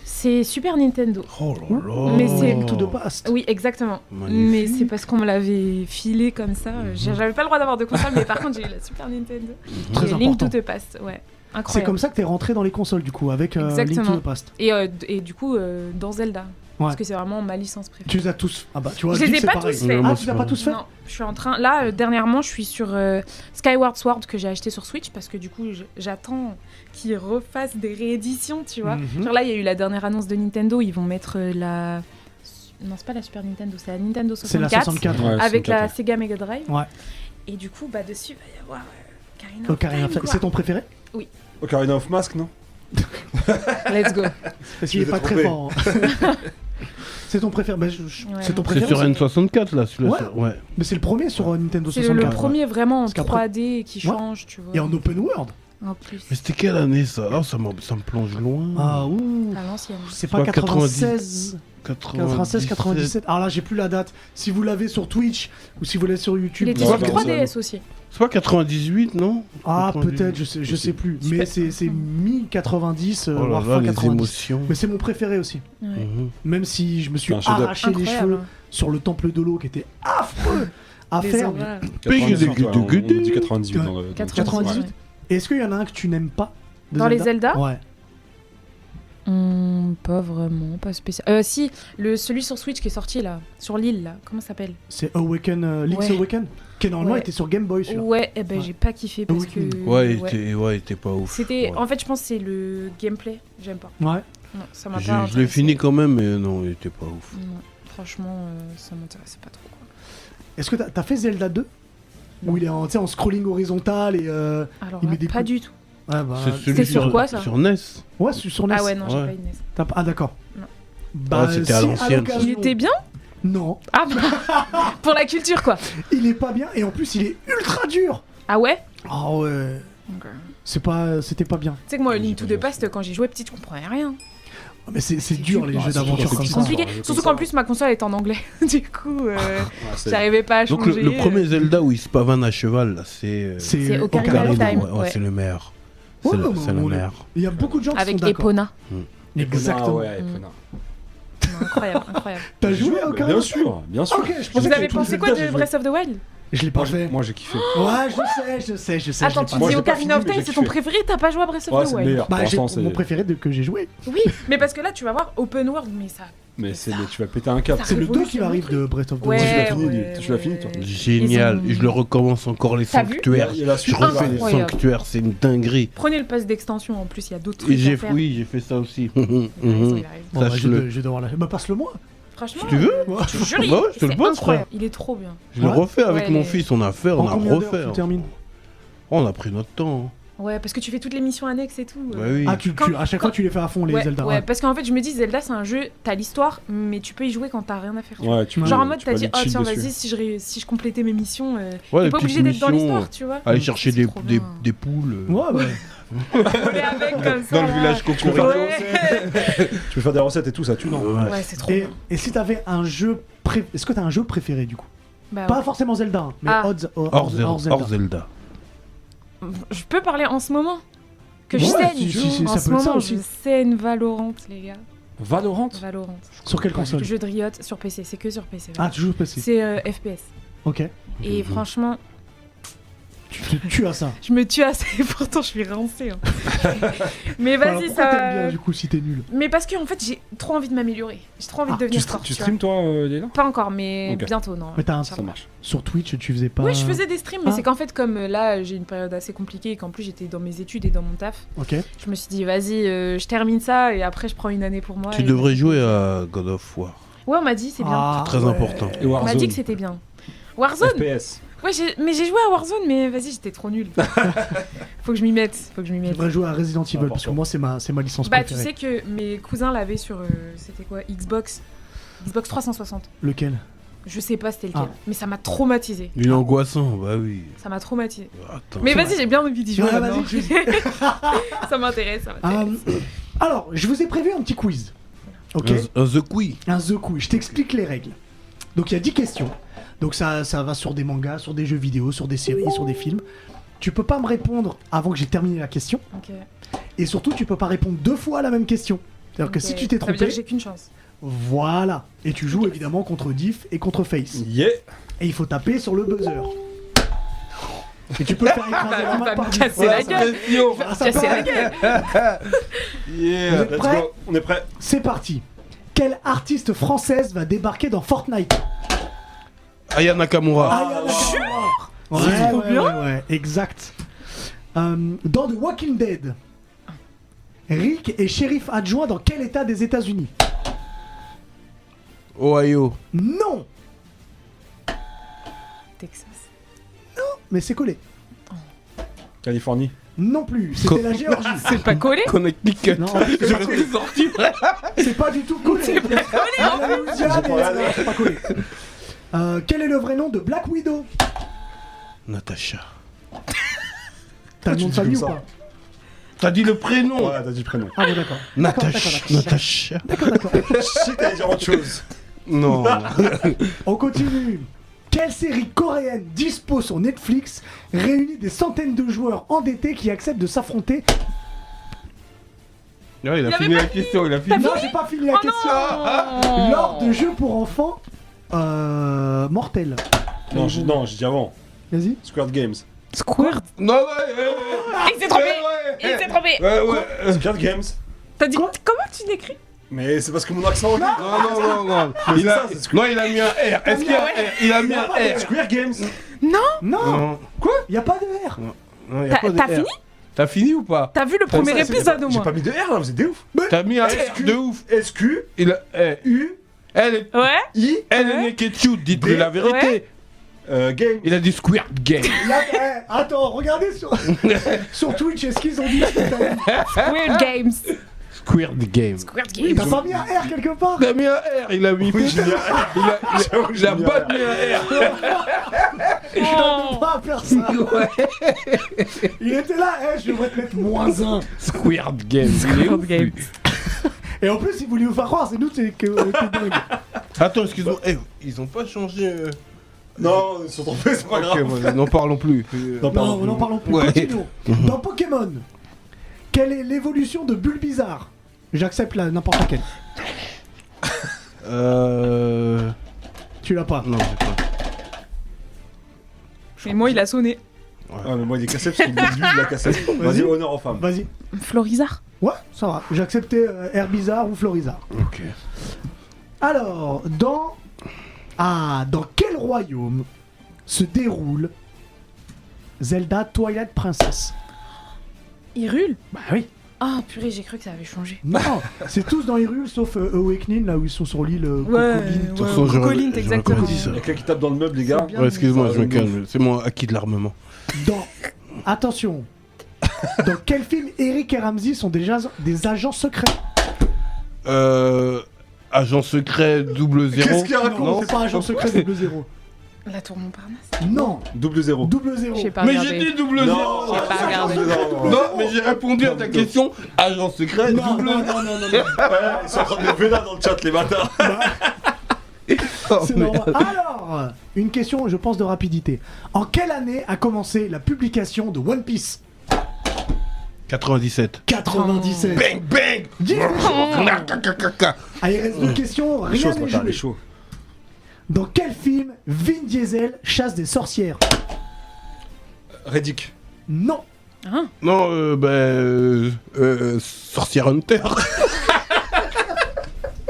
[SPEAKER 4] c'est Super Nintendo.
[SPEAKER 3] Oh là
[SPEAKER 1] euh,
[SPEAKER 3] là
[SPEAKER 4] Mais c'est-
[SPEAKER 1] Tout de past.
[SPEAKER 4] Oui, exactement.
[SPEAKER 3] Magnifique.
[SPEAKER 4] Mais c'est parce qu'on me l'avait filé comme ça. euh, j'ai- J'avais pas le droit d'avoir de console, mais par contre, j'ai eu la Super Nintendo.
[SPEAKER 1] Mhm. Très
[SPEAKER 4] et Link
[SPEAKER 1] important.
[SPEAKER 4] to the Past, ouais.
[SPEAKER 1] C'est
[SPEAKER 4] Incroyable.
[SPEAKER 1] comme ça que t'es rentré dans les consoles du coup, avec euh, Link to
[SPEAKER 4] Exactement.
[SPEAKER 1] the Past.
[SPEAKER 4] Et, euh, d- et du coup, euh, dans Zelda.
[SPEAKER 1] Ouais.
[SPEAKER 4] Parce que c'est vraiment ma licence préférée.
[SPEAKER 1] Tu les as tous. Ah bah tu vois,
[SPEAKER 4] Je les
[SPEAKER 1] Link,
[SPEAKER 4] ai
[SPEAKER 1] c'est
[SPEAKER 4] pas
[SPEAKER 1] pareil.
[SPEAKER 4] tous faits.
[SPEAKER 1] Ah,
[SPEAKER 3] Non, moi,
[SPEAKER 1] tu
[SPEAKER 3] c'est
[SPEAKER 1] l'as pas
[SPEAKER 3] pas-
[SPEAKER 1] tous fait
[SPEAKER 4] Non, je suis en train. Là, euh, dernièrement, je suis sur euh, Skyward Sword que j'ai acheté sur Switch parce que du coup, je- j'attends qu'ils refassent des rééditions, tu vois.
[SPEAKER 1] Mhm.
[SPEAKER 4] Genre là, il y a eu la dernière annonce de Nintendo. Ils vont mettre euh, la. Non, c'est pas la Super Nintendo, c'est la Nintendo
[SPEAKER 1] C'est la 64.
[SPEAKER 2] Ouais,
[SPEAKER 4] avec la
[SPEAKER 2] 64.
[SPEAKER 4] Sega Mega Drive.
[SPEAKER 1] Ouais.
[SPEAKER 4] Et du coup, bah dessus, il va y avoir euh, Karina.
[SPEAKER 1] Ocarina of Time. C'est ton préféré
[SPEAKER 2] Ocarina of Mask, non
[SPEAKER 4] Let's go.
[SPEAKER 1] Parce
[SPEAKER 2] Je
[SPEAKER 1] qu'il est
[SPEAKER 2] vous ai
[SPEAKER 1] pas très
[SPEAKER 2] trompé.
[SPEAKER 1] fort. hein. C'est ton préféré. Bah, je- je-
[SPEAKER 4] Ouais.
[SPEAKER 1] C'est ton
[SPEAKER 3] C'est
[SPEAKER 1] préféré.
[SPEAKER 3] sur
[SPEAKER 1] aussi
[SPEAKER 3] N64 là, celui-là.
[SPEAKER 1] Ouais.
[SPEAKER 3] sur- Ouais.
[SPEAKER 1] Mais c'est le premier sur euh, Nintendo
[SPEAKER 4] C'est le,
[SPEAKER 1] 64.
[SPEAKER 4] premier vraiment en
[SPEAKER 1] Parce qu'après-
[SPEAKER 4] 3D qui
[SPEAKER 1] Ouais.
[SPEAKER 4] change, tu vois.
[SPEAKER 1] Et en open world.
[SPEAKER 4] En plus.
[SPEAKER 3] Mais c'était quelle année ça Ah, ça, me- ça me plonge
[SPEAKER 4] Mm.
[SPEAKER 3] loin.
[SPEAKER 1] Ah ouh.
[SPEAKER 4] À l'ancienne.
[SPEAKER 1] C'est pas
[SPEAKER 3] pas 90.
[SPEAKER 1] 96 96,
[SPEAKER 3] 96,
[SPEAKER 1] 97. Alors là, j'ai plus la date. Si vous l'avez sur Twitch ou si vous l'avez sur YouTube.
[SPEAKER 4] Il était
[SPEAKER 2] Non,
[SPEAKER 4] sur
[SPEAKER 2] c'est pas
[SPEAKER 4] 3DS aussi.
[SPEAKER 3] C'est pas 98, non
[SPEAKER 1] Ah,
[SPEAKER 3] 98.
[SPEAKER 1] peut-être, je sais, je sais plus.
[SPEAKER 4] Super.
[SPEAKER 1] Mais c'est c'est mi-90, euh,
[SPEAKER 3] Oh là
[SPEAKER 1] voire
[SPEAKER 3] là,
[SPEAKER 1] fin
[SPEAKER 3] les
[SPEAKER 1] 90.
[SPEAKER 3] émotions.
[SPEAKER 1] Mais c'est mon préféré aussi.
[SPEAKER 4] Ouais.
[SPEAKER 3] Mhm.
[SPEAKER 1] Même si je me suis
[SPEAKER 2] C'est un chef-d'œuvre.
[SPEAKER 1] arraché les
[SPEAKER 4] Incroyable. hein.
[SPEAKER 1] cheveux sur le temple de l'eau qui était affreux à
[SPEAKER 4] Les
[SPEAKER 1] faire.
[SPEAKER 4] horaires.
[SPEAKER 3] Pégué,
[SPEAKER 2] ouais, on- on
[SPEAKER 3] gueudé.
[SPEAKER 2] dit 98 dans le- dans le-
[SPEAKER 1] 98.
[SPEAKER 2] ouais.
[SPEAKER 1] Et Est-ce qu'il y en a un que tu n'aimes pas de
[SPEAKER 4] Dans les Zelda
[SPEAKER 1] Ouais.
[SPEAKER 4] Hum, pas vraiment, pas spécial. Euh, si, le, celui sur Switch qui est sorti là, sur l'île là, comment ça s'appelle
[SPEAKER 1] C'est Awaken, euh, Link's
[SPEAKER 4] Ouais.
[SPEAKER 1] Awaken, qui normalement
[SPEAKER 4] Ouais.
[SPEAKER 1] était sur Game Boy celui-là.
[SPEAKER 4] Ouais, eh ben
[SPEAKER 1] Ouais.
[SPEAKER 4] j'ai pas kiffé parce que.
[SPEAKER 1] Awakening.
[SPEAKER 3] Ouais, il
[SPEAKER 4] ouais.
[SPEAKER 3] était- ouais, il était pas ouf.
[SPEAKER 4] C'était.
[SPEAKER 3] Ouais.
[SPEAKER 4] En fait, je pense que c'est le gameplay, j'aime pas.
[SPEAKER 1] Ouais.
[SPEAKER 4] Non, ça m'a
[SPEAKER 3] Je-
[SPEAKER 4] pas.
[SPEAKER 3] Je l'ai
[SPEAKER 4] intéressée.
[SPEAKER 3] fini quand même, mais non, il était pas ouf.
[SPEAKER 4] Non, franchement, euh, ça m'intéressait pas trop. quoi.
[SPEAKER 1] Est-ce que t'as t'as fait Zelda 2 Où il est en, tu sais, en scrolling horizontal et. euh,
[SPEAKER 4] Alors
[SPEAKER 1] Il
[SPEAKER 4] là,
[SPEAKER 1] met des
[SPEAKER 4] pas
[SPEAKER 1] coups.
[SPEAKER 4] du tout.
[SPEAKER 1] Ah bah.
[SPEAKER 3] C'est celui
[SPEAKER 4] C'est sur quoi, ça
[SPEAKER 3] Sur E NES.
[SPEAKER 1] Ouais, sur sur NES.
[SPEAKER 4] Ah ouais, non, j'ai
[SPEAKER 3] Ouais.
[SPEAKER 4] pas une NES.
[SPEAKER 1] T'as pas- Ah d'accord.
[SPEAKER 4] Non.
[SPEAKER 1] Bah,
[SPEAKER 3] Ah, c'était à
[SPEAKER 1] si,
[SPEAKER 3] l'ancienne, ça.
[SPEAKER 1] l'occasion-
[SPEAKER 4] Il était bien
[SPEAKER 1] Non,
[SPEAKER 4] Ah bah, Pour la culture quoi
[SPEAKER 1] il est pas bien et en plus il est ultra dur.
[SPEAKER 4] Ah ouais
[SPEAKER 1] Ah ouais,
[SPEAKER 4] Tu
[SPEAKER 1] c'est pas, c'était pas bien.
[SPEAKER 4] sais que moi, Link to the Past, quand j'ai joué petite, je comprenais rien.
[SPEAKER 1] Ah, Mais c'est c'est
[SPEAKER 4] C'est
[SPEAKER 1] dur
[SPEAKER 4] dur.
[SPEAKER 1] les
[SPEAKER 2] Ah,
[SPEAKER 1] jeux
[SPEAKER 2] c'est
[SPEAKER 1] d'aventure
[SPEAKER 2] dur,
[SPEAKER 1] comme
[SPEAKER 2] c'est
[SPEAKER 1] ça.
[SPEAKER 2] compliqué.
[SPEAKER 4] Compliqué.
[SPEAKER 2] ouais, comme
[SPEAKER 4] Surtout
[SPEAKER 2] ça.
[SPEAKER 4] qu'en plus, ma console est en anglais. du coup,
[SPEAKER 2] Ouais,
[SPEAKER 4] euh,
[SPEAKER 2] Ah, c'est-
[SPEAKER 4] j'arrivais pas à
[SPEAKER 3] Donc
[SPEAKER 4] changer. euh,
[SPEAKER 3] le, le premier Zelda où il se pavane à cheval, là, c'est. euh,
[SPEAKER 4] C'est
[SPEAKER 1] Ocarina
[SPEAKER 4] Ocarina of
[SPEAKER 1] of
[SPEAKER 4] Time.
[SPEAKER 3] Ouais, ouais,
[SPEAKER 4] ouais.
[SPEAKER 3] C'est le meilleur.
[SPEAKER 1] Ouais,
[SPEAKER 3] C'est le,
[SPEAKER 1] mais
[SPEAKER 3] c'est le
[SPEAKER 1] on est-
[SPEAKER 3] meilleur.
[SPEAKER 1] Il y a beaucoup de gens
[SPEAKER 4] euh,
[SPEAKER 1] qui
[SPEAKER 4] Avec
[SPEAKER 1] sont d'accord.
[SPEAKER 4] Epona.
[SPEAKER 2] Ah
[SPEAKER 1] Exactement.
[SPEAKER 2] ouais,
[SPEAKER 4] Mm.
[SPEAKER 2] Epona.
[SPEAKER 4] Non, incroyable, incroyable.
[SPEAKER 1] T'as joué à
[SPEAKER 2] Bien
[SPEAKER 1] Ocarina of Time
[SPEAKER 2] sûr, bien sûr.
[SPEAKER 1] Ok, je pensais
[SPEAKER 4] Vous
[SPEAKER 1] que
[SPEAKER 4] avez
[SPEAKER 1] tu
[SPEAKER 4] pensé
[SPEAKER 1] faisais
[SPEAKER 4] quoi
[SPEAKER 1] déjà, j'ai
[SPEAKER 4] de
[SPEAKER 1] joué.
[SPEAKER 4] Breath of the Wild
[SPEAKER 1] Je l'ai pas
[SPEAKER 2] Moi, j'ai-
[SPEAKER 1] fait.
[SPEAKER 2] Moi j'ai kiffé.
[SPEAKER 1] Ouais, je sais, je sais, je sais. je
[SPEAKER 4] Attends,
[SPEAKER 1] l'ai
[SPEAKER 4] tu
[SPEAKER 1] pas
[SPEAKER 2] Moi,
[SPEAKER 4] dis
[SPEAKER 1] fait.
[SPEAKER 2] j'ai pas
[SPEAKER 4] Ocarina of
[SPEAKER 2] fini, mais
[SPEAKER 4] Time,
[SPEAKER 2] j'ai
[SPEAKER 4] c'est ton
[SPEAKER 2] kiffé.
[SPEAKER 4] préféré, t'as pas joué à Breath
[SPEAKER 2] Ouais,
[SPEAKER 4] of the
[SPEAKER 2] c'est le
[SPEAKER 4] Wild
[SPEAKER 2] meilleur.
[SPEAKER 1] Bah,
[SPEAKER 2] Pour
[SPEAKER 1] j'ai
[SPEAKER 2] l'instant,
[SPEAKER 1] mon
[SPEAKER 2] c'est.
[SPEAKER 1] préféré de, que j'ai joué.
[SPEAKER 4] Oui, mais parce que là, tu vas voir Open World, mais ça.
[SPEAKER 2] Mais c'est- mais tu vas péter un câble.
[SPEAKER 4] Ça
[SPEAKER 1] C'est le 2 qui
[SPEAKER 4] révolutionne
[SPEAKER 1] m'arrive
[SPEAKER 4] le
[SPEAKER 1] de Breath of the
[SPEAKER 4] Ouais,
[SPEAKER 2] tu l'as
[SPEAKER 1] Wild.
[SPEAKER 2] fini,
[SPEAKER 4] ouais,
[SPEAKER 2] tu l'as fini, toi.
[SPEAKER 4] ouais.
[SPEAKER 3] Génial.
[SPEAKER 4] Ils ont-
[SPEAKER 3] Et je le recommence encore les
[SPEAKER 4] T'as vu
[SPEAKER 3] sanctuaires.
[SPEAKER 2] Il y a la
[SPEAKER 3] Je
[SPEAKER 2] suite.
[SPEAKER 3] refais les
[SPEAKER 4] Incroyable.
[SPEAKER 3] sanctuaires, c'est une dinguerie.
[SPEAKER 4] Prenez le pass d'extension en plus, il y a d'autres trucs.
[SPEAKER 3] Et j'ai
[SPEAKER 4] à faire.
[SPEAKER 3] oui, j'ai fait ça aussi.
[SPEAKER 4] Il a raison,
[SPEAKER 3] Mhm.
[SPEAKER 4] il a raison.
[SPEAKER 1] Bon, bah, je
[SPEAKER 3] Sache-le.
[SPEAKER 1] vais- je vais devoir la. Bah, passe-le-moi.
[SPEAKER 4] Franchement, euh,
[SPEAKER 3] Si tu veux,
[SPEAKER 1] Ouais.
[SPEAKER 4] je te jure,
[SPEAKER 3] Bah
[SPEAKER 4] il-
[SPEAKER 3] ouais, je te le
[SPEAKER 4] c'est
[SPEAKER 3] passe, frère.
[SPEAKER 4] incroyable. Il est trop bien.
[SPEAKER 3] je l'ai
[SPEAKER 1] Ouais.
[SPEAKER 3] refait avec
[SPEAKER 4] Ouais,
[SPEAKER 3] mon
[SPEAKER 4] les-
[SPEAKER 3] fils, on a fait, on
[SPEAKER 1] En
[SPEAKER 3] a
[SPEAKER 1] combien d'heures
[SPEAKER 3] refait.
[SPEAKER 1] tu termines
[SPEAKER 3] On a pris notre temps. hein.
[SPEAKER 4] Ouais, parce que tu fais toutes les missions annexes et tout.
[SPEAKER 3] Bah
[SPEAKER 4] euh.
[SPEAKER 3] oui.
[SPEAKER 1] Ah, tu, tu-
[SPEAKER 4] Quand-
[SPEAKER 1] à chaque fois, tu les fais à fond, les
[SPEAKER 4] ouais,
[SPEAKER 1] Zelda.
[SPEAKER 4] ouais, parce qu'en fait, je me dis, Zelda, c'est un jeu, t'as l'histoire, mais tu peux y jouer quand t'as rien à faire. tu vois.
[SPEAKER 2] Ouais, tu peux-
[SPEAKER 4] Genre en mode,
[SPEAKER 2] tu
[SPEAKER 4] t'as
[SPEAKER 2] peux
[SPEAKER 4] dit,
[SPEAKER 2] aller
[SPEAKER 4] oh
[SPEAKER 2] chill
[SPEAKER 4] tiens,
[SPEAKER 2] dessus.
[SPEAKER 4] vas-y, si je, ré- si je complétais mes missions, euh,
[SPEAKER 3] Ouais,
[SPEAKER 4] t'es
[SPEAKER 3] les
[SPEAKER 4] pas
[SPEAKER 3] petites
[SPEAKER 4] obligé d'être dans
[SPEAKER 3] missions,
[SPEAKER 4] l'histoire, tu vois.
[SPEAKER 3] Aller chercher
[SPEAKER 4] C'est
[SPEAKER 3] des,
[SPEAKER 4] trop
[SPEAKER 3] des,
[SPEAKER 4] bien.
[SPEAKER 3] des poules. euh,
[SPEAKER 1] Ouais, ouais.
[SPEAKER 4] Voler avec comme ça.
[SPEAKER 3] Dans le
[SPEAKER 4] là.
[SPEAKER 3] village
[SPEAKER 2] Tu peux, faire
[SPEAKER 3] Cocorico.
[SPEAKER 2] des
[SPEAKER 4] Ouais.
[SPEAKER 2] recettes. tu peux faire des recettes et tout, ça tue, non
[SPEAKER 3] Ouais.
[SPEAKER 4] Ouais, c'est trop
[SPEAKER 1] Et,
[SPEAKER 4] bien.
[SPEAKER 1] et si t'avais un jeu. pré- Est-ce que t'as un jeu préféré du coup
[SPEAKER 4] Bah,
[SPEAKER 1] Pas
[SPEAKER 4] ouais.
[SPEAKER 1] forcément Zelda, hein, mais
[SPEAKER 4] Ah.
[SPEAKER 1] odds, or-
[SPEAKER 3] Hors
[SPEAKER 1] hors
[SPEAKER 3] Zelda.
[SPEAKER 1] Zelda.
[SPEAKER 3] Hors Zelda.
[SPEAKER 4] Je peux parler en ce moment que je
[SPEAKER 1] Ouais,
[SPEAKER 4] saigne.
[SPEAKER 1] si, si, si,
[SPEAKER 4] en
[SPEAKER 1] ça
[SPEAKER 4] ce
[SPEAKER 1] peut être ça
[SPEAKER 4] moment,
[SPEAKER 1] aussi.
[SPEAKER 4] je saigne Valorant, les gars.
[SPEAKER 2] Valorant
[SPEAKER 4] Valorant.
[SPEAKER 1] Sur quelle console
[SPEAKER 4] Jeu de riot sur PC, c'est que sur PC.
[SPEAKER 1] Ah, tu joues au PC.
[SPEAKER 4] c'est euh, FPS.
[SPEAKER 1] Ok.
[SPEAKER 4] Et franchement,
[SPEAKER 1] Tu te tues à ça.
[SPEAKER 4] je me tue assez, pourtant je suis rincée. hein. Mais
[SPEAKER 1] Alors,
[SPEAKER 4] vas-y,
[SPEAKER 1] pourquoi
[SPEAKER 4] ça.
[SPEAKER 1] t'aimes bien du coup si t'es nul
[SPEAKER 4] Mais parce que en fait, j'ai trop envie de m'améliorer. J'ai trop envie
[SPEAKER 1] Ah,
[SPEAKER 4] de devenir
[SPEAKER 2] Tu,
[SPEAKER 4] fort.
[SPEAKER 2] stre- tu
[SPEAKER 4] tu vois.
[SPEAKER 2] stream, toi, euh, Léna
[SPEAKER 4] Pas encore, mais
[SPEAKER 2] Ok.
[SPEAKER 4] bientôt, non.
[SPEAKER 1] Mais t'as un-
[SPEAKER 2] Ça marche.
[SPEAKER 1] Sur Twitch, tu faisais pas.
[SPEAKER 4] Oui, je faisais des streams, mais
[SPEAKER 1] Ah.
[SPEAKER 4] c'est qu'en fait, comme euh, là, j'ai une période assez compliquée et qu'en plus, j'étais dans mes études et dans mon taf,
[SPEAKER 1] Ok.
[SPEAKER 4] je me suis dit, vas-y, euh, je termine ça et après, je prends une année pour moi.
[SPEAKER 3] Tu
[SPEAKER 4] et-
[SPEAKER 3] devrais jouer à God of War.
[SPEAKER 4] Ouais, on m'a dit, c'est bien.
[SPEAKER 1] Ah,
[SPEAKER 3] Très
[SPEAKER 1] ouais.
[SPEAKER 3] important.
[SPEAKER 2] Et
[SPEAKER 4] On m'a dit
[SPEAKER 2] Warzone
[SPEAKER 4] que c'était bien. Warzone
[SPEAKER 2] FPS.
[SPEAKER 4] Ouais, j'ai- mais j'ai joué à Warzone, mais vas-y, j'étais trop nulle. faut que je m'y mette, faut que je m'y
[SPEAKER 1] Tu
[SPEAKER 4] mette.
[SPEAKER 1] devrais jouer à Resident Evil
[SPEAKER 2] Important.
[SPEAKER 1] parce que moi c'est ma c'est ma licence
[SPEAKER 4] Bah, tu
[SPEAKER 1] préférée.
[SPEAKER 4] sais que mes cousins l'avaient sur. euh, c'était quoi Xbox Xbox 360.
[SPEAKER 1] Lequel
[SPEAKER 4] Je sais pas c'était lequel,
[SPEAKER 1] Ah.
[SPEAKER 4] mais ça m'a traumatisé.
[SPEAKER 3] Il est angoissant, bah oui.
[SPEAKER 4] Ça m'a traumatisé.
[SPEAKER 3] Attends.
[SPEAKER 4] Mais vas-y, j'ai bien envie d'y jouer.
[SPEAKER 1] Ah,
[SPEAKER 4] maintenant.
[SPEAKER 1] vas-y,
[SPEAKER 4] ça m'intéresse, ça
[SPEAKER 1] Ah,
[SPEAKER 4] m'intéresse.
[SPEAKER 1] alors, je vous ai prévu un petit quiz. Ok.
[SPEAKER 3] Un, un The Queen.
[SPEAKER 1] Un The Quiz. Je t'explique les règles. Donc il y a 10 questions. Donc ça, ça va sur des mangas, sur des jeux vidéo, sur des séries, sur des films. Tu peux pas me répondre avant que j'ai terminé la question.
[SPEAKER 4] Ok.
[SPEAKER 1] Et surtout, tu peux pas répondre deux fois à la même question. C'est-à-dire que
[SPEAKER 4] Ok.
[SPEAKER 1] si tu t'es
[SPEAKER 4] Ça veut dire
[SPEAKER 1] trompé,
[SPEAKER 4] que j'ai qu'une chance.
[SPEAKER 1] voilà. Et tu joues évidemment contre Diff et contre Face.
[SPEAKER 2] Yeah
[SPEAKER 1] Et il faut taper sur le buzzer. Et tu peux faire écraser la
[SPEAKER 4] Bah,
[SPEAKER 1] main
[SPEAKER 4] va
[SPEAKER 1] par
[SPEAKER 4] me
[SPEAKER 1] Diff.
[SPEAKER 4] casser
[SPEAKER 1] Voilà,
[SPEAKER 4] la
[SPEAKER 1] ça-
[SPEAKER 4] gueule.
[SPEAKER 2] Yo.
[SPEAKER 1] Ah, ça
[SPEAKER 4] Casser
[SPEAKER 1] part.
[SPEAKER 4] la gueule.
[SPEAKER 2] Yeah,
[SPEAKER 1] Vous êtes
[SPEAKER 2] let's
[SPEAKER 1] prêts
[SPEAKER 2] go. On est prêts
[SPEAKER 1] C'est parti. Quelle artiste française va débarquer dans Fortnite
[SPEAKER 3] Aya Nakamura.
[SPEAKER 1] Aya
[SPEAKER 2] wow.
[SPEAKER 1] Nakamura.
[SPEAKER 4] Ah, C'est trop bien.
[SPEAKER 1] ouais, ouais, exact. Euh, dans The Walking Dead, Rick est shérif adjoint dans quel état des États-Unis
[SPEAKER 3] Ohio.
[SPEAKER 1] Non,
[SPEAKER 4] Texas.
[SPEAKER 1] mais c'est collé.
[SPEAKER 2] Californie.
[SPEAKER 1] Non plus, c'était
[SPEAKER 3] Co-
[SPEAKER 1] la Géorgie.
[SPEAKER 4] C'est pas collé
[SPEAKER 3] Connecticut.
[SPEAKER 1] Non,
[SPEAKER 3] J'aurais sorti.
[SPEAKER 1] c'est pas du tout collé. C'est pas collé. La Louisiane,
[SPEAKER 2] Ils ont pas
[SPEAKER 1] et- non, c'est pas collé. Euh, quel est le vrai nom de Black Widow
[SPEAKER 3] Natacha.
[SPEAKER 1] T'as le nom de famille ou
[SPEAKER 2] ça
[SPEAKER 1] pas
[SPEAKER 3] T'as dit le prénom.
[SPEAKER 2] Ouais, t'as dit le prénom.
[SPEAKER 1] Ah bon d'accord.
[SPEAKER 3] Natacha. Natacha.
[SPEAKER 2] Je sais que t'allais dire autre chose.
[SPEAKER 3] Non.
[SPEAKER 1] On continue. Quelle série coréenne dispose sur Netflix réunit des centaines de joueurs endettés qui acceptent de s'affronter
[SPEAKER 3] Non, il
[SPEAKER 4] avait
[SPEAKER 3] a fini
[SPEAKER 4] pas
[SPEAKER 3] la question, il a fini.
[SPEAKER 1] Non, j'ai pas fini Oh la question.
[SPEAKER 4] non
[SPEAKER 1] Lors de jeux pour enfants euh, mortels.
[SPEAKER 2] Non, je- non, j'ai dit avant.
[SPEAKER 1] Vas-y.
[SPEAKER 2] Squared Games.
[SPEAKER 4] Squirt.
[SPEAKER 3] Non, non, ouais,
[SPEAKER 4] Il s'est trompé
[SPEAKER 3] ouais,
[SPEAKER 4] Ah, Il
[SPEAKER 3] ouais,
[SPEAKER 4] s'est trompé
[SPEAKER 3] ouais, ouais, ouais.
[SPEAKER 2] Squared Games.
[SPEAKER 4] T'as dit comment tu décris
[SPEAKER 2] Mais c'est parce que mon accent.
[SPEAKER 3] Non, non, non, non. Il a...
[SPEAKER 2] c'est ce
[SPEAKER 3] non, il a mis un R. Est-ce qu'il y a un R Il a mis un
[SPEAKER 2] Hey,
[SPEAKER 3] R.
[SPEAKER 2] Square Eh, Games
[SPEAKER 1] Non,
[SPEAKER 3] Non,
[SPEAKER 1] il y a pas de R.
[SPEAKER 3] non, il y a
[SPEAKER 4] T'as
[SPEAKER 3] pas de
[SPEAKER 4] t'as
[SPEAKER 3] R.
[SPEAKER 4] fini
[SPEAKER 3] T'as fini ou pas
[SPEAKER 4] T'as vu le premier
[SPEAKER 2] ça, c'est-
[SPEAKER 4] épisode au
[SPEAKER 2] J'ai
[SPEAKER 4] moins
[SPEAKER 2] pas mis de R là, vous êtes des ouf
[SPEAKER 3] T'as mis un R
[SPEAKER 2] Excuse-
[SPEAKER 3] de ouf.
[SPEAKER 2] SQ,
[SPEAKER 3] Il a... eh,
[SPEAKER 2] U,
[SPEAKER 3] Elle est...
[SPEAKER 4] Ouais
[SPEAKER 2] I,
[SPEAKER 3] Elle est née ketchup, dites-lui
[SPEAKER 2] Des-
[SPEAKER 3] la vérité.
[SPEAKER 2] euh, Game.
[SPEAKER 3] Il a dit Squirt Game.
[SPEAKER 1] Il y a- eh, attends, regardez sur, sur Twitch, est-ce qu'ils ont dit tout à l'heure
[SPEAKER 4] Weird Games
[SPEAKER 3] Squirt Game.
[SPEAKER 4] Squirt
[SPEAKER 1] Oui,
[SPEAKER 4] Games
[SPEAKER 1] t'as pas mis un R quelque part
[SPEAKER 3] Il a mis un R, il a mis.
[SPEAKER 2] Oui, j'ai mis un
[SPEAKER 3] Il a, il a-
[SPEAKER 2] J'avoue,
[SPEAKER 3] il a
[SPEAKER 2] j'ai mis
[SPEAKER 3] pas
[SPEAKER 2] un
[SPEAKER 3] mis un R.
[SPEAKER 1] Je pas à faire ça.
[SPEAKER 3] Ouais.
[SPEAKER 1] Il était là, eh, je devrais te mettre moins un.
[SPEAKER 3] Squirt Game. il est ouf,
[SPEAKER 4] Game.
[SPEAKER 3] lui.
[SPEAKER 1] Et en plus, il voulait vous faire croire, c'est nous c'est que euh, que dingue.
[SPEAKER 3] Attends, excuse-moi. eh, ils ont pas changé. euh,
[SPEAKER 2] Non, ils sont trompés, c'est pas
[SPEAKER 3] ok,
[SPEAKER 2] grave.
[SPEAKER 3] ouais, n'en parlons plus. Euh,
[SPEAKER 2] Non,
[SPEAKER 1] Non,
[SPEAKER 2] pardon.
[SPEAKER 1] n'en parlons plus. Mhm.
[SPEAKER 3] Ouais.
[SPEAKER 1] Continuons. Dans Pokémon, quelle est l'évolution de Bulbizarre J'accepte la n'importe laquelle.
[SPEAKER 3] Euh.
[SPEAKER 1] Tu l'as pas.
[SPEAKER 3] Non, j'ai pas.
[SPEAKER 4] Et moi il a sonné
[SPEAKER 2] Ah, mais moi il est cassé parce qu'il est lui, il a cassé.
[SPEAKER 1] Vas-y.
[SPEAKER 2] Vas-y, honneur aux femmes.
[SPEAKER 1] Vas-y.
[SPEAKER 4] Florizard
[SPEAKER 1] Ouais, ça va. J'acceptais euh, Herbizarre ou Florizard.
[SPEAKER 3] Ok.
[SPEAKER 1] Alors, dans. Ah, dans quel royaume se déroule Zelda Twilight Princess
[SPEAKER 4] Hyrule
[SPEAKER 1] Bah oui.
[SPEAKER 4] Ah purée j'ai cru que ça avait changé
[SPEAKER 1] Non, c'est tous dans Hyrule sauf euh, Awakening, là où ils sont sur l'île. euh, Cocobine.
[SPEAKER 3] De toute façon, j'aurais-
[SPEAKER 4] Colline,
[SPEAKER 3] j'aurais
[SPEAKER 4] exactement.
[SPEAKER 3] pas dit ça.
[SPEAKER 2] Y'a quelqu'un qui tape dans le meuble, les gars.
[SPEAKER 4] C'est bien.
[SPEAKER 3] Ouais, excuse-moi,
[SPEAKER 2] Ça,
[SPEAKER 3] je me
[SPEAKER 2] le
[SPEAKER 3] calme. C'est mon acquis de l'armement.
[SPEAKER 1] Dans. Attention. Dans quel film Eric et Ramsey sont déjà des agents secrets
[SPEAKER 3] Euh, agent secret double zéro.
[SPEAKER 2] Qu'est-ce qu'il raconte
[SPEAKER 1] Non, pas agent secret double zéro.
[SPEAKER 4] La tour Montparnasse
[SPEAKER 1] Non,
[SPEAKER 2] Double zéro.
[SPEAKER 1] double zéro.
[SPEAKER 4] Je sais pas
[SPEAKER 3] Mais
[SPEAKER 4] regardé.
[SPEAKER 3] j'ai dit double zéro.
[SPEAKER 4] j'ai pas regardé.
[SPEAKER 2] Non,
[SPEAKER 3] Non, mais j'ai répondu à ta question. Agent secret
[SPEAKER 1] Non,
[SPEAKER 3] double
[SPEAKER 1] non,
[SPEAKER 3] zéro.
[SPEAKER 1] non, non, non, non.
[SPEAKER 2] Ils sont en train de vénère dans le chat, les bâtards.
[SPEAKER 5] Oh,
[SPEAKER 1] C'est normal. Alors, une question, je pense, de rapidité. En quelle année a commencé la publication de One Piece
[SPEAKER 3] 97.
[SPEAKER 1] 97.
[SPEAKER 3] Bang bang.
[SPEAKER 1] Dis-
[SPEAKER 3] Kna, ka, ka, ka, ka.
[SPEAKER 1] Ah, il reste deux questions, rien n'est joué.
[SPEAKER 2] chaud.
[SPEAKER 1] Dans quel film Vin Diesel chasse des sorcières
[SPEAKER 2] Reddick.
[SPEAKER 1] Non.
[SPEAKER 4] Hein
[SPEAKER 3] Non, euh, ben. euh, euh, Sorcière Hunter.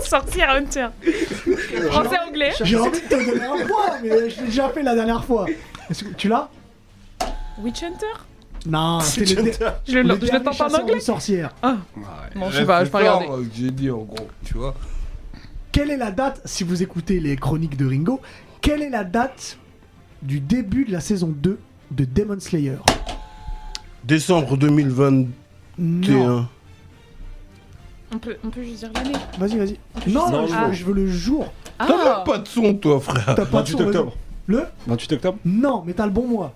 [SPEAKER 4] Sortir Hunter. Français-anglais.
[SPEAKER 1] J'ai envie de te donner un point, mais je l'ai déjà fait la dernière fois. Est-ce que tu l'as
[SPEAKER 4] Witch Hunter
[SPEAKER 1] Non,
[SPEAKER 2] C'est
[SPEAKER 1] c'était le,
[SPEAKER 2] Hunter.
[SPEAKER 4] Je le,
[SPEAKER 1] le
[SPEAKER 4] je le
[SPEAKER 1] dernier
[SPEAKER 4] tente en
[SPEAKER 1] chasseur de
[SPEAKER 4] anglais
[SPEAKER 1] sorcières.
[SPEAKER 4] Bon, je sais pas, je peux
[SPEAKER 3] C'est
[SPEAKER 4] regarder.
[SPEAKER 3] fort, euh, que J'ai dit en gros, tu vois.
[SPEAKER 1] Quelle est la date, si vous écoutez les chroniques de Ringo, quelle est la date du début de la saison 2 de Demon Slayer
[SPEAKER 3] Décembre 2021.
[SPEAKER 1] Non.
[SPEAKER 4] On peut, on peut juste dire l'année.
[SPEAKER 1] Vas-y, vas-y. Non, non,
[SPEAKER 2] Non,
[SPEAKER 1] je,
[SPEAKER 4] ah.
[SPEAKER 1] veux, je veux le jour.
[SPEAKER 3] T'as
[SPEAKER 4] Ah
[SPEAKER 3] même pas de son, toi, frère.
[SPEAKER 1] T'as pas de
[SPEAKER 2] 28
[SPEAKER 1] son, vas-y.
[SPEAKER 2] octobre.
[SPEAKER 1] Le
[SPEAKER 2] 28 octobre
[SPEAKER 1] Non, mais t'as le bon mois.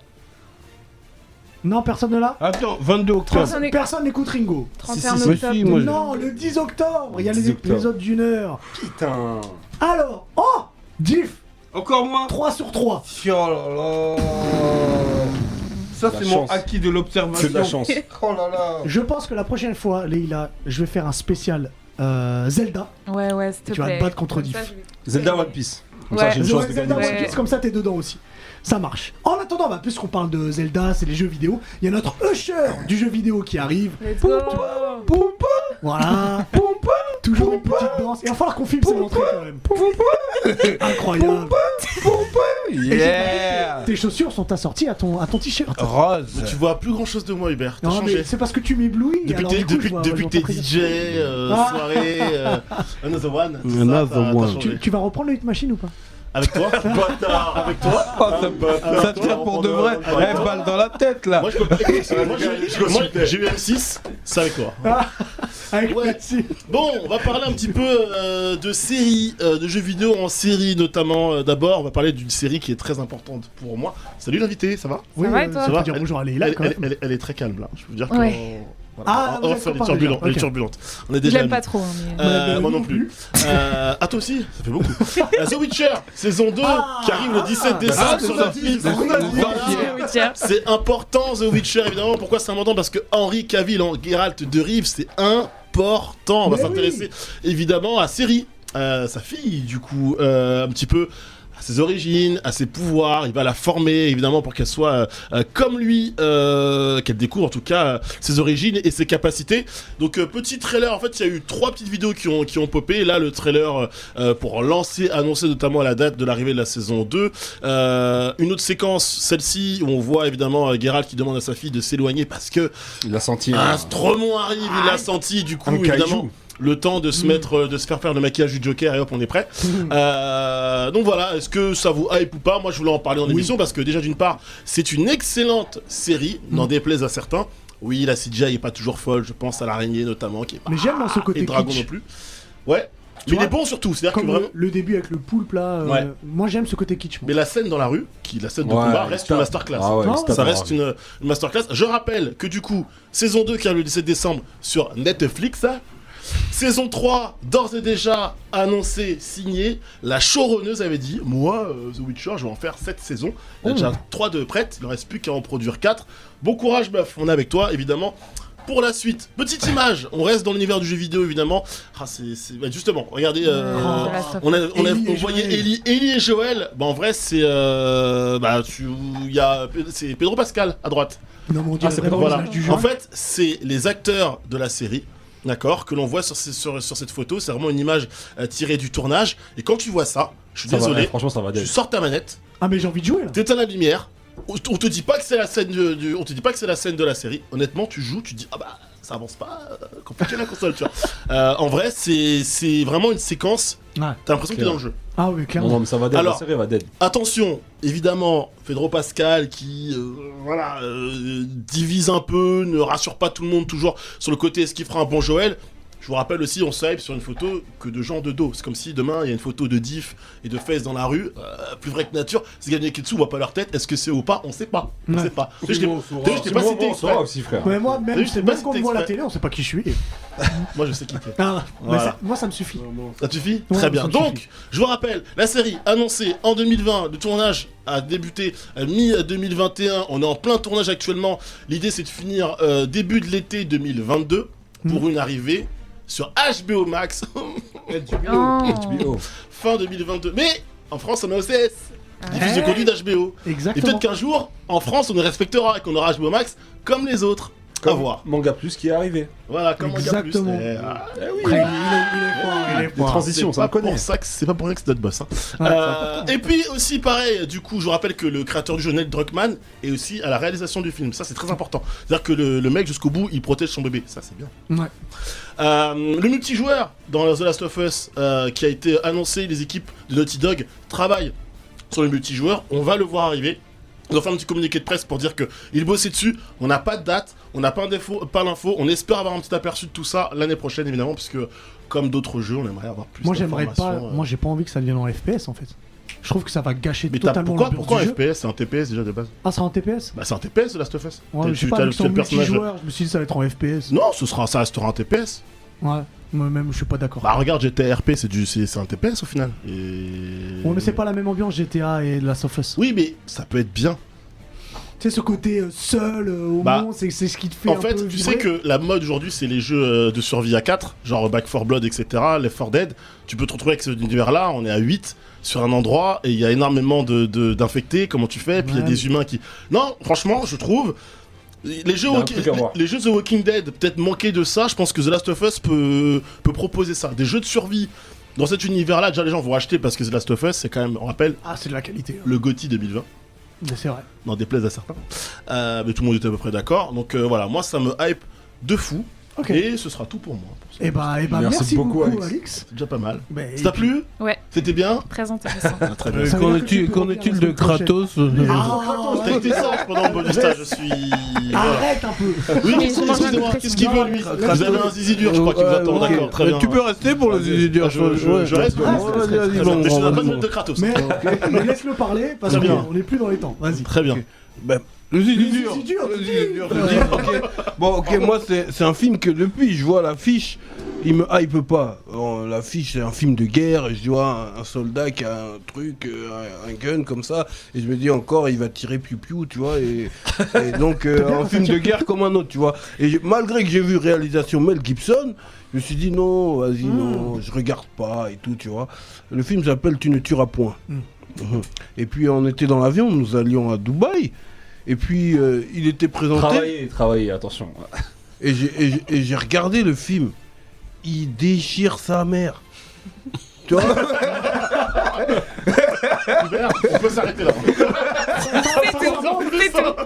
[SPEAKER 1] Non, personne ne l'a
[SPEAKER 3] Attends, 22 octobre.
[SPEAKER 4] Personne n'éc-
[SPEAKER 1] Personne n'écoute Ringo.
[SPEAKER 2] Si, si,
[SPEAKER 4] 31
[SPEAKER 2] si.
[SPEAKER 4] octobre.
[SPEAKER 3] Mais si, moi, je-
[SPEAKER 1] non, le 10 octobre, il y a les
[SPEAKER 2] 10 octobre.
[SPEAKER 1] épisodes d'une heure.
[SPEAKER 2] Putain.
[SPEAKER 1] Alors, oh Diff,
[SPEAKER 3] Encore moins
[SPEAKER 1] 3 sur 3.
[SPEAKER 3] Oh là là Ça
[SPEAKER 2] La
[SPEAKER 3] c'est mon
[SPEAKER 2] chance.
[SPEAKER 3] acquis de l'observation.
[SPEAKER 2] C'est de la chance.
[SPEAKER 3] Oh là là
[SPEAKER 1] Je pense que la prochaine fois, Leïla, je vais faire un spécial euh, Zelda.
[SPEAKER 4] Ouais, ouais, s'il te
[SPEAKER 1] Tu vas te
[SPEAKER 4] plaît.
[SPEAKER 1] battre contre
[SPEAKER 4] Comme
[SPEAKER 1] Diff.
[SPEAKER 4] ça, je vais-
[SPEAKER 2] Zelda One Piece. Comme ça,
[SPEAKER 4] Ouais.
[SPEAKER 2] j'ai une chance de
[SPEAKER 1] Zelda,
[SPEAKER 2] gagner.
[SPEAKER 1] One
[SPEAKER 4] Ouais.
[SPEAKER 1] Piece, comme ça, t'es dedans aussi. Ça marche. En attendant, bah, puisqu'on parle de Zelda, c'est les jeux vidéo, il y a notre usher du jeu vidéo qui arrive.
[SPEAKER 4] Let's
[SPEAKER 1] Pour
[SPEAKER 4] go.
[SPEAKER 3] Pompa
[SPEAKER 1] Voilà.
[SPEAKER 3] Pompa
[SPEAKER 1] Toujours une petite danse. Il va falloir qu'on filme cette entrée quand même. Incroyable.
[SPEAKER 3] Yeah
[SPEAKER 1] Tes chaussures sont assorties à ton, à ton t-shirt.
[SPEAKER 3] Rose
[SPEAKER 6] Tu vois plus grand chose de moi, Hubert. T'as
[SPEAKER 1] Non, mais
[SPEAKER 6] Ah, changé.
[SPEAKER 1] c'est parce que tu m'éblouis.
[SPEAKER 6] Depuis,
[SPEAKER 1] alors
[SPEAKER 6] que
[SPEAKER 1] du
[SPEAKER 6] t'es-
[SPEAKER 1] coup,
[SPEAKER 6] depuis,
[SPEAKER 1] je vois-
[SPEAKER 6] depuis
[SPEAKER 1] je
[SPEAKER 6] que t'es
[SPEAKER 1] vois pas très
[SPEAKER 6] DJ, euh,
[SPEAKER 1] Ah.
[SPEAKER 6] soirée, euh, Another One. tout ça,
[SPEAKER 3] Another
[SPEAKER 6] t'as- t'as
[SPEAKER 3] One.
[SPEAKER 6] changé.
[SPEAKER 1] bien. Tu, tu vas reprendre le Hit Machine ou pas
[SPEAKER 6] Avec toi Bâtard Avec toi
[SPEAKER 3] ça, ça tire pour de vrai. Eh, balle dans la tête là.
[SPEAKER 6] Moi je peux pas. Moi je- moi, j'ai eu M6, c'est avec toi.
[SPEAKER 1] Avec
[SPEAKER 6] Ouais.
[SPEAKER 1] Maxi.
[SPEAKER 6] Bon, on va parler un petit peu euh, de séries, euh, de jeux vidéo en série notamment. Euh, D'abord, on va parler d'une série qui est très importante pour moi. Salut l'invité, ça va
[SPEAKER 1] Oui,
[SPEAKER 4] va,
[SPEAKER 1] euh,
[SPEAKER 4] et
[SPEAKER 1] tu
[SPEAKER 4] toi
[SPEAKER 1] peux
[SPEAKER 6] Ça va,
[SPEAKER 1] dire
[SPEAKER 6] elle-
[SPEAKER 1] bonjour à Leïla
[SPEAKER 6] elle,
[SPEAKER 1] quand
[SPEAKER 6] elle-
[SPEAKER 1] même.
[SPEAKER 6] elle- elle est très calme là, je peux vous dire
[SPEAKER 4] Ouais.
[SPEAKER 6] qu'on...
[SPEAKER 1] Ah, vous
[SPEAKER 6] on,
[SPEAKER 1] êtes
[SPEAKER 6] elle est
[SPEAKER 1] copains
[SPEAKER 6] turbulente,
[SPEAKER 1] déjà,
[SPEAKER 6] elle
[SPEAKER 1] ok.
[SPEAKER 6] est turbulente. On est
[SPEAKER 4] Je
[SPEAKER 6] déjà
[SPEAKER 4] l'aime
[SPEAKER 6] amis.
[SPEAKER 4] pas trop, hein, mais...
[SPEAKER 6] Euh,
[SPEAKER 3] Bah,
[SPEAKER 1] Madame
[SPEAKER 6] moi
[SPEAKER 1] Lou
[SPEAKER 6] non plus. euh, à toi aussi, ça fait beaucoup. Euh, The Witcher, saison 2,
[SPEAKER 1] Ah.
[SPEAKER 6] qui arrive le 17 décembre
[SPEAKER 3] Ah,
[SPEAKER 6] sur
[SPEAKER 3] c'est ça.
[SPEAKER 6] Netflix.
[SPEAKER 3] C'est ça.
[SPEAKER 6] Voilà.
[SPEAKER 3] C'est
[SPEAKER 4] euh, Oui, tiens.
[SPEAKER 6] C'est important The Witcher évidemment. Pourquoi c'est important Parce que Henry Cavill en Geralt de Rive, c'est important. On va
[SPEAKER 1] Mais
[SPEAKER 6] s'intéresser évidemment à Ciri, euh, sa fille du coup, euh, un petit peu à ses origines, à ses pouvoirs. Il va la former évidemment pour qu'elle soit euh, euh, comme lui, euh, qu'elle découvre en tout cas euh, ses origines et ses capacités. Donc euh, petit trailer. En fait, il y a eu trois petites vidéos qui ont qui ont popé. Là, le trailer euh, euh, pour lancer, annoncer notamment la date de l'arrivée de la saison 2. Euh, une autre séquence, celle-ci, où on voit évidemment euh, Geralt qui demande à sa fille de s'éloigner parce que
[SPEAKER 2] Il a senti
[SPEAKER 1] Ah.
[SPEAKER 6] un Stromon arrive, il l'a senti, du coup,
[SPEAKER 2] un
[SPEAKER 6] évidemment.
[SPEAKER 2] kaiju.
[SPEAKER 6] Le temps de
[SPEAKER 1] Mm.
[SPEAKER 6] se mettre, euh, de se faire faire le maquillage du Joker et hop, on est prêt. Euh, donc voilà, est-ce que ça vous hype ou pas Moi, je voulais en parler en émission parce que déjà, d'une part, c'est une excellente série,
[SPEAKER 1] Mm.
[SPEAKER 6] n'en déplaise à certains. Oui, la CGI est pas toujours folle. Je pense à l'araignée notamment, qui est pas
[SPEAKER 1] Mais j'aime dans ce
[SPEAKER 6] et
[SPEAKER 1] côté
[SPEAKER 6] dragon non
[SPEAKER 1] kitsch.
[SPEAKER 6] plus. Ouais,
[SPEAKER 1] Tu
[SPEAKER 6] mais il
[SPEAKER 1] vois,
[SPEAKER 6] est bon surtout. C'est-à-dire que
[SPEAKER 1] Comme
[SPEAKER 6] vraiment,
[SPEAKER 1] le, le début avec le poulpe là. euh,
[SPEAKER 6] Ouais.
[SPEAKER 1] Moi j'aime ce côté kitsch. moi.
[SPEAKER 6] mais la scène dans la rue, qui la scène de
[SPEAKER 2] Ouais,
[SPEAKER 6] combat,
[SPEAKER 2] il
[SPEAKER 6] reste
[SPEAKER 2] se tape.
[SPEAKER 6] une masterclass.
[SPEAKER 2] Ah ouais,
[SPEAKER 1] Non,
[SPEAKER 2] il se tape
[SPEAKER 6] Ça
[SPEAKER 2] dans la
[SPEAKER 6] reste
[SPEAKER 2] rue.
[SPEAKER 6] une, une masterclass. Je rappelle que du coup, saison 2 qui arrive le 17 décembre sur Netflix. hein. Saison 3, d'ores et déjà annoncée, signée. La showrunneuse avait dit Moi, euh, The Witcher, je vais en faire 7 saisons. Il y a déjà 3 de prêtes, il ne reste plus qu'à en produire 4. Bon courage, meuf, on est avec toi, évidemment. Pour la suite, petite image, on reste dans l'univers du jeu vidéo évidemment. Ah, c'est, c'est- bah, justement, regardez, euh,
[SPEAKER 4] Euh, The Last of
[SPEAKER 6] on, a, on, a-
[SPEAKER 1] Ellie et
[SPEAKER 6] on voyait
[SPEAKER 1] Joël.
[SPEAKER 6] Ellie, Ellie et Joël. Bah, en vrai, c'est. euh, bah, tu. Il y a. C'est Pedro Pascal à droite.
[SPEAKER 1] Non, mais on dirait
[SPEAKER 6] Ah, c'est
[SPEAKER 1] vraiment
[SPEAKER 6] voilà.
[SPEAKER 1] l'image du jeu.
[SPEAKER 6] En fait, c'est les acteurs de la série. D'accord, que l'on voit sur, ces- sur, sur cette photo, c'est vraiment une image euh, tirée du tournage. Et quand tu vois ça, je suis
[SPEAKER 2] Ça va, ouais,
[SPEAKER 6] désolé,
[SPEAKER 2] Franchement, ça va
[SPEAKER 6] tu
[SPEAKER 2] Dave.
[SPEAKER 6] sors ta manette,
[SPEAKER 1] Ah, mais j'ai envie de jouer là.
[SPEAKER 6] t'éteins la lumière. On on te dit pas que c'est la scène de, du- on te dit pas que c'est la scène de la série. Honnêtement, tu joues, tu dis ah bah ça avance pas euh, compliqué la console, tu vois. Euh, en vrai, c'est c'est vraiment une séquence.
[SPEAKER 1] Ouais.
[SPEAKER 6] T'as l'impression que t'es dans le jeu.
[SPEAKER 1] Ah oui,
[SPEAKER 2] Non,
[SPEAKER 1] clairement.
[SPEAKER 2] non, mais ça va dead,
[SPEAKER 6] Alors-
[SPEAKER 2] la série va dead.
[SPEAKER 6] Attention, évidemment, Pedro Pascal qui euh, voilà euh, divise un peu, ne rassure pas tout le monde toujours sur le côté est-ce qu'il fera un bon Joël. Je vous rappelle aussi, on swipe sur une photo que de gens de dos. C'est comme si demain il y a une photo de Diff et de Face dans la rue, euh, plus vrai que nature. C'est gagné Kitsu, on voit pas leur tête. Est-ce que c'est ou pas On sait pas. On
[SPEAKER 1] Ouais.
[SPEAKER 6] sait pas.
[SPEAKER 7] Tout
[SPEAKER 6] Je l'ai-
[SPEAKER 7] le monde saura.
[SPEAKER 6] D'ailleurs, je l'ai
[SPEAKER 2] C'est
[SPEAKER 6] pas
[SPEAKER 2] moi,
[SPEAKER 6] cité
[SPEAKER 2] moi, on
[SPEAKER 6] exprès.
[SPEAKER 2] saura aussi, frère.
[SPEAKER 1] Mais moi, même,
[SPEAKER 6] T'as vu, je sais
[SPEAKER 1] même
[SPEAKER 6] pas si
[SPEAKER 1] quand on
[SPEAKER 6] t'es
[SPEAKER 1] me voit à la
[SPEAKER 6] exprès.
[SPEAKER 1] télé, on sait pas qui je suis.
[SPEAKER 6] Moi, je sais qui. c'est.
[SPEAKER 1] Ah, mais
[SPEAKER 6] Voilà.
[SPEAKER 1] ça- moi, ça me suffit.
[SPEAKER 6] Ça te suffit
[SPEAKER 1] Ouais,
[SPEAKER 6] Très bien.
[SPEAKER 1] ça me
[SPEAKER 6] Donc,
[SPEAKER 1] suffit.
[SPEAKER 6] je vous rappelle, la série annoncée en 2020, le tournage a débuté euh, à mi-2021, on est en plein tournage actuellement. L'idée c'est de finir euh, début de l'été 2022 pour
[SPEAKER 1] Mhm.
[SPEAKER 6] une arrivée sur HBO Max
[SPEAKER 4] Oh.
[SPEAKER 6] fin 2022. Mais en France on est OCS, diffuse de
[SPEAKER 1] Eh.
[SPEAKER 6] contenu d'HBO. Et
[SPEAKER 1] Exactement.
[SPEAKER 6] peut-être qu'un jour, en France, on nous respectera et qu'on aura HBO Max comme les autres. À voir.
[SPEAKER 2] Manga Plus qui est arrivé.
[SPEAKER 6] Voilà, comme on regarde plus.
[SPEAKER 1] Exactement.
[SPEAKER 6] Eh, ah,
[SPEAKER 1] Après, il est- il est- il est fort, il est
[SPEAKER 2] Les
[SPEAKER 1] fort.
[SPEAKER 2] transitions,
[SPEAKER 6] C'est
[SPEAKER 2] ça
[SPEAKER 6] pas
[SPEAKER 2] me connaît.
[SPEAKER 6] pour ça que c'est pas pour rien que c'est notre boss. hein.
[SPEAKER 1] Ouais,
[SPEAKER 6] Euh, et puis aussi pareil, du coup, je vous rappelle que le créateur du jeu Neil Druckmann est aussi à la réalisation du film. Ça, c'est très important. C'est-à-dire que le, le mec jusqu'au bout, il protège son bébé. Ça, c'est bien.
[SPEAKER 1] Ouais.
[SPEAKER 6] Euh, le multijoueur dans The Last of Us euh, qui a été annoncé, les équipes de Naughty Dog travaillent sur le multijoueur. On va le voir arriver. Ils ont fait un petit communiqué de presse pour dire qu'ils bossaient dessus. On n'a pas de date, on n'a pas un défaut- pas l'info. On espère avoir un petit aperçu de tout ça l'année prochaine, évidemment, puisque comme d'autres jeux, on aimerait avoir plus
[SPEAKER 1] Moi, j'aimerais pas.
[SPEAKER 6] d'informations, euh.
[SPEAKER 1] Moi, j'ai pas envie que ça devienne en FPS en fait. Je trouve que ça va gâcher
[SPEAKER 6] Mais t'as-
[SPEAKER 1] totalement
[SPEAKER 6] pourquoi,
[SPEAKER 1] l'ambiance
[SPEAKER 6] pourquoi
[SPEAKER 1] du
[SPEAKER 6] un
[SPEAKER 1] jeu.
[SPEAKER 6] FPS C'est un TPS déjà de base
[SPEAKER 1] Ah, c'est en TPS
[SPEAKER 6] Bah c'est un TPS de Last of Us.
[SPEAKER 1] Ouais,
[SPEAKER 6] T'as-
[SPEAKER 1] je sais
[SPEAKER 6] tu-
[SPEAKER 1] pas,
[SPEAKER 6] t'as
[SPEAKER 1] vu que c'est en
[SPEAKER 6] le personnage-
[SPEAKER 1] multijoueur, je me suis dit ça va être en FPS.
[SPEAKER 6] Non, ce sera, ça restera un TPS.
[SPEAKER 1] Ouais, moi-même, je suis pas d'accord.
[SPEAKER 6] Bah regarde, GTRP, c'est du, c'est c'est un TPS au final. Et...
[SPEAKER 1] Ouais, mais c'est pas la même ambiance GTA et de la Us.
[SPEAKER 6] Oui, mais ça peut être bien.
[SPEAKER 1] Tu sais, ce côté euh, seul euh, au
[SPEAKER 6] Bah,
[SPEAKER 1] monde, c'est c'est ce qui te fait.
[SPEAKER 6] en
[SPEAKER 1] un
[SPEAKER 6] fait,
[SPEAKER 1] peu
[SPEAKER 6] tu
[SPEAKER 1] vibrer.
[SPEAKER 6] sais que la mode aujourd'hui, c'est les jeux euh, de survie à 4, genre Back 4 Blood, etc., Left 4 Dead. Tu peux te retrouver avec cet univers-là, on est à 8 sur un endroit et il y a énormément d'infectés, de, d'infectés, comment tu fais, puis il y a
[SPEAKER 1] Ouais,
[SPEAKER 6] des humains qui... Non, franchement, je trouve... Les
[SPEAKER 2] Il y a
[SPEAKER 6] jeux,
[SPEAKER 2] un
[SPEAKER 6] Walking-
[SPEAKER 2] truc à voir.
[SPEAKER 6] les, les jeux The Walking Dead peut-être manquaient de ça, je pense que The Last of Us peut, peut proposer ça. Des jeux de survie dans cet univers-là, déjà les gens vont acheter parce que The Last of Us, c'est quand même, on rappelle,
[SPEAKER 1] Ah, c'est de la qualité. hein.
[SPEAKER 6] le GOTY 2020
[SPEAKER 1] Mais C'est vrai.
[SPEAKER 6] n'en déplaise à certains. Euh, mais tout le monde était à peu près d'accord. Donc euh, voilà, moi ça me hype de fou.
[SPEAKER 1] Ok.
[SPEAKER 6] Et ce sera tout pour moi. Pour ce-
[SPEAKER 1] Et bah, et bah merci,
[SPEAKER 2] Merci beaucoup,
[SPEAKER 1] beaucoup, Alex.
[SPEAKER 2] Alex.
[SPEAKER 6] C'est déjà pas mal.
[SPEAKER 1] Bah, et
[SPEAKER 6] Ça t'a
[SPEAKER 1] puis-
[SPEAKER 6] plu
[SPEAKER 4] Ouais.
[SPEAKER 6] C'était bien
[SPEAKER 4] Très intéressant.
[SPEAKER 6] Ah, Très
[SPEAKER 1] bien. Ça veut
[SPEAKER 3] Qu'en
[SPEAKER 1] dire que tu
[SPEAKER 3] est-il
[SPEAKER 1] peux
[SPEAKER 3] qu'en
[SPEAKER 1] revenir
[SPEAKER 3] est-il
[SPEAKER 1] la
[SPEAKER 3] de
[SPEAKER 1] semaine prochaine.
[SPEAKER 3] Kratos
[SPEAKER 1] Ah,
[SPEAKER 6] Euh, T'as été sage pendant le bonus stage, je suis. Voilà.
[SPEAKER 1] Arrête un peu.
[SPEAKER 6] Oui,
[SPEAKER 4] Mais
[SPEAKER 6] qu'est-ce-
[SPEAKER 4] ils ont mangé un
[SPEAKER 6] excusez-moi,
[SPEAKER 4] coup de
[SPEAKER 6] qu'est-ce qu'il veut lui Vous avez un zizi dur, je crois qu'il vous
[SPEAKER 3] Ouais,
[SPEAKER 6] attend.
[SPEAKER 3] ok.
[SPEAKER 6] D'accord, très
[SPEAKER 3] Euh,
[SPEAKER 6] bien.
[SPEAKER 3] Tu peux rester pour le zizi dur.
[SPEAKER 6] je, je, je reste.
[SPEAKER 3] Ouais,
[SPEAKER 6] Très
[SPEAKER 3] vas-y, vas-y,
[SPEAKER 6] bien.
[SPEAKER 3] bon,
[SPEAKER 6] Mais je
[SPEAKER 3] bon,
[SPEAKER 6] ne pas de
[SPEAKER 3] bon.
[SPEAKER 6] note de Kratos.
[SPEAKER 1] Mais, mais laisse-le parler parce
[SPEAKER 6] Très bien.
[SPEAKER 1] qu'on est plus dans les temps. Vas-y.
[SPEAKER 6] Très bien.
[SPEAKER 3] Le zizi
[SPEAKER 1] Ben, Le
[SPEAKER 3] dur.
[SPEAKER 1] zizi dur, Ah.
[SPEAKER 3] Le
[SPEAKER 1] tu
[SPEAKER 3] zizi
[SPEAKER 1] dis.
[SPEAKER 3] dur, je dis, ok. Bon, ok, moi, c'est c'est un film que depuis, je vois l'affiche, il me hype pas. Bon, l'affiche, c'est un film de guerre, et je vois un, un soldat qui a un truc, euh, un, un gun comme ça, et je me dis encore, il va tirer piou-piou, tu vois, et, et donc, euh, un film de guerre comme un autre, tu vois. Et j'ai- malgré que j'ai vu réalisation Mel Gibson, je me suis dit non, vas-y, non, je regarde pas et tout, tu vois. Le film s'appelle Tu ne tueras point.
[SPEAKER 1] Mm.
[SPEAKER 3] Mhm. Et puis on était dans l'avion, nous allions à Dubaï. Et puis euh, il était présenté
[SPEAKER 2] Travailler, travailler, attention.
[SPEAKER 3] et j'ai- et j'ai- et j'ai regardé le film. Il déchire sa mère. tu vois
[SPEAKER 6] Hubert, on peut s'arrêter là.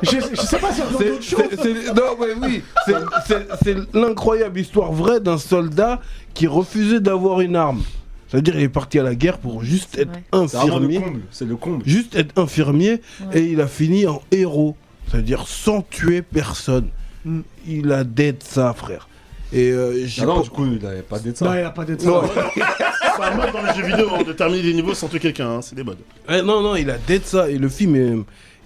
[SPEAKER 1] Je, je sais pas si on a
[SPEAKER 3] C'est-
[SPEAKER 1] d'autres choses.
[SPEAKER 3] c'est- c'est- Non, mais oui, c'est- c'est- c'est l'incroyable histoire vraie d'un soldat qui refusait d'avoir une arme. C'est-à-dire, il est parti à la guerre pour juste
[SPEAKER 4] C'est
[SPEAKER 3] être
[SPEAKER 1] Bah,
[SPEAKER 4] vrai.
[SPEAKER 2] C'est vraiment le
[SPEAKER 3] infirmier.
[SPEAKER 2] comble. C'est le comble.
[SPEAKER 3] Juste être infirmier
[SPEAKER 4] Ouais.
[SPEAKER 3] et il a fini en héros. C'est-à-dire sans tuer personne.
[SPEAKER 1] Mm.
[SPEAKER 3] Il a dead ça, frère. Et euh, j'ai
[SPEAKER 2] Ah non,
[SPEAKER 3] pas-
[SPEAKER 2] du coup, il avait pas d'être
[SPEAKER 1] Non,
[SPEAKER 2] ça.
[SPEAKER 1] il a pas d'être
[SPEAKER 3] Non.
[SPEAKER 6] C'est un mode dans les jeux vidéo hein, de terminer des niveaux sans tuer quelqu'un, hein, c'est des modes.
[SPEAKER 3] Eh, non, non, il a dead ça. Et le film est,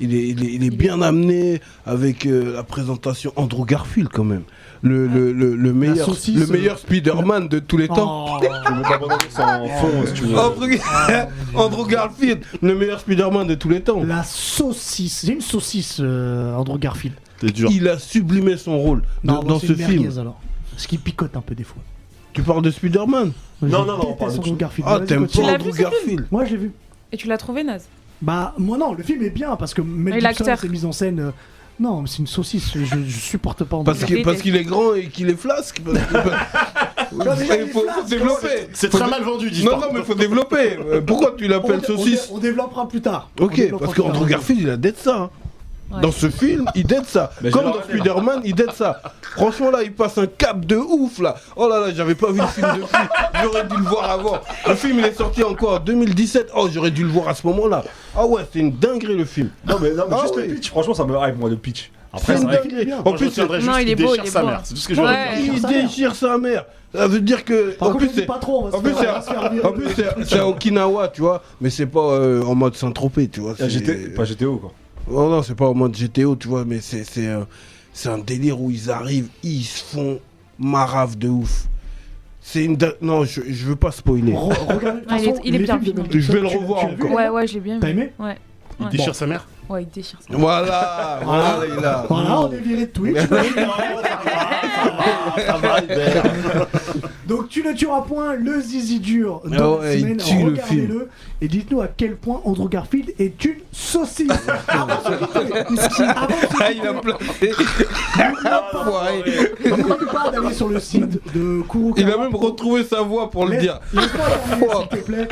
[SPEAKER 3] il est, il est, il est bien amené avec euh, la présentation Andrew Garfield quand même. Le, le, le, le meilleur,
[SPEAKER 1] saucisse, euh,
[SPEAKER 3] le meilleur Spider-Man de tous les temps.
[SPEAKER 1] Oh.
[SPEAKER 2] Je veux t'abandonner sans fond, si tu veux.
[SPEAKER 3] Andrew, Andrew Garfield, le meilleur Spider-Man de tous les temps.
[SPEAKER 1] La saucisse. C'est une saucisse, euh, Andrew Garfield.
[SPEAKER 6] C'est dur.
[SPEAKER 3] Il a sublimé son rôle de-
[SPEAKER 1] Non, bah,
[SPEAKER 3] dans
[SPEAKER 1] c'est
[SPEAKER 3] ce
[SPEAKER 1] une
[SPEAKER 3] film.
[SPEAKER 1] merguez, alors. Ce qui picote un peu des fois.
[SPEAKER 3] Tu parles de Spider-Man
[SPEAKER 2] Non,
[SPEAKER 1] Je
[SPEAKER 2] non, non, on
[SPEAKER 1] déteste
[SPEAKER 2] parle de
[SPEAKER 1] Andrew
[SPEAKER 2] tout.
[SPEAKER 1] Garfield.
[SPEAKER 3] Ah,
[SPEAKER 1] Vas-y,
[SPEAKER 3] t'aimes
[SPEAKER 1] continue.
[SPEAKER 4] Tu
[SPEAKER 3] pas
[SPEAKER 4] l'as
[SPEAKER 3] Andrew
[SPEAKER 4] vu, ce film
[SPEAKER 3] Garfield
[SPEAKER 1] Moi, je l'ai vu.
[SPEAKER 4] Et tu l'as trouvé naze
[SPEAKER 1] Bah, moi, non, le film est bien parce que Mel
[SPEAKER 4] Et
[SPEAKER 1] Gibson,
[SPEAKER 4] l'acteur.
[SPEAKER 1] ses mises en scène. euh, Non, mais c'est une saucisse. Je, je supporte pas Andrew
[SPEAKER 3] Parce
[SPEAKER 1] Garfield.
[SPEAKER 3] que- parce qu'il est grand et qu'il est flasque. parce que- Il faut, faut développer.
[SPEAKER 6] C'est très mal vendu, dis
[SPEAKER 3] Non, non, mais faut développer. Euh, Pourquoi tu
[SPEAKER 1] On,
[SPEAKER 3] l'appelles
[SPEAKER 1] on-
[SPEAKER 3] saucisse
[SPEAKER 1] on développera plus tard. On
[SPEAKER 3] Ok,
[SPEAKER 1] développera
[SPEAKER 3] parce
[SPEAKER 1] plus tard.
[SPEAKER 3] qu'Andrew Garfield, il a d'être ça. hein.
[SPEAKER 4] Ouais.
[SPEAKER 3] Dans ce film, il dead ça.
[SPEAKER 2] Mais je
[SPEAKER 3] Comme
[SPEAKER 2] vais
[SPEAKER 3] dans
[SPEAKER 2] le
[SPEAKER 3] Spider-Man, il dead ça. Franchement, là, il passe un cap de ouf, là. Oh là là, j'avais pas vu le film depuis. J'aurais dû le voir avant. Le film, il est sorti encore en 2017. Oh, j'aurais dû le voir à ce moment-là. Ah ouais, c'est une dinguerie, le film.
[SPEAKER 2] Non, mais, non, mais
[SPEAKER 3] Ah
[SPEAKER 2] juste
[SPEAKER 3] oui.
[SPEAKER 2] le pitch, franchement, ça me hype, moi, le pitch.
[SPEAKER 3] C'est
[SPEAKER 2] Après,
[SPEAKER 3] une
[SPEAKER 2] c'est vrai que-
[SPEAKER 3] dinguerie. En
[SPEAKER 6] En plus,
[SPEAKER 3] plus,
[SPEAKER 6] je tiendrais
[SPEAKER 4] Non,
[SPEAKER 6] juste
[SPEAKER 4] il
[SPEAKER 6] qu'il
[SPEAKER 4] est beau,
[SPEAKER 6] déchire
[SPEAKER 4] il est
[SPEAKER 6] sa
[SPEAKER 4] beau.
[SPEAKER 6] mère. C'est tout ce que j'aurais
[SPEAKER 4] Ouais.
[SPEAKER 3] il déchire sa mère. Ça veut dire que.
[SPEAKER 1] Par
[SPEAKER 3] En
[SPEAKER 1] contre,
[SPEAKER 3] plus,
[SPEAKER 1] je dis
[SPEAKER 3] c'est.
[SPEAKER 1] pas trop. on va
[SPEAKER 3] En
[SPEAKER 1] se
[SPEAKER 3] plus,
[SPEAKER 1] faire-
[SPEAKER 3] c'est
[SPEAKER 1] on va se faire virer.
[SPEAKER 3] En plus, c'est- c'est à Okinawa, tu vois, mais c'est pas euh, en mode Saint-Tropez, tu vois.
[SPEAKER 2] Ah,
[SPEAKER 3] c'est-
[SPEAKER 2] GT Pas GTO, quoi.
[SPEAKER 3] Oh non, c'est pas en mode GTO, tu vois, mais c'est c'est un, c'est un délire où ils arrivent, ils se font marave de ouf. C'est une. da- Non, je, je veux pas spoiler.
[SPEAKER 1] Re- regarde, de toute
[SPEAKER 4] Ouais, il est-
[SPEAKER 1] façon,
[SPEAKER 4] il est
[SPEAKER 1] les
[SPEAKER 4] bien,
[SPEAKER 1] films de
[SPEAKER 4] finalement.
[SPEAKER 1] Mel Gibson,
[SPEAKER 3] Je vais le
[SPEAKER 1] tu- tu
[SPEAKER 3] revoir
[SPEAKER 1] as vu,
[SPEAKER 3] encore.
[SPEAKER 1] Emma
[SPEAKER 4] Ouais, ouais, je l'ai bien
[SPEAKER 1] T'as
[SPEAKER 4] vu.
[SPEAKER 1] aimé
[SPEAKER 4] Ouais.
[SPEAKER 6] Il
[SPEAKER 4] Ouais.
[SPEAKER 6] déchire sa mère
[SPEAKER 4] Ouais, il déchire ça.
[SPEAKER 3] Voilà, voilà, Ah, il a.
[SPEAKER 1] Voilà, on est viré de Twitch. Donc tu ne tueras point le zizi dur de
[SPEAKER 3] Ah
[SPEAKER 1] la
[SPEAKER 3] ouais,
[SPEAKER 1] semaine.
[SPEAKER 3] il tue le
[SPEAKER 1] Regardez-le et dites-nous à quel point Andrew Garfield est une saucisse. Avant de se quitter, avant de se
[SPEAKER 3] Ah, il a
[SPEAKER 1] quitter,
[SPEAKER 3] planté. Enfoiré.
[SPEAKER 1] n'oubliez pas d'aller sur le site de Kurokawa.
[SPEAKER 3] Il a même
[SPEAKER 1] pour-
[SPEAKER 3] retrouvé sa voix pour le
[SPEAKER 1] Laisse-
[SPEAKER 3] dire. Oh.
[SPEAKER 1] Laisse-moi terminer, s'il te plaît,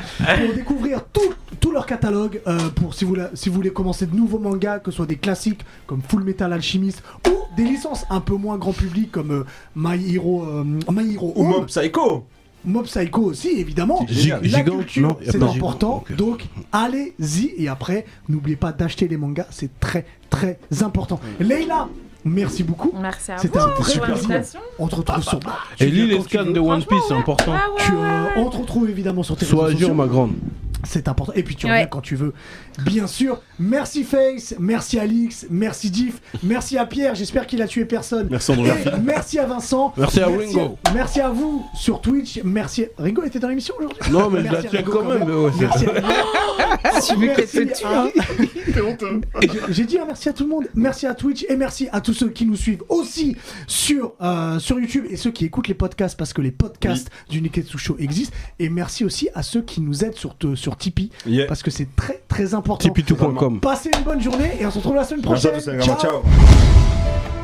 [SPEAKER 1] pour découvrir tout, tout leur catalogue, euh, pour si vous, la- si vous voulez commencer de nouveaux mangas, que ce soit des classiques comme Full Metal Alchemist ou des licences un peu moins grand public comme euh, My Hero, euh, My Hero
[SPEAKER 2] Ou
[SPEAKER 1] Home,
[SPEAKER 2] Mob Psycho
[SPEAKER 1] Mob Psycho aussi, évidemment.
[SPEAKER 2] C'est génial.
[SPEAKER 1] La
[SPEAKER 3] Gigante,
[SPEAKER 1] culture,
[SPEAKER 3] non, y a
[SPEAKER 1] c'est
[SPEAKER 3] pas Gigante,
[SPEAKER 1] important.
[SPEAKER 3] ok.
[SPEAKER 1] Donc, allez-y. Et après, n'oubliez pas d'acheter les mangas. C'est très, très important. Leïla, merci beaucoup.
[SPEAKER 4] Merci à vous
[SPEAKER 1] C'était un
[SPEAKER 4] pour
[SPEAKER 1] super
[SPEAKER 4] l'invitation.
[SPEAKER 1] On te retrouve sur... Tu
[SPEAKER 3] Et
[SPEAKER 1] viens
[SPEAKER 3] lis les
[SPEAKER 1] quand tu
[SPEAKER 3] scans
[SPEAKER 1] veux.
[SPEAKER 3] de One Piece, c'est
[SPEAKER 4] Ouais,
[SPEAKER 3] important.
[SPEAKER 4] Ah ouais,
[SPEAKER 1] Tu,
[SPEAKER 4] ouais,
[SPEAKER 1] euh,
[SPEAKER 4] ouais.
[SPEAKER 1] on te retrouve évidemment sur tes
[SPEAKER 3] Sois à
[SPEAKER 1] réseaux sociaux.
[SPEAKER 3] jour, ma grande.
[SPEAKER 1] C'est important. Et puis tu
[SPEAKER 4] Ouais.
[SPEAKER 1] reviens quand tu veux, bien sûr. Merci Face, merci Alix, merci Diff, merci à Pierre, j'espère qu'il a tué personne.
[SPEAKER 6] Merci, Andrew
[SPEAKER 1] Et
[SPEAKER 6] Garfield.
[SPEAKER 1] Merci à Vincent.
[SPEAKER 3] Merci à Ringo.
[SPEAKER 1] Merci à vous sur Twitch. Merci. Ringo était dans l'émission aujourd'hui
[SPEAKER 3] Non, mais je
[SPEAKER 1] Merci
[SPEAKER 3] la
[SPEAKER 1] à
[SPEAKER 3] tiens
[SPEAKER 1] Ringo
[SPEAKER 3] quand même, mais ouais, c'est-
[SPEAKER 1] Merci à Ringo. Merci
[SPEAKER 4] qu'elle te tue,
[SPEAKER 1] à-
[SPEAKER 4] hein.
[SPEAKER 6] C'est honteux.
[SPEAKER 1] j'ai dit un merci à tout le monde, merci à Twitch et merci à tous ceux qui nous suivent aussi sur, euh, sur YouTube et ceux qui écoutent les podcasts parce que les podcasts du Niketsu Show existent. Et merci aussi à ceux qui nous aident sur, te- sur Tipeee
[SPEAKER 2] Yeah.
[SPEAKER 1] parce que c'est très très important.
[SPEAKER 3] Tipitou.com.
[SPEAKER 1] Passez une bonne journée et on se retrouve la semaine
[SPEAKER 2] Merci à
[SPEAKER 1] prochaine.
[SPEAKER 2] tous, les gars. Ciao.